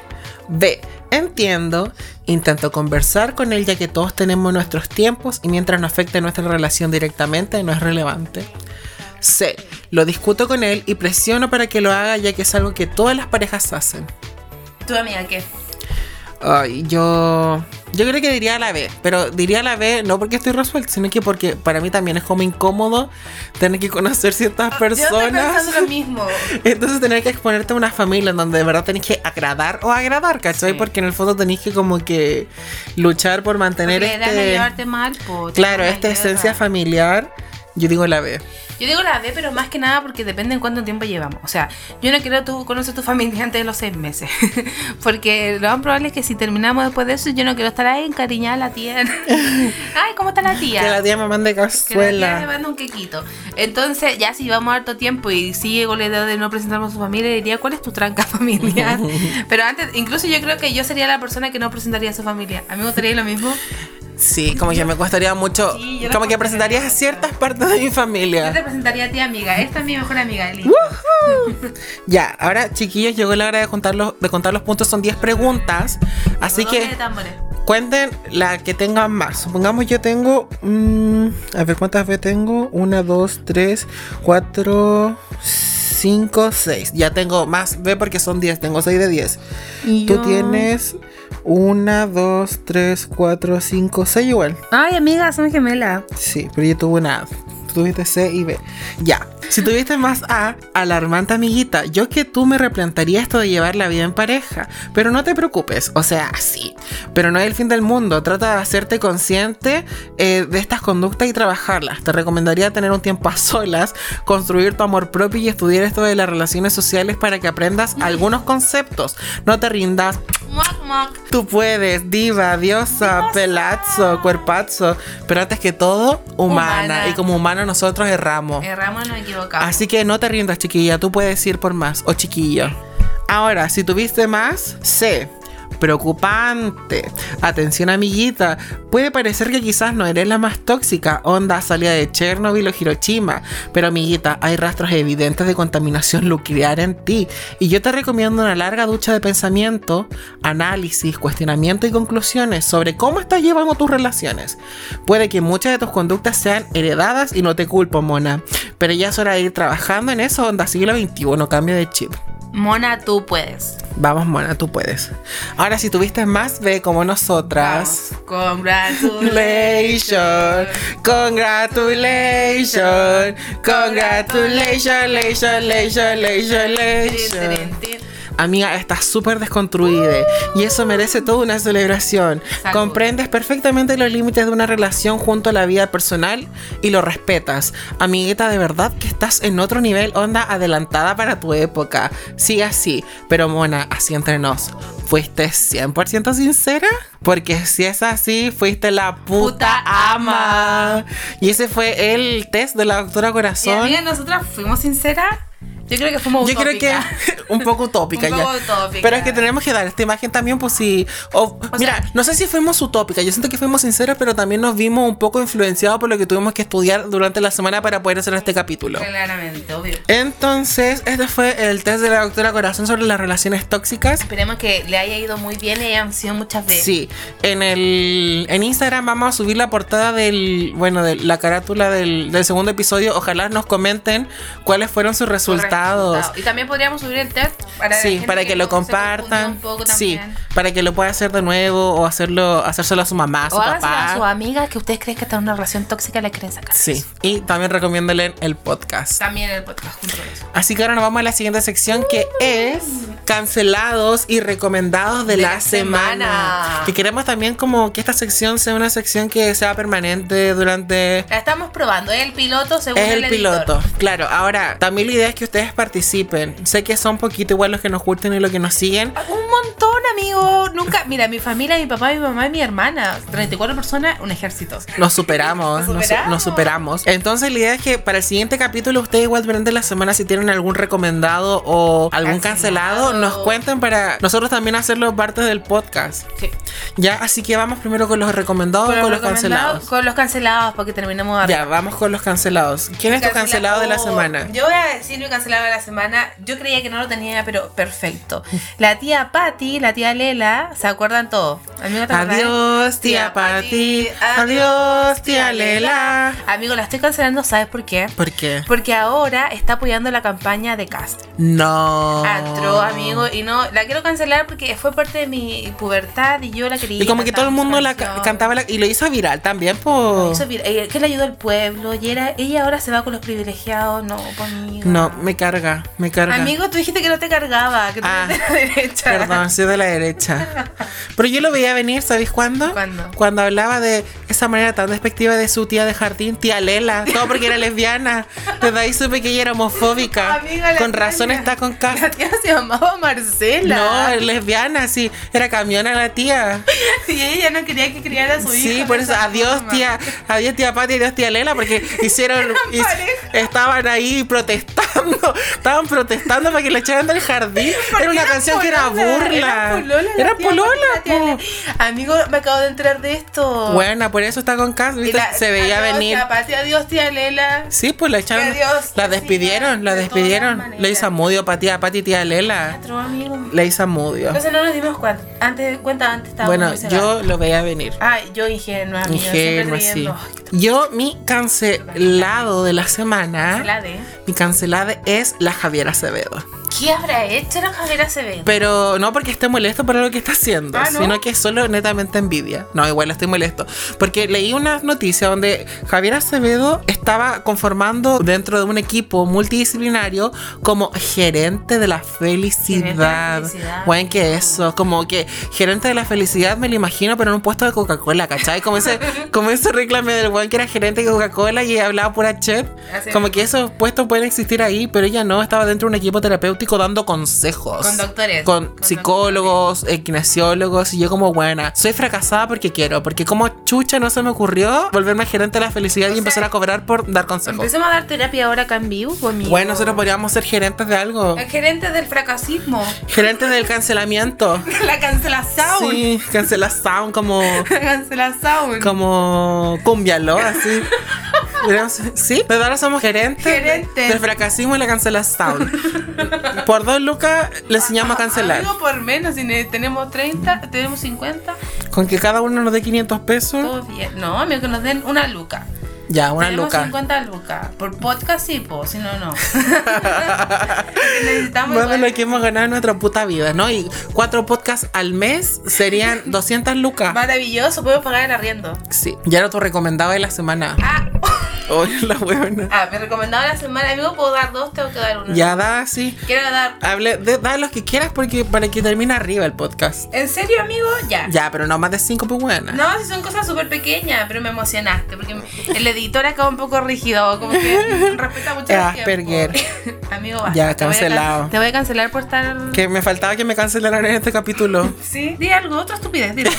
Speaker 3: B. Entiendo. Intento conversar con él ya que todos tenemos nuestros tiempos y mientras no afecte nuestra relación directamente no es relevante. C. Lo discuto con él y presiono para que lo haga ya que es algo que todas las parejas hacen.
Speaker 2: ¿Tu amiga qué?
Speaker 3: Ay, yo. Yo creo que diría la B, pero diría la B no porque estoy resuelta, sino que porque para mí también es como incómodo tener que conocer ciertas
Speaker 2: Yo estoy
Speaker 3: personas.
Speaker 2: pensando lo mismo.
Speaker 3: Entonces tener que exponerte a una familia en donde de verdad tenés que agradar o agradar, ¿cachai?
Speaker 2: Sí.
Speaker 3: Porque en el fondo tenés que como que luchar por mantener
Speaker 2: Porque van a
Speaker 3: este...
Speaker 2: llevarte mal, po, te
Speaker 3: Claro,
Speaker 2: van a
Speaker 3: esta
Speaker 2: llevar.
Speaker 3: esencia familiar, yo digo la B.
Speaker 2: Yo digo la B, pero más que nada porque depende en cuánto tiempo llevamos. O sea, yo no quiero tú conocer a tu familia antes de los seis meses. porque lo más probable es que si terminamos después de eso, yo no quiero estar ahí encariñada a la tía. Ay, ¿cómo está la tía?
Speaker 3: Que la tía me mande
Speaker 2: Que la tía le
Speaker 3: cazuela.
Speaker 2: manda un quequito. Entonces, ya si vamos harto tiempo y sigue con la idea de no presentarnos a su familia, le diría, ¿cuál es tu tranca familiar? Pero antes, incluso yo creo que yo sería la persona que no presentaría a su familia. A mí me gustaría lo mismo.
Speaker 3: Sí, como que me costaría mucho,
Speaker 2: Sí, yo la
Speaker 3: como que
Speaker 2: consideraría.
Speaker 3: presentaría a ciertas partes de mi
Speaker 2: Yo te
Speaker 3: familia.
Speaker 2: presentaría a ti, amiga. Esta es mi mejor amiga,
Speaker 3: Uh,
Speaker 2: Eli.
Speaker 3: Ya, ahora chiquillos, llegó la hora de contar los, de contar los puntos, son 10 preguntas, así
Speaker 2: Redoble
Speaker 3: que...
Speaker 2: de tambores.
Speaker 3: Cuenten la que tengan más. Supongamos yo tengo. mm, a ver cuántas veces tengo. Una, dos, tres, cuatro, cinco, seis. Ya tengo más ve porque son 10. Tengo 6 de 10. Tú tienes. Una, dos, tres, cuatro, cinco, seis igual.
Speaker 2: Ay, amiga, son gemelas.
Speaker 3: Sí, pero yo tuve una A. Tú tuviste C y B. Ya. Si tuviste más A, alarmante amiguita, yo que tú me replantaría esto de llevar la vida en pareja. Pero no te preocupes, o sea, sí. Pero no es el fin del mundo. Trata de hacerte consciente eh, de estas conductas y trabajarlas. Te recomendaría tener un tiempo a solas, construir tu amor propio y estudiar esto de las relaciones sociales para que aprendas algunos conceptos. No te rindas,
Speaker 2: Muac, muac.
Speaker 3: Tú puedes, diva, diosa, pelazzo, cuerpazo, pero antes que todo, humana.
Speaker 2: Humana.
Speaker 3: Y como humanos nosotros erramos.
Speaker 2: Erramos, nos equivocamos.
Speaker 3: Así que no te rindas, chiquilla, tú puedes ir por más, o chiquillo. Ahora, si tuviste más, C. Preocupante. Atención, amiguita. Puede parecer que quizás no eres la más tóxica, onda salida de Chernobyl o Hiroshima, pero amiguita, hay rastros evidentes de contaminación nuclear en ti. Y yo te recomiendo una larga ducha de pensamiento, análisis, cuestionamiento y conclusiones sobre cómo estás llevando tus relaciones. Puede que muchas de tus conductas sean heredadas y no te culpo, mona. Pero ya es hora de ir trabajando en eso, onda siglo XXI, cambio de chip.
Speaker 2: Mona, tú puedes.
Speaker 3: Vamos, mona, tú puedes. Ahora, si tuviste más B como nosotras.
Speaker 2: Vamos. Congratulations.
Speaker 3: Congratulations, congratulations, congratulations, lation, lation, lation, lation. Amiga, estás súper desconstruida y eso merece toda una celebración.
Speaker 2: Salud.
Speaker 3: Comprendes perfectamente los límites de una relación junto a la vida personal y lo respetas. Amiguita, de verdad que estás en otro nivel, onda adelantada para tu época. Sigue así, pero mona, así entre nos. ¿Fuiste 100% sincera? Porque si es así, fuiste la puta,
Speaker 2: Puta ama.
Speaker 3: ama. Y ese fue el test de la doctora
Speaker 2: Y
Speaker 3: Corazón.
Speaker 2: amiga, nosotras fuimos sinceras. Yo creo que fuimos
Speaker 3: Yo creo que
Speaker 2: utópicas.
Speaker 3: un poco utópica
Speaker 2: Un
Speaker 3: ya.
Speaker 2: poco utópica.
Speaker 3: Pero es que tenemos que dar esta imagen también, pues si. o- mira,
Speaker 2: sea-
Speaker 3: no sé si fuimos utópicas. Yo siento que fuimos sinceros, pero también nos vimos un poco influenciados por lo que tuvimos que estudiar durante la semana para poder hacer este capítulo.
Speaker 2: Claramente, obvio.
Speaker 3: Entonces, este fue el test de la doctora Corazón sobre las relaciones tóxicas.
Speaker 2: Esperemos que le haya ido muy bien y hayan sido muchas veces.
Speaker 3: Sí, en el en Instagram vamos a subir la portada del, bueno, de la carátula del, del segundo episodio. Ojalá nos comenten cuáles fueron sus
Speaker 2: Resultado.
Speaker 3: resultados.
Speaker 2: Y también podríamos subir el test para la
Speaker 3: sí,
Speaker 2: gente
Speaker 3: para que, lo
Speaker 2: se confundió
Speaker 3: compartan.
Speaker 2: Un poco
Speaker 3: sí,
Speaker 2: también.
Speaker 3: para que lo pueda hacer de nuevo o hacerlo, hacérselo a su mamá, a su
Speaker 2: O háganselo a sus
Speaker 3: papá.
Speaker 2: amigas que ustedes creen que están en una relación tóxica y le quieren sacar.
Speaker 3: sí, y también recomiéndole el podcast.
Speaker 2: También el podcast junto a eso.
Speaker 3: Así que ahora nos vamos a la siguiente sección que es cancelados y recomendados de,
Speaker 2: De
Speaker 3: la,
Speaker 2: la
Speaker 3: semana.
Speaker 2: semana.
Speaker 3: Que queremos también como que esta sección sea una sección que sea permanente durante
Speaker 2: La estamos probando, es el piloto según
Speaker 3: Es el
Speaker 2: editor.
Speaker 3: piloto, claro. Ahora, también la idea es que ustedes participen. Sé que son poquito igual todos los que nos gustan y los que nos siguen.
Speaker 2: Un montón, amigo. Nunca. Mira, mi familia, mi papá, mi mamá y mi hermana. 34 personas, un ejército.
Speaker 3: Nos
Speaker 2: Nos
Speaker 3: superamos, nos su- nos,
Speaker 2: superamos.
Speaker 3: superamos. Entonces la idea es que para el siguiente capítulo ustedes igual durante la semana si tienen algún recomendado o algún cancelado,
Speaker 2: Cancelado.
Speaker 3: nos cuenten para nosotros también hacerlo parte del podcast.
Speaker 2: Sí.
Speaker 3: Ya, así que vamos primero con los recomendados o con los cancelados.
Speaker 2: Con los cancelados, porque terminamos arriba.
Speaker 3: Ya, vamos con oh, los cancelados. ¿Quién es tu cancelado de la semana?
Speaker 2: Yo voy a decir mi cancelado de la semana. Yo creía que no lo tenía, pero perfecto. La tía Patty, la tía Lela, ¿se acuerdan todos? Amigo, ¿te acordás?
Speaker 3: Adiós, tía Pati. Adiós, tía Lela.
Speaker 2: Amigo, la estoy cancelando, ¿sabes por qué?
Speaker 3: ¿Por qué?
Speaker 2: Porque ahora está apoyando la campaña de Cast.
Speaker 3: No. Oh.
Speaker 2: Atro, amigo, y no, la quiero cancelar porque fue parte de mi pubertad y yo la quería.
Speaker 3: Y como que todo el
Speaker 2: cantaba
Speaker 3: mundo la
Speaker 2: esa
Speaker 3: ca-
Speaker 2: canción.
Speaker 3: cantaba la- y lo hizo viral también, po.
Speaker 2: Eso, mira, ella- eh, que le ayudó al pueblo y era, ella ahora se va con los privilegiados, no, conmigo.
Speaker 3: No, me carga, me carga.
Speaker 2: Amigo, tú dijiste que no te cargaba, que tú
Speaker 3: Ah,
Speaker 2: eres de la derecha.
Speaker 3: Perdón, soy de la derecha. Pero yo lo veía venir, ¿sabéis cuándo?
Speaker 2: ¿Cuándo?
Speaker 3: Cuando hablaba de esa manera tan despectiva de su tía de jardín, tía Lela, todo porque era lesbiana. Desde ahí supe que ella era homofóbica.
Speaker 2: Amiga, la
Speaker 3: con razón
Speaker 2: tía-
Speaker 3: está con K.
Speaker 2: La tía se llamaba Marcela.
Speaker 3: No, es lesbiana, sí. Era camiona la tía.
Speaker 2: Y ella no quería que criara a su hijo.
Speaker 3: Sí,
Speaker 2: de
Speaker 3: por eso,
Speaker 2: esa
Speaker 3: adiós
Speaker 2: forma.
Speaker 3: tía, adiós tía Pati, adiós tía Lela, porque hicieron, hic-
Speaker 2: pareja.
Speaker 3: estaban ahí protestando, estaban protestando para que le echaran del jardín. Era una
Speaker 2: Era
Speaker 3: canción que era
Speaker 2: polola,
Speaker 3: burla.
Speaker 2: Era polola. la
Speaker 3: Era
Speaker 2: tía
Speaker 3: polola,
Speaker 2: Marcela, tía
Speaker 3: po.
Speaker 2: Lela. Amigo, me acabo de entrar de esto.
Speaker 3: Buena, por eso está con Cas,
Speaker 2: Y
Speaker 3: ¿viste?
Speaker 2: la-
Speaker 3: se veía
Speaker 2: adiós,
Speaker 3: venir.
Speaker 2: tía Pati, adiós, tía Lela.
Speaker 3: Sí, pues la echaron,
Speaker 2: adiós, vecina,
Speaker 3: la despidieron, la
Speaker 2: de todas
Speaker 3: despidieron.
Speaker 2: maneras.
Speaker 3: Le hizo amudio para tía Pati, tía Lela.
Speaker 2: Otro amigo.
Speaker 3: Le hizo amudio.
Speaker 2: Entonces no nos dimos cuenta. Antes, cuenta antes estábamos
Speaker 3: Bueno,
Speaker 2: muy cerrados.
Speaker 3: yo lo veía venir.
Speaker 2: Ah, yo ingenua, amigo.
Speaker 3: Ingenua,
Speaker 2: Ingenua,
Speaker 3: sí. Yo, mi cancelado de la semana.
Speaker 2: La de...
Speaker 3: Mi cancelada es la Javiera Acevedo.
Speaker 2: ¿eh? ¿Qué habrá hecho la Javiera Acevedo?
Speaker 3: Pero no porque esté molesto por lo que está haciendo,
Speaker 2: Ah, ¿no?
Speaker 3: sino que es solo netamente envidia. No, igual estoy molesto. Porque leí una noticia donde Javier Acevedo estaba conformando dentro de un equipo multidisciplinario como gerente de la felicidad.
Speaker 2: felicidad.
Speaker 3: Buen que eso, como que gerente de la felicidad me lo imagino, pero en un puesto de Coca-Cola, ¿cachai? Como ese, como ese reclame del buen que era gerente de Coca-Cola y hablaba pura chat.
Speaker 2: Así
Speaker 3: Como
Speaker 2: es.
Speaker 3: que esos puestos pueden existir ahí, pero ella no, estaba dentro de un equipo terapéutico dando consejos
Speaker 2: Con doctores.
Speaker 3: con,
Speaker 2: Con
Speaker 3: psicólogos, eh, kinesiólogos, y yo como buena, soy fracasada porque quiero, porque como chucha no se me ocurrió volverme gerente de la felicidad y empezar a cobrar por dar consejos.
Speaker 2: Empecemos a dar terapia ahora acá en vivo, conmigo.
Speaker 3: Bueno, nosotros podríamos ser gerentes de algo.
Speaker 2: El gerente del fracasismo.
Speaker 3: Gerentes del cancelamiento.
Speaker 2: La cancelación.
Speaker 3: Sí, cancelación como
Speaker 2: La cancelación.
Speaker 3: como cumbialo, así. Podríamos ser- Sí, pero ahora somos gerentes,
Speaker 2: Gerentes.
Speaker 3: del fracasismo y la cancelación. Por dos lucas le enseñamos a cancelar.
Speaker 2: Algo por menos, si ne- tenemos 30, tenemos 50,
Speaker 3: Con que cada uno nos dé 500 pesos,
Speaker 2: todo bien. No, amigo, que nos den una luca.
Speaker 3: ya, una
Speaker 2: tenemos
Speaker 3: luca.
Speaker 2: 50 lucas. Por podcast sí, po, si no, no. Necesitamos
Speaker 3: Más de
Speaker 2: igual-
Speaker 3: lo que hemos ganado en nuestra puta vida, ¿no? Y cuatro podcasts al mes serían 200 lucas.
Speaker 2: Maravilloso, podemos pagar el arriendo.
Speaker 3: Sí. Ya era tu recomendado de la semana.
Speaker 2: Ah,
Speaker 3: Hoy Oh, la huevona.
Speaker 2: ah, me recomendaba la semana. Amigo, puedo dar dos, tengo que dar uno.
Speaker 3: Ya da, sí.
Speaker 2: Quiero dar.
Speaker 3: Hable, de- da los que quieras porque para que termine arriba el podcast.
Speaker 2: ¿En serio, amigo? Ya.
Speaker 3: Ya, pero no más de cinco, pues buena.
Speaker 2: No, si son cosas súper pequeñas, pero me emocionaste. Porque el editor acá un poco rígido, como que respeta mucho
Speaker 3: Es
Speaker 2: el tiempo.
Speaker 3: Asperger.
Speaker 2: Amigo, basta.
Speaker 3: Ya,
Speaker 2: te voy a can-
Speaker 3: cancelado.
Speaker 2: Te voy a cancelar por estar.
Speaker 3: Que me faltaba que me cancelaran en este capítulo.
Speaker 2: Sí, di algo, otra estupidez, dile.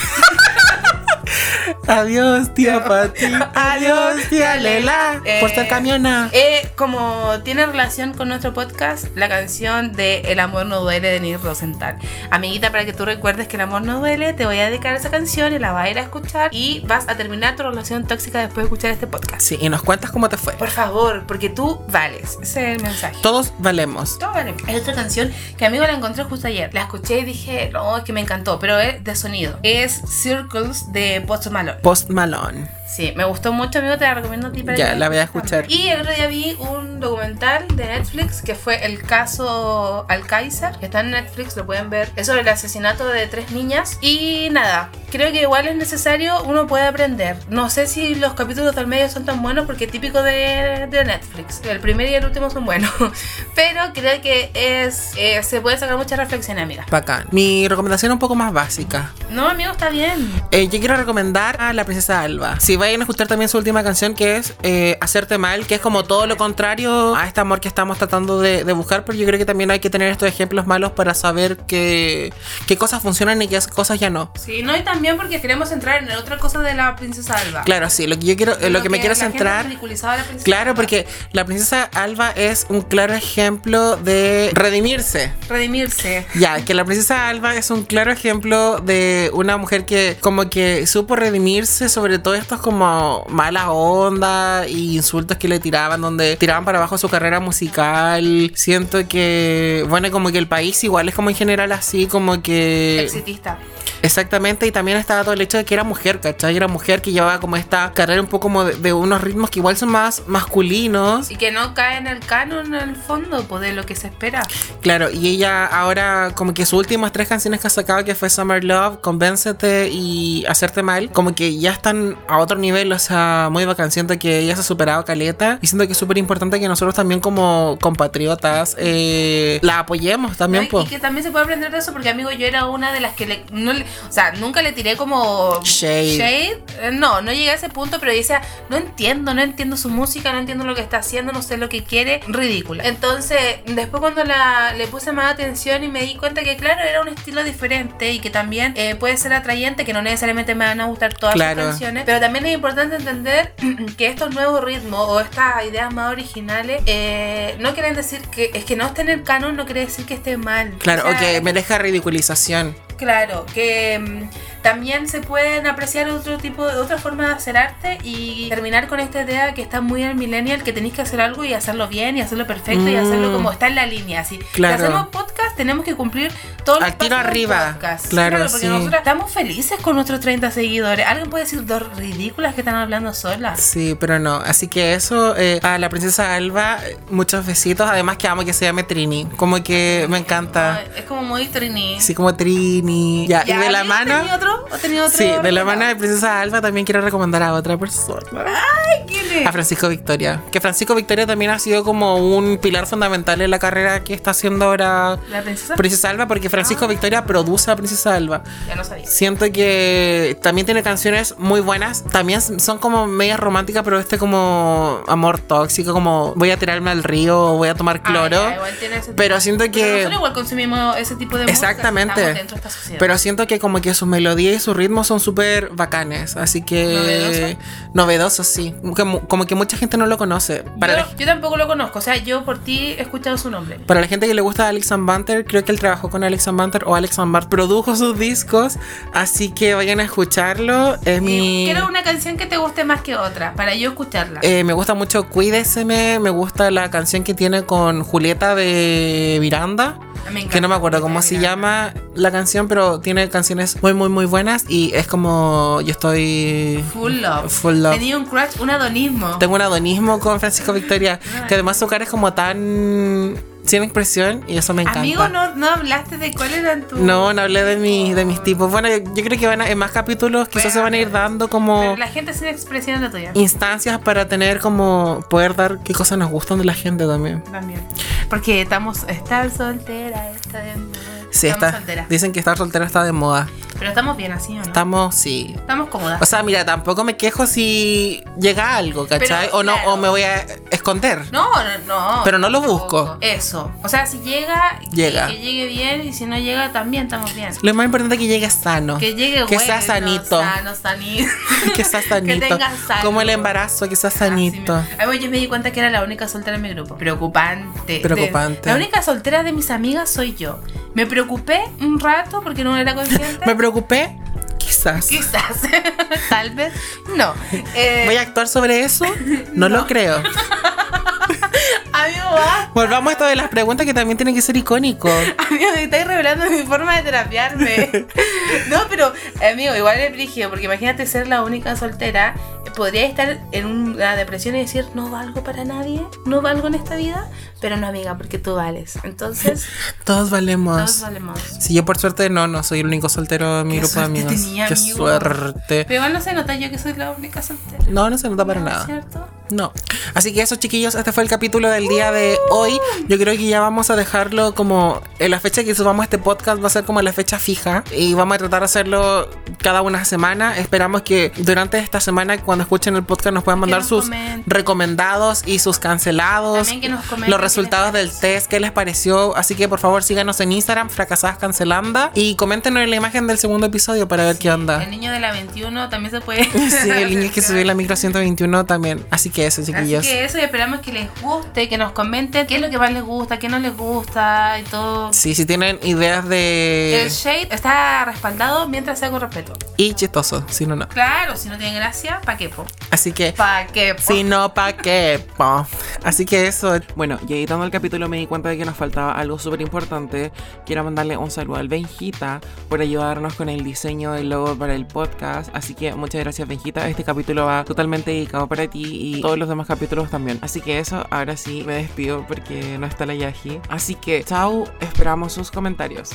Speaker 3: Adiós, tía Pati. Adiós, tía Lela.
Speaker 2: Eh,
Speaker 3: Por ser camiona.
Speaker 2: Eh, como tiene relación con nuestro podcast, la canción de El amor no duele de Nir Rosenthal. Amiguita, para que tú recuerdes que el amor no duele, te voy a dedicar esa canción y la vas a ir a escuchar y vas a terminar tu relación tóxica después de escuchar este podcast.
Speaker 3: Sí, y nos cuentas cómo te fue.
Speaker 2: Por favor, porque tú vales. Ese es el mensaje.
Speaker 3: Todos valemos.
Speaker 2: Todo vale. Hay otra canción que amigo la encontré justo ayer. La escuché y dije, no, es que me encantó, pero es de sonido. Es Circles de Post Malone.
Speaker 3: Post Malone.
Speaker 2: Sí, me gustó mucho, amigo, te la recomiendo a ti para
Speaker 3: Ya,
Speaker 2: que
Speaker 3: la voy a escuchar.
Speaker 2: Y el otro día vi un documental de Netflix que fue el caso Alcaizer, que está en Netflix, lo pueden ver. Es sobre el asesinato de tres niñas. Y nada, creo que igual es necesario, uno puede aprender. No sé si los capítulos del medio son tan buenos porque es típico de, de Netflix. El primer y el último son buenos. Pero creo que es eh, se puede sacar muchas reflexiones, amiga.
Speaker 3: Bacán. Mi recomendación un poco más básica.
Speaker 2: No, amigo, está bien.
Speaker 3: Eh, yo quiero recomendar a la princesa Alba. Si vayan a escuchar también su última canción que es eh, Hacerte Mal, que es como todo lo contrario a este amor que estamos tratando de, de buscar, pero yo creo que también hay que tener estos ejemplos malos para saber que- qué cosas funcionan y qué cosas ya no.
Speaker 2: Sí, no, y también porque queremos entrar en otra cosa de la princesa Alba.
Speaker 3: Claro, sí, lo que yo quiero, eh, lo, que, me quiero
Speaker 2: la gente
Speaker 3: centrar.
Speaker 2: ridiculizaba a la princesa
Speaker 3: Claro,
Speaker 2: Alba.
Speaker 3: porque la princesa Alba es un claro ejemplo de redimirse.
Speaker 2: Redimirse.
Speaker 3: Ya, que la princesa Alba es un claro ejemplo de una mujer que como que supo redimirse sobre todo estos como malas ondas y insultos que le tiraban, donde tiraban para abajo su carrera musical. Siento que, bueno, como que el país igual es como en general así, como que...
Speaker 2: Exitista.
Speaker 3: Exactamente, y también estaba todo el hecho de que era mujer, ¿cachai? Era mujer que llevaba como esta carrera un poco como de, de unos ritmos que igual son más masculinos.
Speaker 2: Y que no cae en el canon al fondo, pues de lo que se espera.
Speaker 3: Claro, y ella ahora, como que sus últimas tres canciones que ha sacado, que fue Summer Love, Convéncete y Hacerte Mal, como que ya están a otro nivel, o sea, muy bacán. Siento que ella se ha superado caleta y siento que es súper importante que nosotros también, como compatriotas, eh, la apoyemos
Speaker 2: ¿no?
Speaker 3: también,
Speaker 2: Y-
Speaker 3: po.
Speaker 2: Y que también se puede aprender de eso, porque amigo, yo era una de las que le, no le- o sea, nunca le tiré como
Speaker 3: Shade.
Speaker 2: Eh, No, no llegué a ese punto, pero decía, no entiendo, no entiendo su música, no entiendo lo que está haciendo, no sé lo que quiere, ridícula. Entonces, después cuando la, le puse más atención y me di cuenta que, claro, era un estilo diferente y que también eh, puede ser atrayente, que no necesariamente me van a gustar todas
Speaker 3: Claro.
Speaker 2: las canciones, pero también es importante entender que estos nuevos ritmos o estas ideas más originales eh, no quieren decir que es que no esté en el canon, no quiere decir que esté mal.
Speaker 3: Claro,
Speaker 2: O
Speaker 3: o
Speaker 2: sea,
Speaker 3: que merezca ridiculización.
Speaker 2: Claro, que mm, también se pueden apreciar otro tipo, otra forma de hacer arte y terminar con esta idea que está muy en millennial, que tenéis que hacer algo y hacerlo bien y hacerlo perfecto y
Speaker 3: Mm.
Speaker 2: hacerlo como está en la línea. Así,
Speaker 3: Claro.
Speaker 2: si hacemos podcast, tenemos que cumplir todos los
Speaker 3: Al
Speaker 2: pasos
Speaker 3: tiro
Speaker 2: del
Speaker 3: arriba.
Speaker 2: podcast.
Speaker 3: Claro,
Speaker 2: porque
Speaker 3: sí.
Speaker 2: nosotros estamos felices con nuestros 30 seguidores. Alguien puede decir dos ridículas que están hablando solas.
Speaker 3: Sí, pero no. Así que eso, eh, a la princesa Alba, eh, muchos besitos. Además, que amo que se llame Trini. Como que me encanta.
Speaker 2: No, Es como muy trini.
Speaker 3: Así como Trini. Ya, y de la
Speaker 2: ¿alguien
Speaker 3: mano.
Speaker 2: tenía otro? ¿O tenía otro
Speaker 3: Sí, de la
Speaker 2: recomendado?
Speaker 3: mano de Princesa Alba también quiero recomendar a otra persona,
Speaker 2: ¿Quién es?
Speaker 3: a Francisco Victoria. Que Francisco Victoria también ha sido como un pilar fundamental en la carrera que está haciendo ahora
Speaker 2: La princesa.
Speaker 3: Princesa Alba, porque
Speaker 2: Ah.
Speaker 3: Francisco Victoria produce a Princesa Alba.
Speaker 2: Ya lo sabía.
Speaker 3: Siento que también tiene canciones muy buenas, también son como medias románticas, pero este como amor tóxico, como voy a tirarme al río, voy a tomar cloro.
Speaker 2: Ah, ya, igual tiene ese tipo.
Speaker 3: pero siento que...
Speaker 2: nosotros igual consumimos ese tipo de música,
Speaker 3: Exactamente.
Speaker 2: estamos dentro de esta sociedad.
Speaker 3: Pero siento que como que sus melodías y sus ritmos son súper bacanes. Así que... ¿Novedosos? sí. Como, como que mucha gente no lo conoce. Para,
Speaker 2: yo,
Speaker 3: la,
Speaker 2: yo tampoco lo conozco, o sea, yo por ti he escuchado su nombre.
Speaker 3: para la gente que le gusta Alex and Banter, creo que él trabajó con Alex and Banter o Alex and Banter produjo sus discos. Así que vayan a escucharlo. Es mi...
Speaker 2: Quiero una canción que te guste más que otra, para yo escucharla.
Speaker 3: eh, me gusta mucho Cuídeseme, me gusta la canción que tiene con Julieta de Miranda.
Speaker 2: Ah, Me encanta.
Speaker 3: que no me acuerdo cómo se
Speaker 2: Mira,
Speaker 3: llama la canción, pero tiene canciones muy, muy, muy buenas y es como yo estoy...
Speaker 2: Full Love.
Speaker 3: Full Love.
Speaker 2: Tenía un crush, un adonismo.
Speaker 3: Tengo un adonismo con Francisco Victoria, que además su cara es como tan sin expresión y eso me encanta.
Speaker 2: Amigo, no, no hablaste de cuál eran tus.
Speaker 3: No, no hablé de, mis de mis tipos. Bueno, yo creo que van a, en más capítulos quizás
Speaker 2: Bueno,
Speaker 3: se van a ir dando
Speaker 2: Pero
Speaker 3: como
Speaker 2: la gente sin expresión es la tuya.
Speaker 3: instancias para tener como poder dar qué cosas nos gustan de la gente también.
Speaker 2: También. Porque estamos. Estar soltera, está de moda.
Speaker 3: Sí,
Speaker 2: estamos
Speaker 3: está,
Speaker 2: solteras.
Speaker 3: dicen que estar soltera está de moda.
Speaker 2: Pero estamos bien así, ¿o no?
Speaker 3: Estamos, sí.
Speaker 2: Estamos cómodas.
Speaker 3: O sea, mira, tampoco me quejo si llega algo, ¿cachai?
Speaker 2: Pero,
Speaker 3: o no,
Speaker 2: claro.
Speaker 3: o me voy a esconder.
Speaker 2: No, no, no.
Speaker 3: Pero no lo
Speaker 2: tampoco.
Speaker 3: busco.
Speaker 2: Eso. O sea, si llega, que-
Speaker 3: Llega.
Speaker 2: Que, llegue bien y si no llega, también estamos bien.
Speaker 3: Lo más importante es que llegue sano.
Speaker 2: Que llegue
Speaker 3: Que sea
Speaker 2: bueno,
Speaker 3: sanito.
Speaker 2: Sano, sanito.
Speaker 3: que sea sanito.
Speaker 2: tenga salud.
Speaker 3: Como el embarazo, que sea sanito.
Speaker 2: Así me- Ay, bueno, yo me di cuenta que era la única soltera en mi grupo. Preocupante. De-
Speaker 3: Preocupante.
Speaker 2: la única soltera de mis amigas soy yo. Me preocupé un rato porque no era consciente.
Speaker 3: Me preocupé, quizás.
Speaker 2: Quizás. Tal vez. No. Eh,
Speaker 3: ¿Voy a actuar sobre eso? No, lo creo.
Speaker 2: Amigo, va.
Speaker 3: Volvamos a esto de las preguntas que también tienen que ser icónico.
Speaker 2: Amigo, me estáis revelando mi forma de terapiarme. no, pero, amigo, igual es brígido, porque imagínate ser la única soltera. eh, Podría estar en una depresión y decir, no valgo para nadie, no valgo en esta vida, pero no, amiga, porque tú vales. Entonces,
Speaker 3: Todos valemos.
Speaker 2: todos valemos.
Speaker 3: Si yo por suerte no, no soy el único soltero de mi
Speaker 2: Qué
Speaker 3: grupo de
Speaker 2: suerte
Speaker 3: amigos.
Speaker 2: tenía,
Speaker 3: Qué
Speaker 2: amigo.
Speaker 3: suerte.
Speaker 2: Pero igual no se nota yo que soy la única soltera.
Speaker 3: No, no se nota para
Speaker 2: No,
Speaker 3: nada.
Speaker 2: ¿Cierto?
Speaker 3: No. Así que eso, chiquillos, este fue el capítulo del día de de hoy. Yo creo que ya vamos a dejarlo como en la fecha que subamos este podcast va a ser como la fecha fija y vamos a tratar de hacerlo cada una semana. Esperamos que durante esta semana cuando escuchen el podcast nos puedan mandar
Speaker 2: nos
Speaker 3: sus
Speaker 2: comenten.
Speaker 3: recomendados y sus cancelados,
Speaker 2: También que nos comenten
Speaker 3: los
Speaker 2: qué
Speaker 3: resultados
Speaker 2: les
Speaker 3: del test, qué les pareció. Así que por favor síganos en Instagram fracasadas cancelanda y coméntenos en la imagen del segundo episodio para ver qué onda.
Speaker 2: El niño de la 21 también se puede.
Speaker 3: Sí, el niño que subió la micro 121 también. Así que eso,
Speaker 2: Así
Speaker 3: chiquillos.
Speaker 2: que eso y esperamos que les guste, que nos comenten qué es lo que más les gusta, qué no les gusta y todo.
Speaker 3: Sí, si tienen ideas de...
Speaker 2: El shade está respaldado mientras sea con respeto.
Speaker 3: Y chistoso, si no, no.
Speaker 2: Claro, si no tiene gracia, pa' qué po.
Speaker 3: Así que...
Speaker 2: Pa' qué po.
Speaker 3: Si no, ¿pa' qué? po? Así que eso. Bueno, y editando el capítulo me di cuenta de que nos faltaba algo súper importante. Quiero mandarle un saludo al Benjita por ayudarnos con el diseño del logo para el podcast. Así que muchas gracias, Benjita. Este capítulo va totalmente dedicado para ti y todos los demás capítulos también. Así que eso, ahora sí me despido porque no está la Yaji. Así que, chao, esperamos sus comentarios.